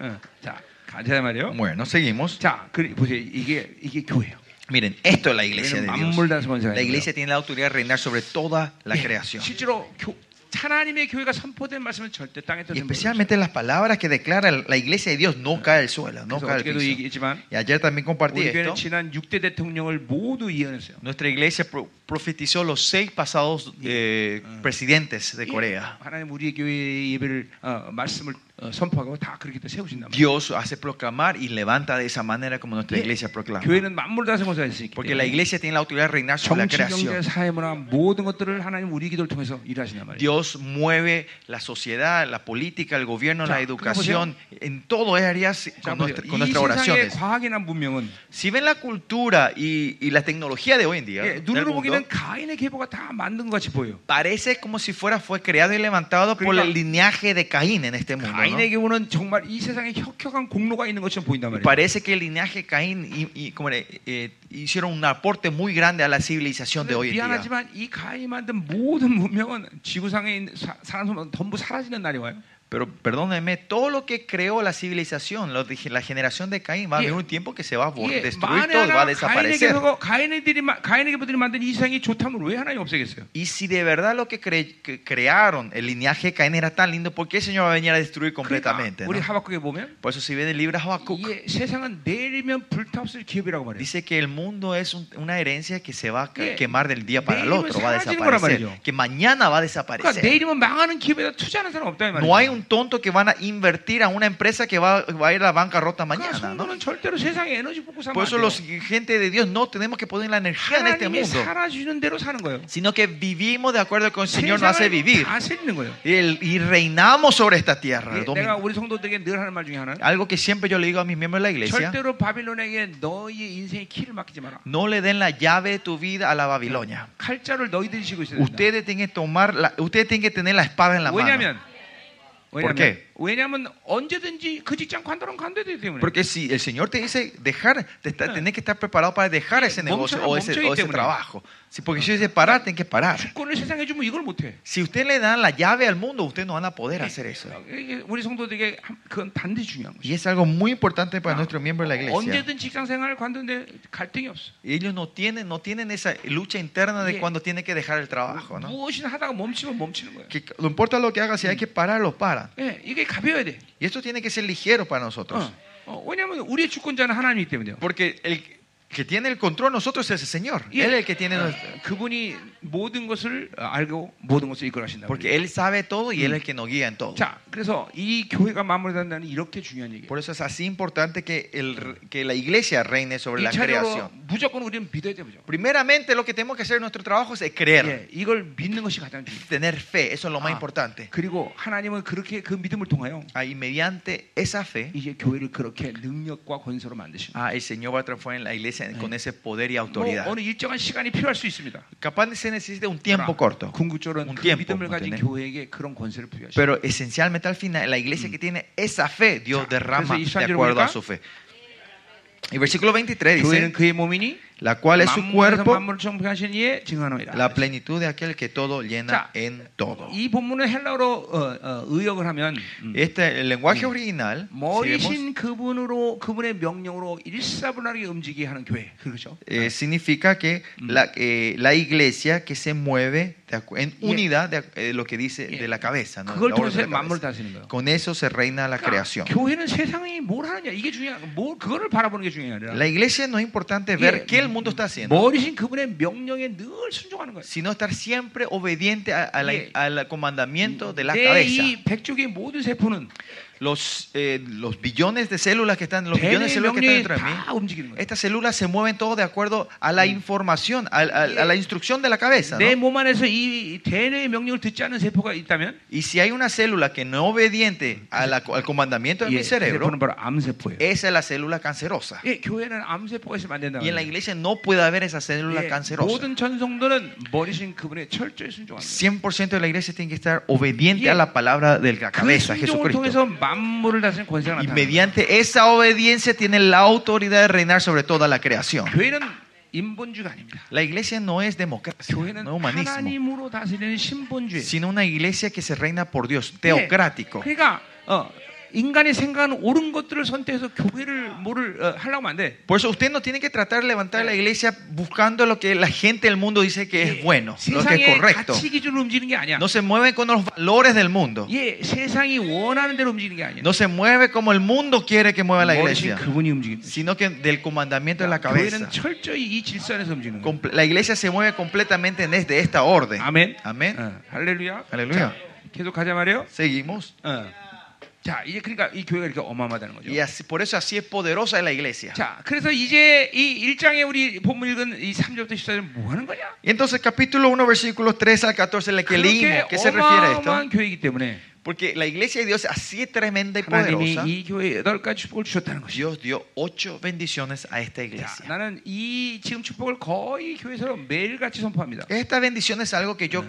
어. 자, 가자 말이요. Bueno, seguimos. 자, 그, 보세요. 이게 이게 교회예요. Miren, esto es la iglesia de Dios. 만물 다스리는 La 사람이에요. iglesia tiene la autoridad de reinar sobre toda la 예, creación. 실제로 교, 하나님의 교회가 선포된 말씀은 절대 땅에 Y 떠드는 especialmente las palabras que declara la iglesia de Dios no cae al suelo, no 그래서 cae al 어저께도 piso. 얘기했지만 Y ayer también compartí 우리 교회는 esto. 지난 6대 대통령을 모두 이어냈어요. Nuestra iglesia pro- profetizó los seis pasados eh, presidentes de 이 Corea. 하나님 우리 교회의 예배를 어, 말씀을 어, 선포하고 다 그렇게 또 세우신단 말이에요. Dios hace proclamar y levanta de esa manera como nuestra iglesia proclama. 교회는 만물 다스리는 권세였으니까. Porque la iglesia tiene la autoridad de reinar sobre la 정치, 경제, creación. 사회, 문화 모든 것들을 하나님 우리 기도를 통해서 일하신단 말이에요. Dios mueve la sociedad, la política, el gobierno, Ya, la educación, en todas áreas 자, 보세요. con, nuestra- 이 con nuestras 세상의 oraciones. 과학이나 문명은 Si ven la cultura y, y la tecnología de hoy en día, 예, del 눈으로 mundo, 보기에는 가인의 계보가 다 만든 것 같이 보여. parece como si fuera fue creado y levantado por Claro. el linaje de Caín en este mundo. ¿no? 가인의 계보는 정말 이 세상에 혁혁한 공로가 있는 것처럼 보인단 Y 말이에요. Parece que el linaje de Caín y, y como era, eh, hicieron un aporte muy grande a la civilización de 근데 hoy en día. 미안하지만 이 가인이 만든 모든 문명은 지구상에 있는 사, 사람 손으로 전부 사라지는 날이 와요. Pero perdónenme, todo lo que creó la civilización, lo de- la generación de Caín, va a Y- haber un tiempo que se va a bo- 이게 destruir 만에 todo, va a 하나 가인의 desaparecer. 계보가 가인의 들이 마- 가인의 계보들이 만든 이 세상이 좋다면 왜 하나님 없애겠어요? Y si de verdad lo que, cre- que crearon, el linaje de Caín era tan lindo, ¿por qué el Señor va a venir a destruir 그러니까 completamente? 우리 no? 하박국에 보면 Por eso si ven el libro de Habacuc, 이게 세상은 내일이면 불타없을 기업이라고 말해요. dice que el mundo es un- una herencia que se va a Yeah. ca- quemar del día para el Neil이면 otro, va a 사라지는 거란 desaparecer. 말이죠. Que mañana va a 그러니까 desaparecer. 내일이면 망하는 기업에다 투자하는 사람 없다 이 말이에요. No hay un tonto que van a invertir a una empresa que va, va a ir a la bancarrota 그러니까 mañana. ¿no? 성도는 절대로 세상에 에너지 뽑고 사면 Por 안 eso 돼요. los gente de Dios no tenemos que poner la energía en este 하나님이 mundo, 살아주는 대로 사는 거예요. sino que vivimos de acuerdo con el Señor nos 세상을 hace vivir 다스리는 거예요. y, el- y reinamos sobre esta 예, tierra. 내가 domin- 우리 성도들에게 늘 하는 말 중에 하나는 Algo que siempre yo le digo a mis miembros de la iglesia, 절대로 바빌론에게 너희의 인생의 키를 맡기지 마라. no le den la llave de tu vida a la Babilonia. 칼자루를 너희들이 쥐고 있어야 된다. Ustedes tienen que tomar, la- ustedes tienen que tener la espada en la mano. 왜냐면 ¿Por 왜냐면 qué? 왜냐면 언제든지 그 직장 관둬라 관둬야 되기 때문에. Porque si el Señor te dice dejar, te está- Ah. tenés que estar preparado para dejar ese Eh, negocio momchara, o ese, momchara y Ah. o ese temune. trabajo. Si, porque si dice parar, tenés que parar. 주권을 세상에 주면 이걸 못 해. Si usted le dan la llave al mundo, ustedes no van a poder hacer eso. 이게 우리 성도들에게 함- 그건 반드시 중요한 거죠. Y es algo muy importante para nuestros miembros de la iglesia. 언제든 직장 생활을 관두는데 갈등이 없어. Ellos no tienen, no tienen esa lucha interna de Yeah. cuando tienen que dejar el trabajo. ¿no? 무엇이나 하다가 멈추면 멈추는 거예요. Que no importa lo que haga, si hay que parar, lo para. 예, 이게 가벼워야 돼. Ah. Y esto tiene que ser ligero para nosotros. 어, 어, 왜냐하면 우리의 주권자는 하나님이기 때문에요. Porque el, El que tiene el control de nosotros es el Señor. 예. Él es el que tiene nos- 어, 그분이 모든 것을 어, 알고 모든 것을 이끌어하신다. Porque Él sabe todo y Él es el que nos guía en todo. 자, 그래서 이 교회가 마무리된다는 이렇게 중요한 얘기예요. Por eso es así importante que, el, re- que la iglesia reine sobre la 이 차례로 creación. 무조건 우리는 믿어야 돼 무조건. Primeramente lo que tenemos que hacer en nuestro trabajo es creer, 예, 이걸 믿는 것이 가장 중요해요. tener fe, eso es lo más Ah. importante. 그리고 하나님은 그렇게 그 믿음을 통하여 Ah, y mediante esa fe, 이제 교회를 그렇게 능력과 권세로 만드신다. ah, el Señor va a transformar en la iglesia con ese poder y 뭐 autoridad. 어느 일정한 시간이 필요할 수 있습니다. Capaz se necesita un tiempo corto, 그러나 궁극적으로는 Un 그 tiempo, 믿음을 가진 ¿entendés? 교회에게 그런 권세를 부여하십니다. pero esencialmente al final, la iglesia que tiene esa fe, Ya, Dios derrama entonces, ¿y San de acuerdo a Jerónimo? su fe. Y versículo 23 교회는 dice, 그의 몸이니 la cual es su 만물에서 cuerpo, 만물을 정복하신 이의 증언이라. la plenitud de aquel que todo Ya. llena en todo. 이 본문을 헬라어로 어, 어, 의역을 하면 음, Este, el lenguaje original, si vemos, 머리신 그분으로 그분의 명령으로 일사분란하게 움직이게 하는 교회 그렇죠? eh, significa que la, eh, la iglesia que se mueve de acu- en Yeah. unidad de, ac- eh, lo que dice Yeah. de la cabeza. ¿no? 그걸 La obra 통해서 de la 만물을 cabeza. 다스리는 거예요. 그러니까 Con eso se reina la creación. 교회는 세상이 뭘 하느냐 이게 중요한 뭘 그거를 바라보는 게 중요한 게 아니라 La iglesia no es importante Yeah. ver qué el mundo está haciendo, 머리신 그분의 명령에 늘 순종하는 거예요. sino estar siempre obediente a- a la- Yeah. al comandamiento de la cabeza. 내이 백족의 모든 세포는 Los, eh, los billones de células que están, los billones de 대뇌 células que 명령에 están dentro de mí. 다 움직이는 거예요. Estas células se mueven todo de acuerdo a la información, al- al- a, la instrucción de la cabeza. ¿no? 내 몸 안에서 이 대뇌의 명령을 듣지 않는 세포가 있다면 Y si hay una célula que no obediente a la- al comandamiento de 예, mi 그 세포는 cerebro, 바로 암세포예요. esa es la célula cancerosa. 예, 교회는 암세포가 있으면 안 된다. Y en la iglesia no puede haber esa célula cancerosa. 모든 전성도는 머리신 그분의 철저히 순종합니다. 100% de la iglesia tiene que estar obediente Yeah. a la palabra de la 그 cabeza, 순종을 Jesucristo. 통해서 만물을 다스리는 권세가 Y 나타나. mediante esa obediencia tiene la autoridad de reinar sobre toda la creación. 교회는 인본주의가 아닙니다. La iglesia no es democracia, 교회는 no humanismo, 하나님으로 다스리는 신본주의. sino una iglesia que se reina por Dios, teocrático. 그러니까 어, 인간이 생각하는 옳은 것들을 선택해서 교회를 뭐를 어, 하려고 하면 안 돼. Por eso usted no tiene que tratar de levantar la iglesia buscando lo que la gente del mundo dice 예, que es bueno, lo que es 세상의 correcto. 가치 기준으로 움직이는 게 아니야. No se mueve con los valores del mundo. 예, 세상이 원하는 대로 움직이는 게 아니야. No se mueve como el mundo quiere que mueva la 머리신 iglesia, 그분이 움직입니다. sino que del comandamiento de la cabeza. 교회는 철저히 이 질서 안에서 움직이는 거예요. Comple- La iglesia se mueve completamente desde esta orden. 아멘. Amén. Ah. 어, 할렐루야. Aleluya. 자, 계속 가자 말이에요. Seguimos. 어. 자, 이제 그러니까 이 교회가 이렇게 어마어마하다는 거죠. Y así- por eso así es poderosa es la iglesia. 자, 그래서 이제 이 1장에 우리 본문 읽은 이 3절부터 14절은 뭐 하는 거냐? Y entonces capítulo 1, versículos 3 al 14, la que 그렇게 leímos, ¿qué se refiere a esto? 어마어마한 교회이기 때문에 Porque la iglesia de Dios así es tremenda y 하나님이 poderosa. 이 교회에 여덟 가지 축복을 주셨다는 것이죠. Dios dio ocho bendiciones a esta 자, iglesia. 나는 이 지금 축복을 거의 교회에서 매일같이 선포합니다. Esta bendición es algo que yo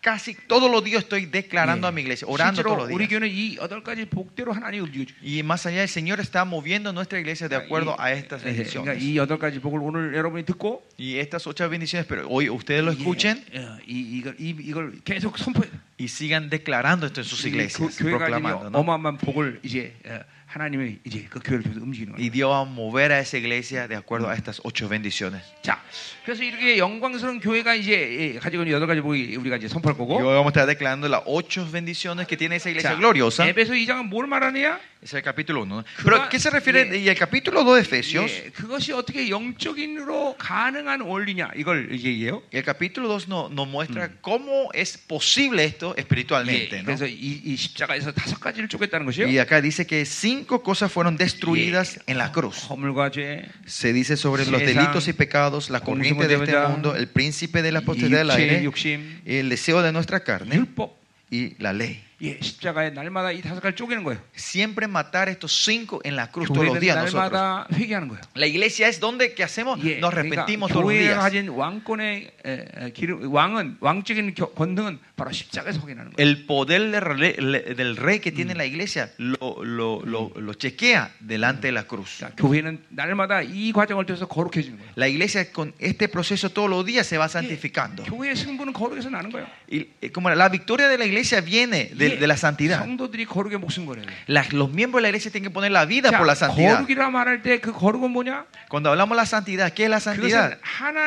casi todos los días estoy declarando 예. a mi iglesia, orando 실제로 todos los 우리 días. 교회는 이 여덟 가지 복대로 하나님 움직여줘. Y más allá, el Señor está moviendo nuestra iglesia de acuerdo a estas 그러니까 bendiciones. 이 여덟 가지 복을 오늘 여러분이 듣고 Y estas ocho bendiciones, pero hoy ustedes lo 예, escuchen 예, 이, 이걸, 이, 이걸 계속 선포해. y sigan declarando esto en sus iglesias, 그 교회가 지금 proclamando. ¿no? 어마어마한 복을 이제 어, 하나님이 이제 그 교회를 통해서 움직이는 Y 거예요. Dios va a mover a esa iglesia de acuerdo a estas ocho bendiciones. 자, 그래서 이렇게 영광스러운 교회가 이제 예, 가지고 있는 여덟 가지 복이 우리가 이제 선포할 Y hoy 거고. vamos a estar declarando las ocho bendiciones que tiene esa iglesia 자, gloriosa. 에베소 2장은 뭘 말하느냐? Es el capítulo 1. va- Pero, ¿qué se refiere? Bien. Y el capítulo 2 de Efesios. 예, 그것이 어떻게 영적인으로 가능한 원리냐 이걸 얘기해요. Y el capítulo 2 nos muestra cómo es posible esto 예, espiritualmente. ¿no? 그래서 이, 이 십자가에서 다섯 가지를 쪼갰다는 것이요. Y acá dice que cinco cosas fueron destruidas en la cruz. 허물과 죄, Se dice sobre los César, delitos y pecados, la corriente de este Consumo de mundo, el príncipe de la posteridad del 육체, aire, 욕심, el deseo de nuestra carne 율법. y la ley. 예, 십자가에 날마다 이 다섯 가지 쪼개는 거예요. Siempre matar estos cinco en la cruz todos los 교회는 días nosotros. 날마다 회개하는 거예요. La iglesia es donde que hacemos, 예, nos arrepentimos todos los 교회가 días. 가진 왕권의 에, 에, 기름, 왕은 왕적인 겨- 권능은 바로 십자가에서 확인하는 거예요. El poder de rele- le- del rey que tiene la iglesia lo, lo- lo- lo chequea delante de la cruz. 그러니까 교회는 날마다 이 과정을 통해서 거룩해지는 거예요. La iglesia con este proceso todos los días se va santificando. 교회의 승부는 거룩에서 나는 거예요. 예, Y, eh, como la victoria de la iglesia viene 네, de, de la santidad. 성도들이 거룩에 목숨 걸어요. Las- los miembros de la iglesia tienen que poner la vida por la santidad. 거룩이라 말할 때 그 거룩은 뭐냐? Cuando hablamos de la santidad, ¿qué es la 그것은 santidad?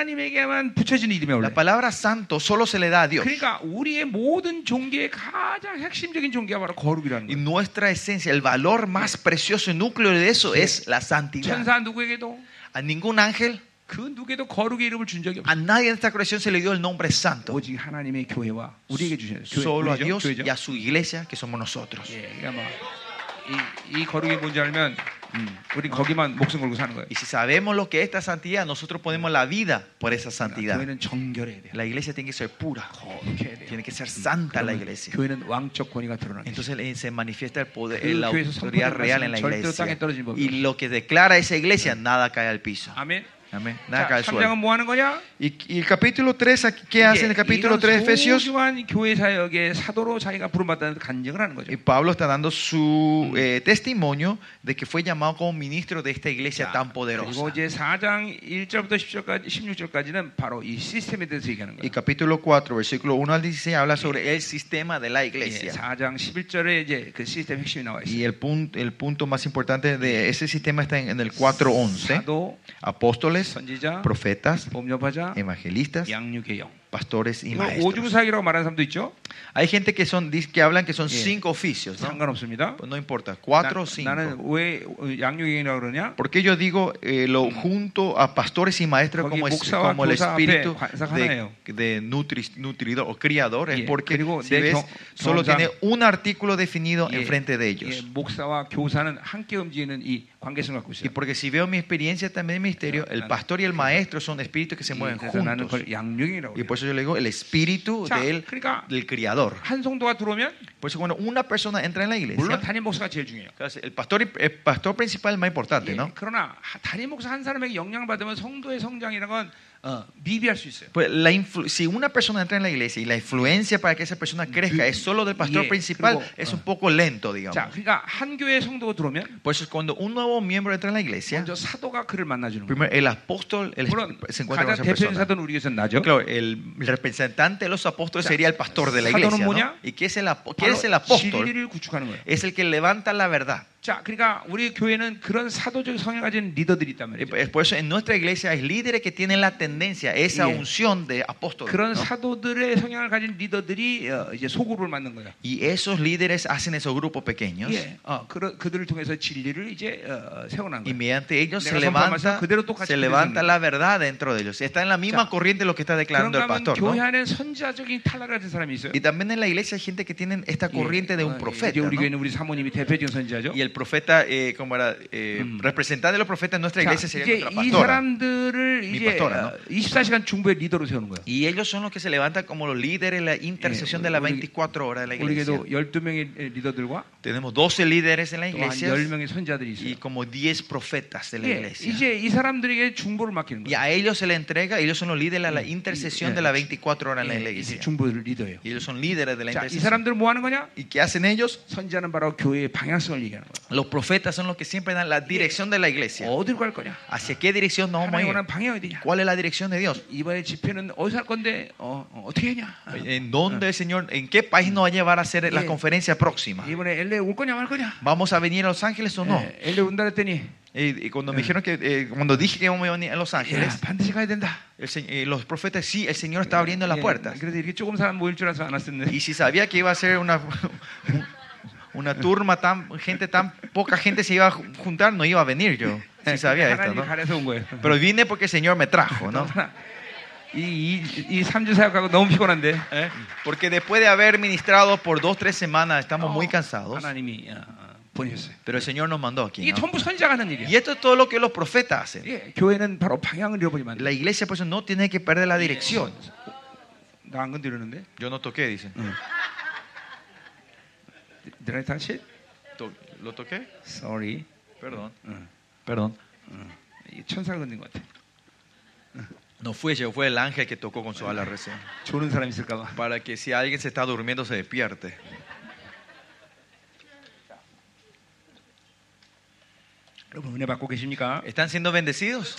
하나님에게만 붙여진 이름이 원래. La palabra santo solo se le da a Dios. 그러니까 우리의 모든 종교의 가장 핵심적인 종교가 바로 거룩이라는 Y 거예요. nuestra esencia, el valor más precioso y núcleo de eso es la santidad. 천사 누구에게도 A ningún ángel, 그 누구에도 거룩의 이름을 준 적이 없어. a nadie de esta creación se le dio el nombre santo. 오직 하나님의 교회와 우리에게 주셔요. 교회, Solo a 우리죠? Dios 교회죠? y a su iglesia, que somos nosotros. 예, 그러니까 뭐이 거룩이 뭔지 알면 Mm. 음, 우리 거기만 목숨 걸고 사는 거예요. Y si sabemos lo que es esta santidad, nosotros ponemos la vida por esa 그러니까 santidad. 교회는 정결해야 돼요. La iglesia tiene que ser pura, 거룩해야 돼요. tiene que ser santa la 그러면 iglesia. 교회는 왕적 권위가 드러나게 돼요. Entonces eh, se manifiesta el poder, 그 la 교회에서 autoridad 선포된 real en la 말씀은 절대로 iglesia. 땅에 떨어지는 법이 Y lo que declara esa iglesia, nada cae al piso. 아멘. Amén. Nada 자, cae al suelo. 3장은 뭐 하는 거냐? Y, y el capítulo 3, aquí, ¿qué hace en el capítulo 3 de Efesios? 소중한 교회 사역의 사도로 자기가 부름받다는 간증을 하는 거죠. Y Pablo está dando su eh, testimonio de que fue llamado como ministro de esta iglesia tan 그리고 poderosa. 이제 4장 1절부터 10절까지 16절까지는 바로 이 시스템에 대해서 얘기하는 Y 거예요. capítulo 4, versículo 1 al 16, habla sobre el sistema de la 예, iglesia. 4장 11절에 이제 그 시스템 핵심이 나와 Y 있어요. el punto, el punto más importante de ese sistema está en, en el 4.11. 사도, Apóstoles, 선지자, profetas, 범접하자, evangelistas, 양육의 영. pastores y 이걸 오중 maestros. 사역이라고 말하는 사람도 있죠. Hay gente que, son, dis- que hablan que son Bien. cinco oficios, ¿no? Pues 상관없습니다. No importa, 그렇죠. cuatro o 나, cinco. 나는 왜 어, 양육의 영이라고 그러냐? ¿Por qué yo digo eh, lo junto a pastores y maestros Mm. Porque como, es- 목사와 como el 교사 앞에 espíritu 관사가 de, 하나예요. de nutri- nutridor o criador? Es Yeah. porque 그리고 si 내 ves, 경- solo 경험상- tiene un artículo definido 예, enfrente de 예, ellos. 목사와 교사는 함께 움직이는 이 관계성 갖고 Y 있어요. porque si veo mi experiencia también en ministerio, Claro, el claro. pastor y el maestro son espíritus que se 예, mueven 그래서 나는 juntos. 그걸 양육이라고 Y 해요. por eso yo le digo el espíritu 자, del, 그러니까 del criador. 한 성도가 들어오면 Por eso cuando una persona entra en la 물론 iglesia, 담임 목사가 제일 중요해요. claro, el pastor, y- el pastor principal es más importante, 예, ¿no? 그러나 하- 담임 목사 한 사람에게 영향 을 받으면 성도의 성장이라는 건 어, 미비할 수 있어요. Pues la influ- si una persona entra en la iglesia y la influencia para que esa persona crezca es solo del pastor Yeah, principal, 그리고, es un 어. poco lento, digamos. 자, 그러니까 한 교회 성도가 들어오면 Por eso es cuando un nuevo miembro entra en la iglesia, 먼저 사도가 그를 만나주는 거예요. primero el apóstol el- 물론 se encuentra con 가장 esa 대표적인 persona. 사도는 그러니까 우리 교회에서는 나죠. Claro, el representante de los apóstoles 자, sería el pastor de la 사도는 iglesia. ¿no? 뭐냐? ¿Y qué es el, apo- qué 바로 es el apóstol? 진리를 구축하는 거예요. Es el que levanta la verdad. 자, 그러니까 우리 교회는 그런 사도적 성향 가진 리더들이 있단 Y 말이죠. es Por eso en nuestra iglesia hay líderes que tienen la tendencia, esa Yeah. unción de apóstol. 그런 사도들의 성향을 가진 리더들이 어, 이제 소그룹을 만든 거예요. Y esos líderes hacen esos grupos pequeños. 예, 어, 그, 그들을 통해서 진리를 이제 어, 세워난 Y 거예요. mediante ellos se 내가 선포한 levanta, 말씀 그대로 똑같이 se levanta 그대로 la verdad dentro de ellos. Está en la misma 자, corriente lo que está declarando 그런가 el 하면 pastor. ¿no? 교회 안에 선지자적인 탈락을 가진 사람이 있어요. Y también en la iglesia hay gente que tienen esta 예, corriente de 어, un 예, profeta. 이제 우리 ¿no? 교회는 우리 사모님이 대표적인 선지자죠. Y el profeta, eh, como era, eh, Mm. representante de los profetas en nuestra 자, iglesia sería 이제 nuestra 이 pastora. 사람들을 Mi 이제 pastora, 어, 24시간 중보의 리더로 세우는 거예요. Y ellos son los que se levantan como los líderes en la intercesión Eh, de las 우리- 24 horas de 네, la iglesia. 우리에게도 12명의 리더들과 Tenemos 12 líderes en la 또한 iglesia 10명의 네, 선지자들이 y 있어요. como 10 profetas de la 예, iglesia. 이제 이 사람들에게 중보를 맡기는 Y 거예요. a ellos se le entrega, ellos son los líderes de la Mm. intercesión Yeah. de las 24 horas en la 예, 이제 iglesia. 중보의 리더예요. Y ellos son líderes de la 자, 이 intercesión. 사람들은 뭐 하는 거냐? ¿Y qué hacen ellos? 선지자는 바로 교회의 방향성을 얘기하는 거예요. Los profetas son los que siempre dan la dirección de la iglesia. 예. 어디로 갈 거냐? ¿Hacia qué dirección nos vamos a 하나님 ir? 원하는 방향이 되냐? ¿Cuál es la dirección de Dios? 이번에 집회는 어디서 할 건데 어, 어, 어떻게 하냐? ¿En dónde el Señor, en qué país nos va a llevar a hacer la Yeah. conferencia próxima? 이번에 LA 올 거냐 말 거냐? ¿Vamos a venir a Los Ángeles o no? 예, LA 온다 그랬더니 Y, y cuando me dijeron que, eh, cuando dije que íbamos a venir a Los 야, Ángeles, 반드시 가야 된다. el se- eh, los profetas, sí, el Señor está abriendo las 예, puertas. 그래서 이렇게 조금 사람 모일 줄 알아서 안 왔었는데. Y si sabía que iba a ser una, un- una turma tan, gente tan, poca gente se iba a ju- juntar, no iba a venir yo. Si sabía esto, 예, 하나님 ¿no? 가려서 온 거예요. Pero vine porque el Señor me trajo, ¿no? 이이 3주 사역하고 너무 피곤한데. Porque después de haber ministrado por dos, tres 뭐, semanas, estamos Oh, muy cansados. 하나님이 어, 어, 보내셨어요. Pero el Señor nos mandó aquí. 이게 ¿no? 전부 선지자가 하는 일이야. Y esto es todo lo que los profetas hacen. 예, 교회는 바로 방향을 잃어버리면 안 돼. La iglesia, por eso, no tiene que perder la dirección. 나안 건드렸는데. Yo no toqué, dice. Did I touch it? To- ¿Lo toqué? Sorry. Perdón. 응. Perdón. 이 천사가 건든 것 같아. No fue yo, fue el ángel que tocó con su ala recién. 조는 사람 있을까봐. Para que si alguien se está durmiendo, se despierte. 여러분 은혜 받고 계십니까? 예. ¿Están siendo bendecidos?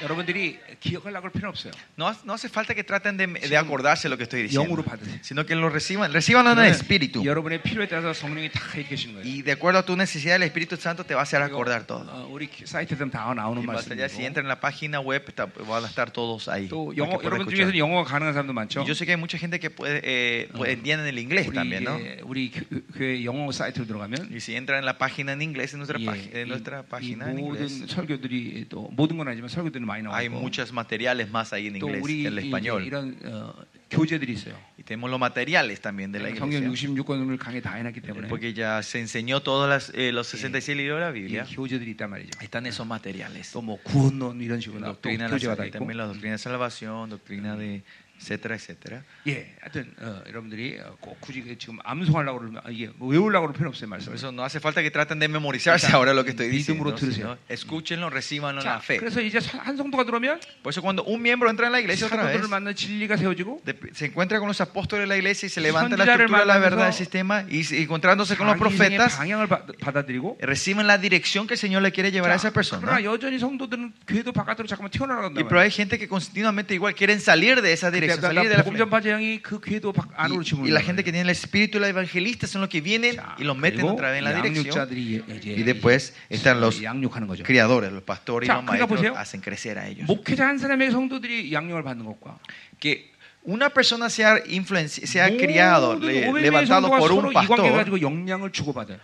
여러분들이 기억하려고 할 필요 없어요. No, ha- no hace falta que traten de, de acordarse lo que estoy 영으로 diciendo, 받으세요. sino que lo reciban, reciban en el Espíritu. 여러분의 필요에 따라서 성령이 다 일으키시는 거예요. Y de acuerdo a tu necesidad, el Espíritu Santo te va a hacer 그리고, acordar todo. 어, 우리 사이트에 다 나오는 Y más allá, si 말씀이고 entran en la página web, está- van a estar todos ahí. 또 para que 영어 puedan 여러분 escuchar. 중에서는 영어가 가능한 사람도 많죠. Y yo sé que hay mucha gente que puede, eh, puede- entienden el inglés 우리, también, ¿no? 예, 우리 교- 교회 영어 사이트로 들어가면 Y si entran en la página en inglés, en nuestra, 예, págin- en 이- nuestra 이 página en inglés, 모든 설교들이 또 모든 건 아니지만 설교들은 많이 hay 나오고 muchos materiales más ahí en 또 inglés 우리 que en 이제 español. 이런 어, 교재들이 있어요. 예, Y tenemos los materiales también de la 성경 iglesia. 66권을 강의 다 해놨기 때문에 Porque ya se enseñó todos los 66 libros de la 이 Biblia. 교재들이 있단 말이죠. Están esos materiales. 또 뭐 구원론 이런 식으로 나- 또 Doctrina de la 교재가 다 salvación, 있고 también la doctrina de salvación, doctrina de etcétera, etcétera. 예, 하여튼 어, 여러분들이 어, 꼭 굳이 그 지금 암송하려고 그러면 아, 이게 외우려고 그럴 필요 없어요 Por 말씀을. eso no hace falta que traten de memorizarse ahora lo que estoy 믿음으로 diciendo. 들으세요. sino Escúchenlo, recíbanlo en 자, la fe. 그래서 이제 사- 한 성도가 들어오면 Por eso cuando un miembro entra en la iglesia otra vez, 사도들을 만나 진리가 세워지고 de- se encuentra con los apóstoles de la iglesia y se levanta la 선지자를 estructura de la 만나면서 verdad del sistema y se- encontrándose con los 자기 인생의 profetas, 방향을 받- 받아들이고 reciben la dirección que el Señor le quiere llevar a 자, esa persona. 그러나 여전히 성도들은 교회도 바깥으로 잠깐만 Y 튀어나간다 pero hay gente que continuamente igual quieren salir de esa dirección, salir de la 복음 fe. 전파제형이 그 교회도 밖- 안으로 Y, 집어넣는 y la gente que 거예요. tiene el espíritu de los evangelistas son los que vienen 자, y los meten 그리고 otra vez en la dirección. 양육자들이 그렇죠. 예, 이제 Y después están los 예, 양육하는 거죠. criadores, los pastores y 자, los 그러니까 maestros 보세요. hacen crecer a ellos. 목회자 한 사람의 성도들이 양육을 받는 것과 Que una persona sea, influenci- sea 모든 criado, le- 500명의 levantado 성도가 por 서로 un 이 관계 pastor, 가지고 영향을 주고받아요.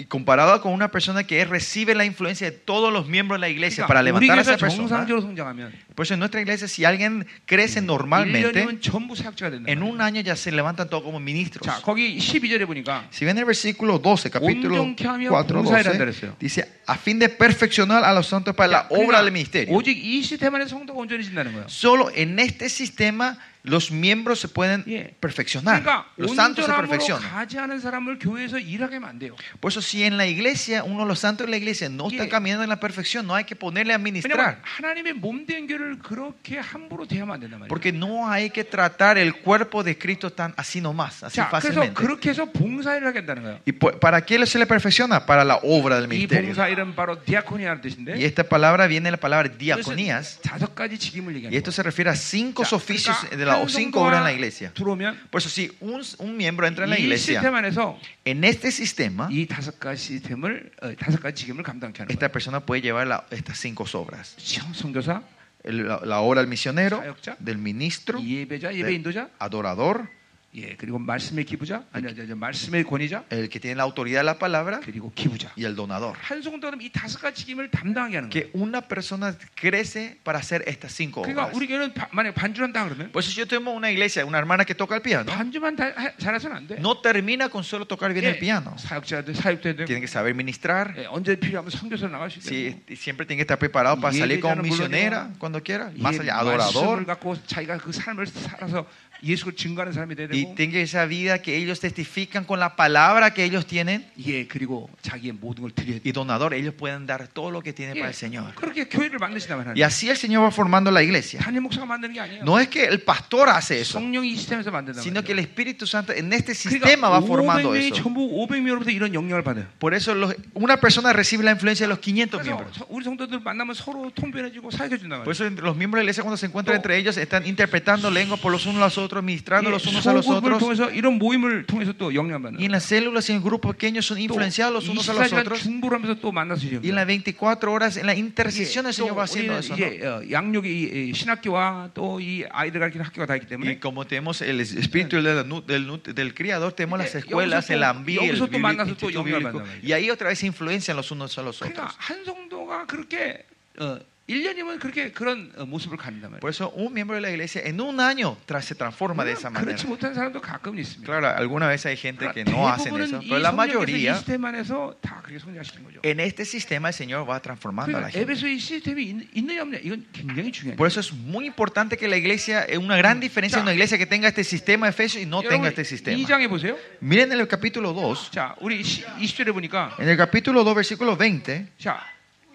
y comparado con una persona que recibe la influencia de todos los miembros de la iglesia para 그러니까 우리 levantar 교회가 a esa persona. 정상적으로 성장하면 Por eso en nuestra iglesia, si alguien crece 1년이면 normalmente, 전부 사역자가 된다. en un año ya se levantan todos como ministros. 자, 거기 12절에 보니까 Si ven el versículo 12, capítulo 온전케 하며 4, 봉사해라 12, 그랬어요. dice, a fin de perfeccionar a los santos para la obra del ministerio. 그러니까 오직 이 시스템 안에 성도가 온전해진다는 거예요. Solo en este sistema los miembros se pueden Yeah. perfeccionar. 그러니까 Los santos se 온전함으로 perfeccionan. 가지 않은 사람을 교회에서 일하게 하면 안 돼요. Por eso si en la iglesia, uno de los santos de la iglesia no Yeah. está caminando en la perfección, no hay que ponerle a 왜냐면 administrar. 하나님의 몸된 교회를 그렇게 함부로 대하면 안 된단 말이에요. Porque no hay que tratar el cuerpo de Cristo tan así nomás, así 자, 그래서 fácilmente. 그렇게 해서 봉사일을 하겠다는 거예요. ¿Y por- para qué se le perfecciona? Para la obra del 이 예, ministerio. 봉사일은 바로 디아코니아라는 Y 뜻인데 esta palabra viene de la palabra 이것은 diaconías. 다섯 가지 직임을 Y 얘기하는 esto se refiere a cinco 자, oficios 그러니까 de 한 la, o cinco obras en la 성도가 iglesia. 들어오면 Por eso si un, un miembro entra en la 이 시스템 iglesia, 안에서 en este sistema, 이 다섯 가지 시스템을 어, 다섯 가지 직임을 감당케 하는 esta 거예요. persona puede llevar la- estas cinco obras. 성- 선교사, El- la, la obra del misionero, 사역자, del ministro, 예배자, 네. 예배 인도자, adorador, 예 그리고 말씀의 기부자, 아니 아니 아니 말씀의 권위자, el que tiene la autoridad de la palabra 그리고 기부자. y el donador. 한 성도는 이 다섯 가지 직임을 담당하게 하는 거예요. Que una persona crece para hacer estas cinco 그러니까 obras. 우리 교회는 바- 만약 반주한다 그러면 Por eso yo tengo una iglesia, una hermana que toca el piano, 반주만 다- 하- 잘해서는 안 돼. no termina con solo tocar bien 예, el piano. 사역자도 사역도 해야 되고 Tiene que saber ministrar, 예, 언제 필요하면 선교사 나갈 수 있고. Sí, y siempre tiene que estar preparado para Y salir ella como no volvió. misionera cuando quiera, 예, más allá, 말씀을 adorador. 갖고 자기가 그 삶을 살아서 예수를 증거하는 사람이 돼야 Y 되고 tenga esa vida que ellos testifican con la palabra que ellos tienen. 예 그리고 자기의 모든 걸 드려야 Y donador, ellos pueden dar todo lo que tienen para 예, el Señor. 그렇게 교회를 만드신다면 Y 하나님 así el Señor va formando la iglesia. 단임 목사가 만드는 게 아니에요 No es que el pastor hace eso, 성령이 이 시스템에서 만든다 sino que el Espíritu Santo en este sistema 그러니까 va formando 500명이 eso. 전부 500명으로부터 이런 영향을 받아요 Por eso los- una persona recibe la influencia de los 500 그래서 miembros. 서- 우리 성도들 만나면 서로 통변해주고 사역해준다 Por eso entre los miembros de la iglesia cuando se encuentran entre ellos están interpretando lenguas por los unos a los otros, ministrando los unos a los 소그룹을 otros. 통해서 이런 모임을 통해서 또 영향을 Y en 받는 las células y en grupos pequeños son influenciados los unos a los 24시간 otros. 중보를 하면서 또 만나서 Y en las 24 horas, en la intercesión, el Señor va haciendo eso. ¿no? 이제 어, 양육이 이 신학교와 또 이 아이들 가르치는 학교가 다 있기 Y 때문에 como tenemos el espíritu del, del, del- del Criador, tenemos las Eh, escuelas, 여기서 el 또- ambiente, el 여기서 또 bíblico, 만나서 또 instituto 영향을 bíblico. 받는단 말이야. Y ahí otra vez se influencian los unos a los 그러니까 otros. 한 성도가 그렇게 어, 1년이면 그렇게 그런 어, 모습을 갖는단 말이에요. Por eso un miembro de la iglesia en un año tra- se transforma de 물론 esa manera. 그렇지 못한 사람도 가끔 있습니다. Claro, alguna vez hay gente que 그러니까 no hacen eso, 대부분은 이 pero 성령께서 la 이 mayoría 시스템 안에서 다 그렇게 성장시킨 거죠. en este sistema el Señor va transformando a la 그러니까 gente. 에베소의 시스템이 있- 있느냐 없느냐 이건 굉장히 중요한 Por eso es muy importante que la iglesia, es una gran diferencia en una iglesia que tenga este sistema de Efesios y no tenga este sistema. 2장에 보세요. Miren en el capítulo 2, 자, 우리 20절에 보니까 en el capítulo 2, versículo 20, 자,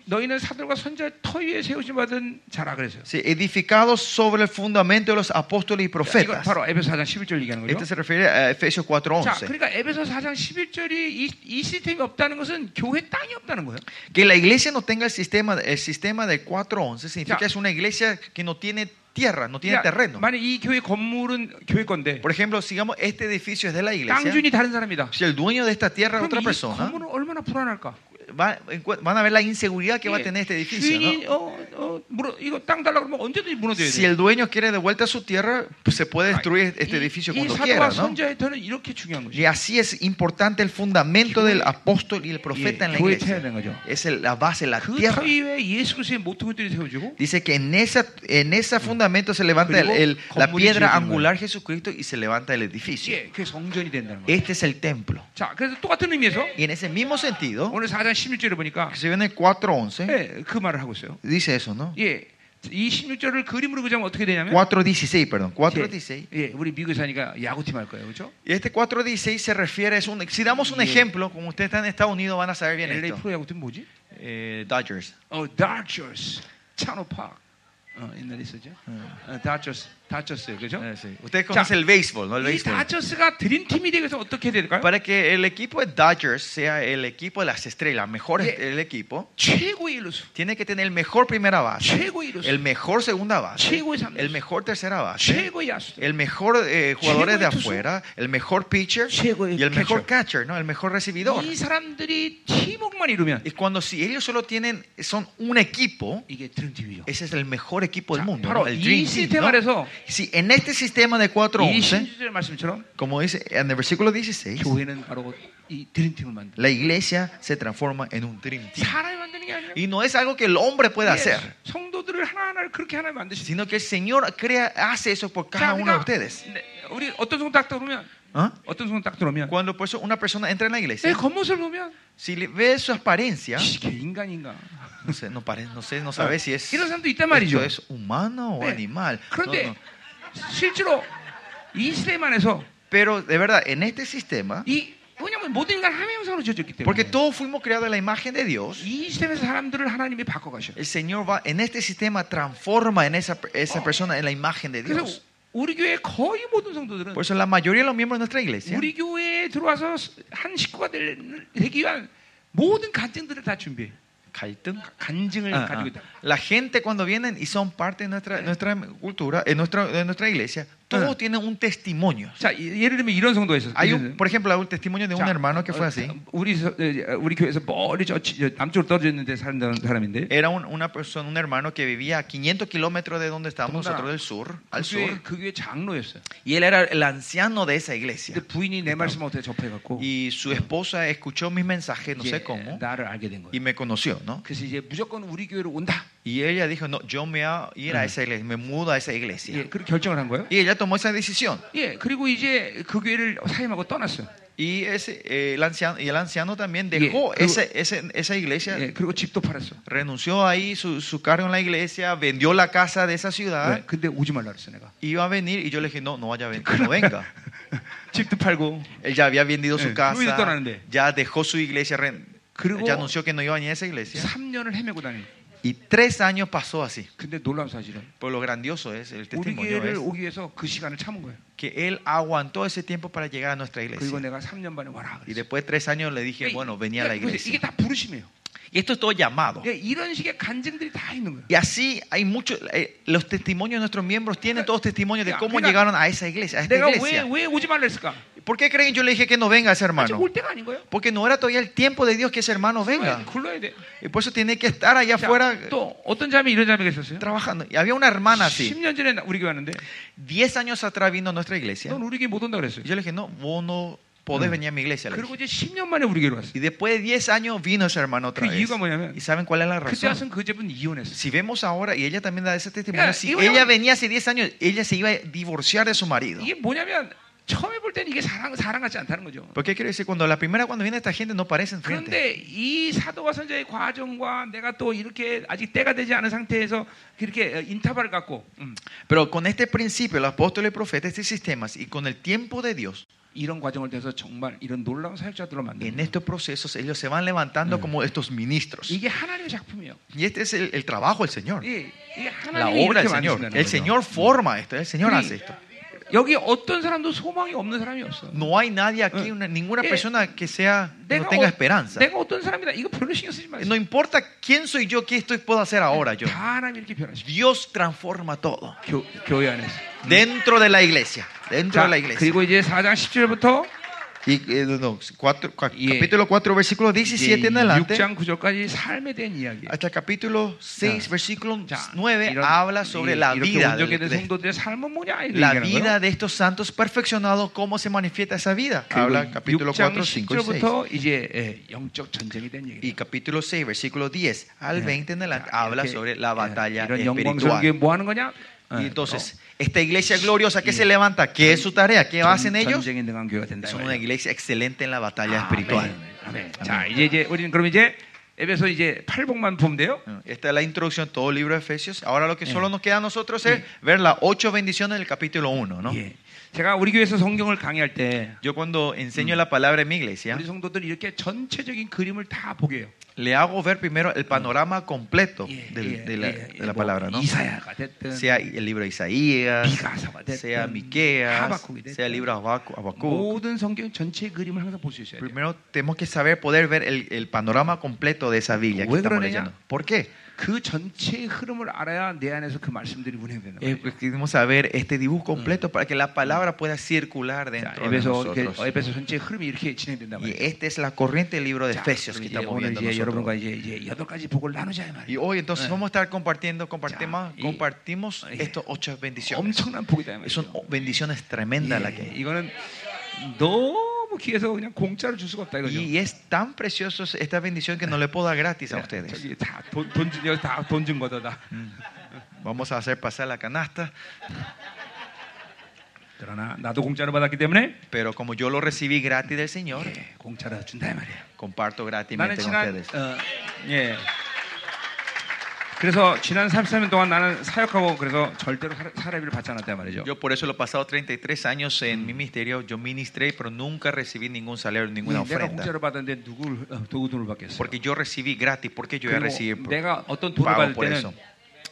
너희는 사도들과 선자 터위에 세우신 받은 자라 그랬어요. Sí, edificados sobre el fundamento de los apóstoles y 이거 profetas. 바로 에베소 4장 11절 얘기하는 거죠. Este se refiere a Efesios 자, 4:11. 그러니까 에베소 4장 11절이 이, 이 시스템이 없다는 것은 교회 땅이 없다는 거예요. Que la iglesia no tenga el sistema, el sistema de 4:11 significa que es una iglesia que no tiene tierra, no tiene terreno. 그러니까 만약 이 교회 건물은 교회 건데 Por ejemplo, sigamos, este edificio es de la iglesia. 땅주인이 다른 사람이다. Si el dueño de esta tierra 그럼 es otra 이 persona, 건물은 얼마나 불안할까? va- encu- van a ver la inseguridad que va a 이게 tener este edificio. ¿no? 주인이 어, 어, 물어, 이거 땅 달라 그러면 언제든지 무너져야 Si 돼. el dueño quiere de vuelta su tierra, pues, se puede destruir este edificio 이, 이 cuando 사도와 quiera. ¿no? 선자의 터는 이렇게 중요한 거죠. Y así es importante el fundamento del apóstol y el 예, profeta en la 교회 쳐야 iglesia. 되는 거죠. Es el- la base, la 그 tierra. 터위에 예수 그리스도의 모든 것들이 세워지고 Dice que en ese en esa fundamento se levanta el- el- la piedra angular Jesucristo y se levanta el edificio. 예, 그게 성전이 된다는 거예요. 어? Este es el templo. 자, 그래서 똑같은 의미에서 Y en ese mismo sentido, 오늘 4장 16절에 보니까 que se ve en el 4.11, 예, 그 말을 하고 있어요. dice eso, ¿no? 예. 이 16절을 그림으로 그자면 어떻게 되냐면 4.16, perdón, 4.16. 예, 우리 미국에 사니까 야구팀 할 거예요. 그렇죠? Y este 4.16 se refiere, es un, si damos un ejemplo, como ustedes están en Estados Unidos van a saber bien LA esto. 프로 야구팀 뭐지? Eh, 에, Dodgers. 어, 다저스. 차노 파크. 어, 옛날에 있었죠? 어, 다저스. 다저스요. 그렇죠? 그죠? 네, 네. Eh, Ustedes conocen el béisbol, ¿no? El 이 béisbol. 다저스가 드림팀이 되기 위해서 어떻게 해야 될까요? Para que el equipo de Dodgers sea el equipo de las estrellas, mejor est- el equipo, 최고의 일루수. tiene que tener el mejor primera base, 최고의 일루수. el mejor segunda base, 최고의 삼루수. el mejor tercera base, 최고의 야수. el mejor eh, jugadores de 최고의 투수. afuera, el mejor pitcher 최고의 y el mejor catcher, ¿no? El mejor recibidor. 이 사람들이 팀워크만 이루면 Y cuando si ellos solo tienen, son un equipo, 이게 드림팀이죠. ese es el mejor equipo del 자, mundo, ¿no? 바로 el 이 Dream Team, 시스템 ¿no? 아래서 Si en este sistema 이 de 4-11, 신주의 말씀처럼 como dice en el versículo 16, 교회는 바로 이 드림팀을 만든 la iglesia se transforma en un Dream Team. 예. 사람이 만드는 게 아니에요. Y no es algo que el hombre 예, pueda hacer, 성도들을 하나하나를 그렇게 하나 만드시죠. sino que el Señor crea, hace eso por cada uno de ustedes. 그러니까 네, 우리 어떤 성도 딱 들어오면 ¿Ah? 어떤 성도 딱 들어오면 Cuando por eso una persona entra en la 내 iglesia, 겉모습을 보면 si le ve su apariencia, 이게 인간인가? no sé, no, pare- no, sé, no sabe si es, 이런 사람도 있단 말이죠. esto es humano o 네. animal. No, 그런데 no. 실제로 이 시대만 해서 Pero de verdad, en este sistema, 이 뭐냐면 모든 인간 함의 형상으로 지어졌기 때문에 porque todos fuimos creados en la imagen de Dios, 이 시스템에서 사람들을 하나님이 바꿔가셔. el Señor va en este sistema transforma en esa, esa persona en la imagen de 그래서 Dios. 우리 교회 거의 모든 성도들은 Por eso la mayoría de los miembros de nuestra iglesia 우리 교회에 들어와서 한 식구가 될- 되기 위한 모든 간증들을 다 아, 준비해. 갈등? 간증을 Ah, 가지고 ah. 있다. La gente cuando vienen y son parte de nuestra, nuestra cultura, de nuestra, de nuestra iglesia, todos Ah. tienen un testimonio. 자, 이- 예를 들면 이런 성도가 있었어요. Hay un, por ejemplo, hay un testimonio de un 자, hermano que fue 어, así. 우리 서- 에, 우리 교회에서 머리 저 저- 남쪽으로 떨어져 있는데 사는 사람인데 Era un, una persona, un hermano que vivía a 500 kilómetros de donde estábamos Tonda. nosotros, del sur, 그 al 교회, sur. 그 교회 장로였어요. Y él era el anciano de esa iglesia. 근데 부인이 내 말씀 어떻게 접해 갖고 Y su esposa escuchó mis mensajes, no sé cómo, 나를 알게 된 y 거예요. me conoció, ¿no? 그래서 이제 무조건 우리 교회로 온다. Y ella dijo, no, yo me voy a ir a esa iglesia, me mudo a esa iglesia. 예, 그렇게 결정을 한 거예요. Y ella tomó esa decisión. 예, 그리고 이제 그 교회를 사임하고 떠났어요. Y, ese, eh, el, anciano, y el anciano también Y- eh, dejó pero- ese- ese- esa iglesia, 예, 그리고 집도 팔았어. renunció ahí su, su cargo en la iglesia, vendió la casa de esa 예, ciudad, 근데 오지 말라 그랬어 내가. iba a venir y yo le dije, no, no vaya a venir, no venga. 집도 팔고 Él ya había vendido Eh, su ruido casa, tonante. ya dejó su iglesia, ren- Crigo- ya anunció que no iba a venir a esa iglesia. 3년을 헤매고 다니. Y tres años pasó así. 근데 놀라운 사실은 Por lo grandioso es el 우리 testimonio 교회를 es 오기 위해서 그 시간을 참은 거예요. que él aguantó ese tiempo para llegar a nuestra 그리고 iglesia. 내가 3년 반에 와라. Y 그랬어. después de tres años le dije, bueno, venía a la 그러니까 뭐, 이게 iglesia. 다 부르심이에요. Y esto es todo llamado. 예, 이런 식의 간증들이 다 있는 거예요. Y así hay muchos, los testimonios de nuestros miembros tienen todos testimonios de Ya, cómo mira. llegaron a esa iglesia, a esta 내가 왜 iglesia. 왜 오지 말라 했을까? ¿Por qué creen que yo le dije que no venga ese 아직 hermano? 올 때가 아닌 거예요. 네, Porque no era todavía el tiempo de Dios que ese hermano venga. 굴러야- 굴러야 돼. Y por eso tiene que estar allá 자, afuera 또 어떤 자매 이런 자매가 있었어요. trabajando. Y había una hermana así, 10년 전에 나- 우리 교회 왔는데 10 años atrás vino a nuestra iglesia. 넌 우리 교회 못 온다 그랬어요. Y yo le dije, no, vos no Mm. podés venir a mi iglesia. le 그리고 이제 dije. 10년 만에 우리 교회로 왔어요. Y después de 10 años vino ese hermano otra 그 vez. 이유가 뭐냐면 ¿Y saben cuál es la 그때 와서는 razón? 그 집은 이혼했어. Si vemos ahora, y ella también da ese testimonio, Ya, si y bueno- ella venía hace 10 años, ella se iba a divorciar de su marido. 이게 뭐냐면 처음에 볼 때는 이게 사랑 사랑 같지 않다는 거죠. ¿Por qué quiero decir? Cuando la primera, cuando viene esta gente, no parecen gente. 그런데 이 사도와 선자의 과정과 내가 또 이렇게 아직 때가 되지 않은 상태에서 그렇게 인터벌을 갖고 음, Pero con este principio, los apóstoles y profetas, este sistema, y con el tiempo de Dios, 이런 과정을 통해서 정말 이런 놀라운 사역자들로 En 만드는 estos procesos ellos se van levantando como estos ministros. 이게 하나님의 작품이에요. Y este es el, el trabajo del Señor, 예, 이게 la 하나님이 이렇게 obra del Señor. 만드신다는 El 거죠. Señor forma esto, el Señor hace esto. 여기 어떤 사람도 소망이 없는 사람이 없어. No hay nadie aquí, una- ninguna Eh, persona que sea que no 내가, tenga 어, esperanza. 내가 어떤 사람이다. 이거 별로 신경 쓰지 마. No importa quién soy yo, qué estoy puedo hacer ahora yo. 다 하나님 이렇게 변하시고 Dios transforma todo 교, 교회 안에서. dentro de la iglesia, dentro 자, de la iglesia. 네, 그리고 이제 4장 10절부터 Y, eh, no, no, cuatro- cua- Y, eh, capítulo 4, versículo 17 en adelante, 예, 6장 9절까지 삶에 대한 이야기. hasta el capítulo 6, Ya. versículo 자, 9, 이런- 예, habla sobre 이- la 이렇게 vida, 온전히 del- 된 de- 성도들의 삶은 뭐냐 이렇게 la 얘기하는 거예요. vida de estos santos perfeccionados, cómo se manifiesta esa vida. Habla 그리고 capítulo 4, 6장 5 y 6. 10절부터 이제 예, 영적 전쟁이 된 예. Y 얘기. capítulo 6, versículo 10 al 20 en adelante, habla sobre la 예, batalla 이런 영광스러운 espiritual. 게뭐 하는 거냐? 예, Y entonces, esta iglesia gloriosa que Ah, Y- se levanta, ¿qué es su tarea? 어, ¿Qué hacen 전- ellos? 전쟁에 능한 교회가 된다. Son 이거예요. una iglesia excelente en la batalla 아멘. 네. espiritual. 아멘. 자, 이제 이제 우리는 그럼 이제 에베소 이제 팔복만 보면 돼요. Esta es la introducción, todo el libro de Efesios. Ahora lo que solo nos queda a nosotros es ver las ocho bendiciones del capítulo 1. ¿no? 예. 제가 우리 교회에서 성경을 강의할 때 Yo cuando enseño la palabra en mi iglesia, 우리 성도들이 이렇게 전체적인 그림을 다 보게 해요. le hago ver primero el panorama completo 예, del- 예, de la, 예, 예. de la 뭐 palabra. ¿no? 이사야가 됐든 Sea el libro de Isaías, 미가사가 됐든 sea Miqueas, 하박국이 됐든 sea el libro de Habacu- Habacuc. 모든 성경 전체 그림을 항상 볼 수 있어야 돼요. Primero tenemos que saber, poder ver el, el panorama completo de esa Biblia que Bueno, estamos ¿no? leyendo. ¿Por qué? 그 전체의 흐름을 알아야 내 안에서 그 말씀들이 운행된다. Eh, pues, queremos saber este dibujo completo para que la palabra pueda circular 자, dentro de 에베소 이렇게, nosotros. 어, 에베소 전체 흐름이 이렇게 진행된다 Y 네, 말이에요. esta es la corriente del libro de 자, Efesios 그럼 que 이제 estamos 오늘 viendo 이제 여러분과 nosotros. 이제 이제 여덟 가지 복을 나누자 이 Y 말이에요. hoy entonces vamos a estar compartiendo, compartimos, Eh. Ya, y- compartimos y- estas ocho bendiciones. 엄청난 복이다 이 말이에요. Son o- bendiciones tremendas las que 예, hay. 이거는 너무 귀해서 그냥 공짜로 줄 수가 없다 이거죠. Y es tan precioso esta bendición que no le puedo dar gratis a 자, ustedes. 네, 저기 다돈다돈준 거다 다. Mm. Vamos a hacer pasar la canasta, 그러나 나도 공짜로 받았기 때문에 pero como yo lo recibí gratis del Señor, 예, 공짜로 준다 이 말이에요. comparto 나는 gratismente con 지난 ustedes. 어, 예. 그래서 지난 33년 동안 나는 사역하고 그래서 절대로 사- 사례비를 받지 않았단 말이죠. Yo por eso lo he pasado 33 años en mi Mm. ministerio, yo ministré, pero nunca recibí ningún salario, ninguna 내가 ofrenda. 공짜로 받았는데 누굴 어, 누구 돈을 받겠어? Porque yo recibí gratis, porque yo voy a recibir 그리고 por- 내가 어떤 돈을 pago 받을 por 때는 eso.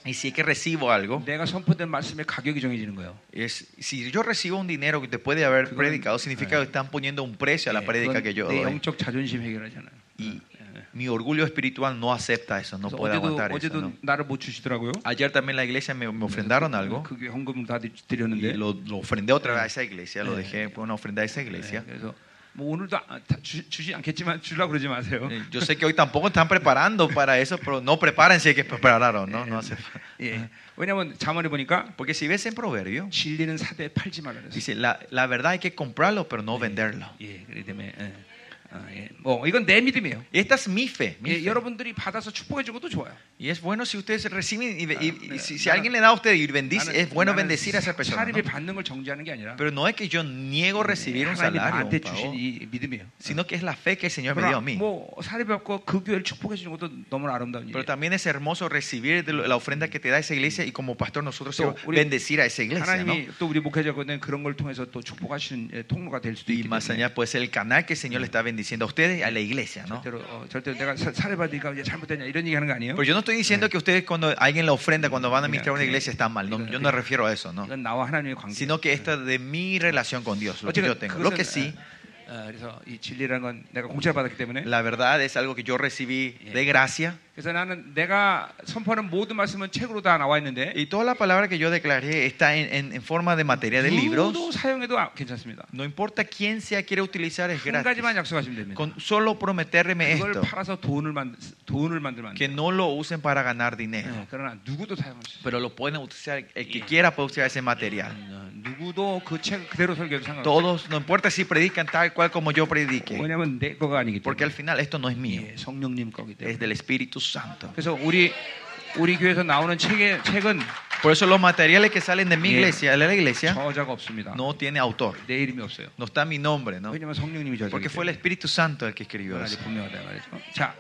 Y si es que recibo algo, 내가 선포된 말씀의 가격이 정해지는 거예요. es, si yo recibo un dinero que después de haber Claro. predicado, significa que están poniendo un precio a la 예, prédica 그건 que yo 내 doy. 영적 자존심 해결하잖아요. 예. Y ah, mi orgullo espiritual no acepta eso, no 그래서 puede 어제도 아, aguantar eso. 어제도 ¿no? 나를 못 주시더라고요. Ayer también la iglesia me, me ofrendaron algo 그게 헌금 다 드- y 드렸는데. lo, lo ofrendé otra vez a esa iglesia, lo dejé por una ofrenda a esa 예, iglesia. 그래서 뭐 오늘도 아, 다 주, 주지 않겠지만 주려고 그러지 마세요. Eh, Yo sé que hoy tampoco están preparando para eso, pero no prepárense que prepararon, ¿no? No hace- 예. 왜냐면 자문해 보니까 Porque si ves en Proverbio, 진리는 사대에 팔지 말라 그랬어요. dice, la, la verdad hay que comprarlo, pero no venderlo. 예, 그렇기 때문에 예. 아, 예. 뭐 이건 내 믿음이에요. Esta es mi fe. mi 예, fe. 여러분들이 받아서 축복해 준 것도 좋아요. Y es bueno si ustedes reciben y, y- y si, si Ah, alguien le da a usted y bendice, es bueno bendecir a esa persona. 사립이 ¿no? 받는 걸 정지하는 게 아니라 예, Pero no es que yo niego recibir un 하나님이 salario, 나한테 un 주신 pago, 이 믿음이에요. sino que es la fe que el Señor me dio 그러나 a mí. 뭐 사립이 없고 그 교회를 축복해 주는 것도 너무 나 아름다운 일이에요. Pero también es hermoso recibir de lo- la ofrenda que te da esa iglesia y como pastor nosotros 또 debemos 우리 bendecir a esa iglesia. ¿no? 하나님이 또 우리 목회자거든 그런 걸 통해서 또 축복하시는 예, 통로가 될 수도 Y 있기 más 때문에 allá puede ser el canal que el Señor le está bendiciendo a ustedes y a la iglesia. ¿no? 절대로 어, 절대로 내가 사립받으니까 이제 잘못됐냐 이런 얘기하는 거 아니에요? Pero yo no estoy diciendo que ustedes cuando alguien la ofrenda, cuando van a ministrar una Mira, iglesia está mal. No, mira, yo no mira. me refiero a eso, ¿no? 이건 나와 하나님의 관계. 네. Sino que esta de mi relación con Dios, lo que yo 어쨌든 tengo. Lo que 그것은, sí, 어, 어, 그래서 이 진리라는 건 내가 공짜로 받았기 때문에 la verdad es algo que yo recibí de gracia. 그래서 나는 내가 선포하는 모든 말씀은 책으로 다 나와 있는데 Y toda la palabra que yo declaré está en, en- en forma de materia de libros. 누구도 사용해도 아- 괜찮습니다. No importa quién sea quiere utilizar, es 한 gratis. 가지만 약속하시면 됩니다. Con solo prometerme 그걸 esto, 팔아서 돈을 만 돈을 만들면 안 que 돼. 네, no lo usen para ganar dinero. 그러나 누구도 사용할 수 있어요. Ah, Pero lo pueden utilizar, el que quiera puede utilizar ese material. 어, 누구도 그 책 그대로 설교해도 상관없어요. Ah, Todos, no importa si predican tal cual como yo predique. 왜냐하면 내 거가 아니기 Porque al 때문에 final esto no es mío, 예, 성령님 거기 때문에. es del Espíritu Santo. 그래서 우리 우리 교회에서 나오는 책의 책은 Por eso los materiales que salen de mi Bien. iglesia, de la iglesia, 저자가 없습니다. no tiene autor. 내 이름이 없어요. No está mi nombre, Ah. ¿no? 왜냐면 성령님이 저자. Porque fue el Espíritu Santo el que escribió 아주 eso. 분명하다 이 말이죠. 자,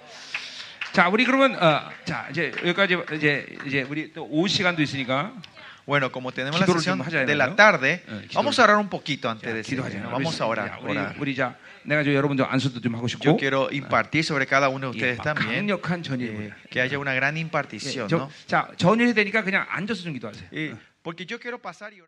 자 우리 그러면 어, 자 이제 여기까지 이제 이제 우리 또 오후 시간도 있으니ca Bueno, como tenemos la 기도를 sesión 좀 하자, de 이거요? la tarde, 예, 기도를- vamos a orar un poquito antes 자, de 기도하자. seguir. Vamos a 자, orar. 우리 orar. Ah. 우리 자 내가 저 여러분들 안수도 좀 하고 싶고. Yo quiero impartir sobre cada uno de 예, ustedes 막 también. 강력한 eh, 전율. que haya una gran 예, impartición, 저- ¿no? 자 전율이 되니까 그냥 앉아서 좀 기도하세요. 어. Ah. Eh, porque yo quiero pasar y orar.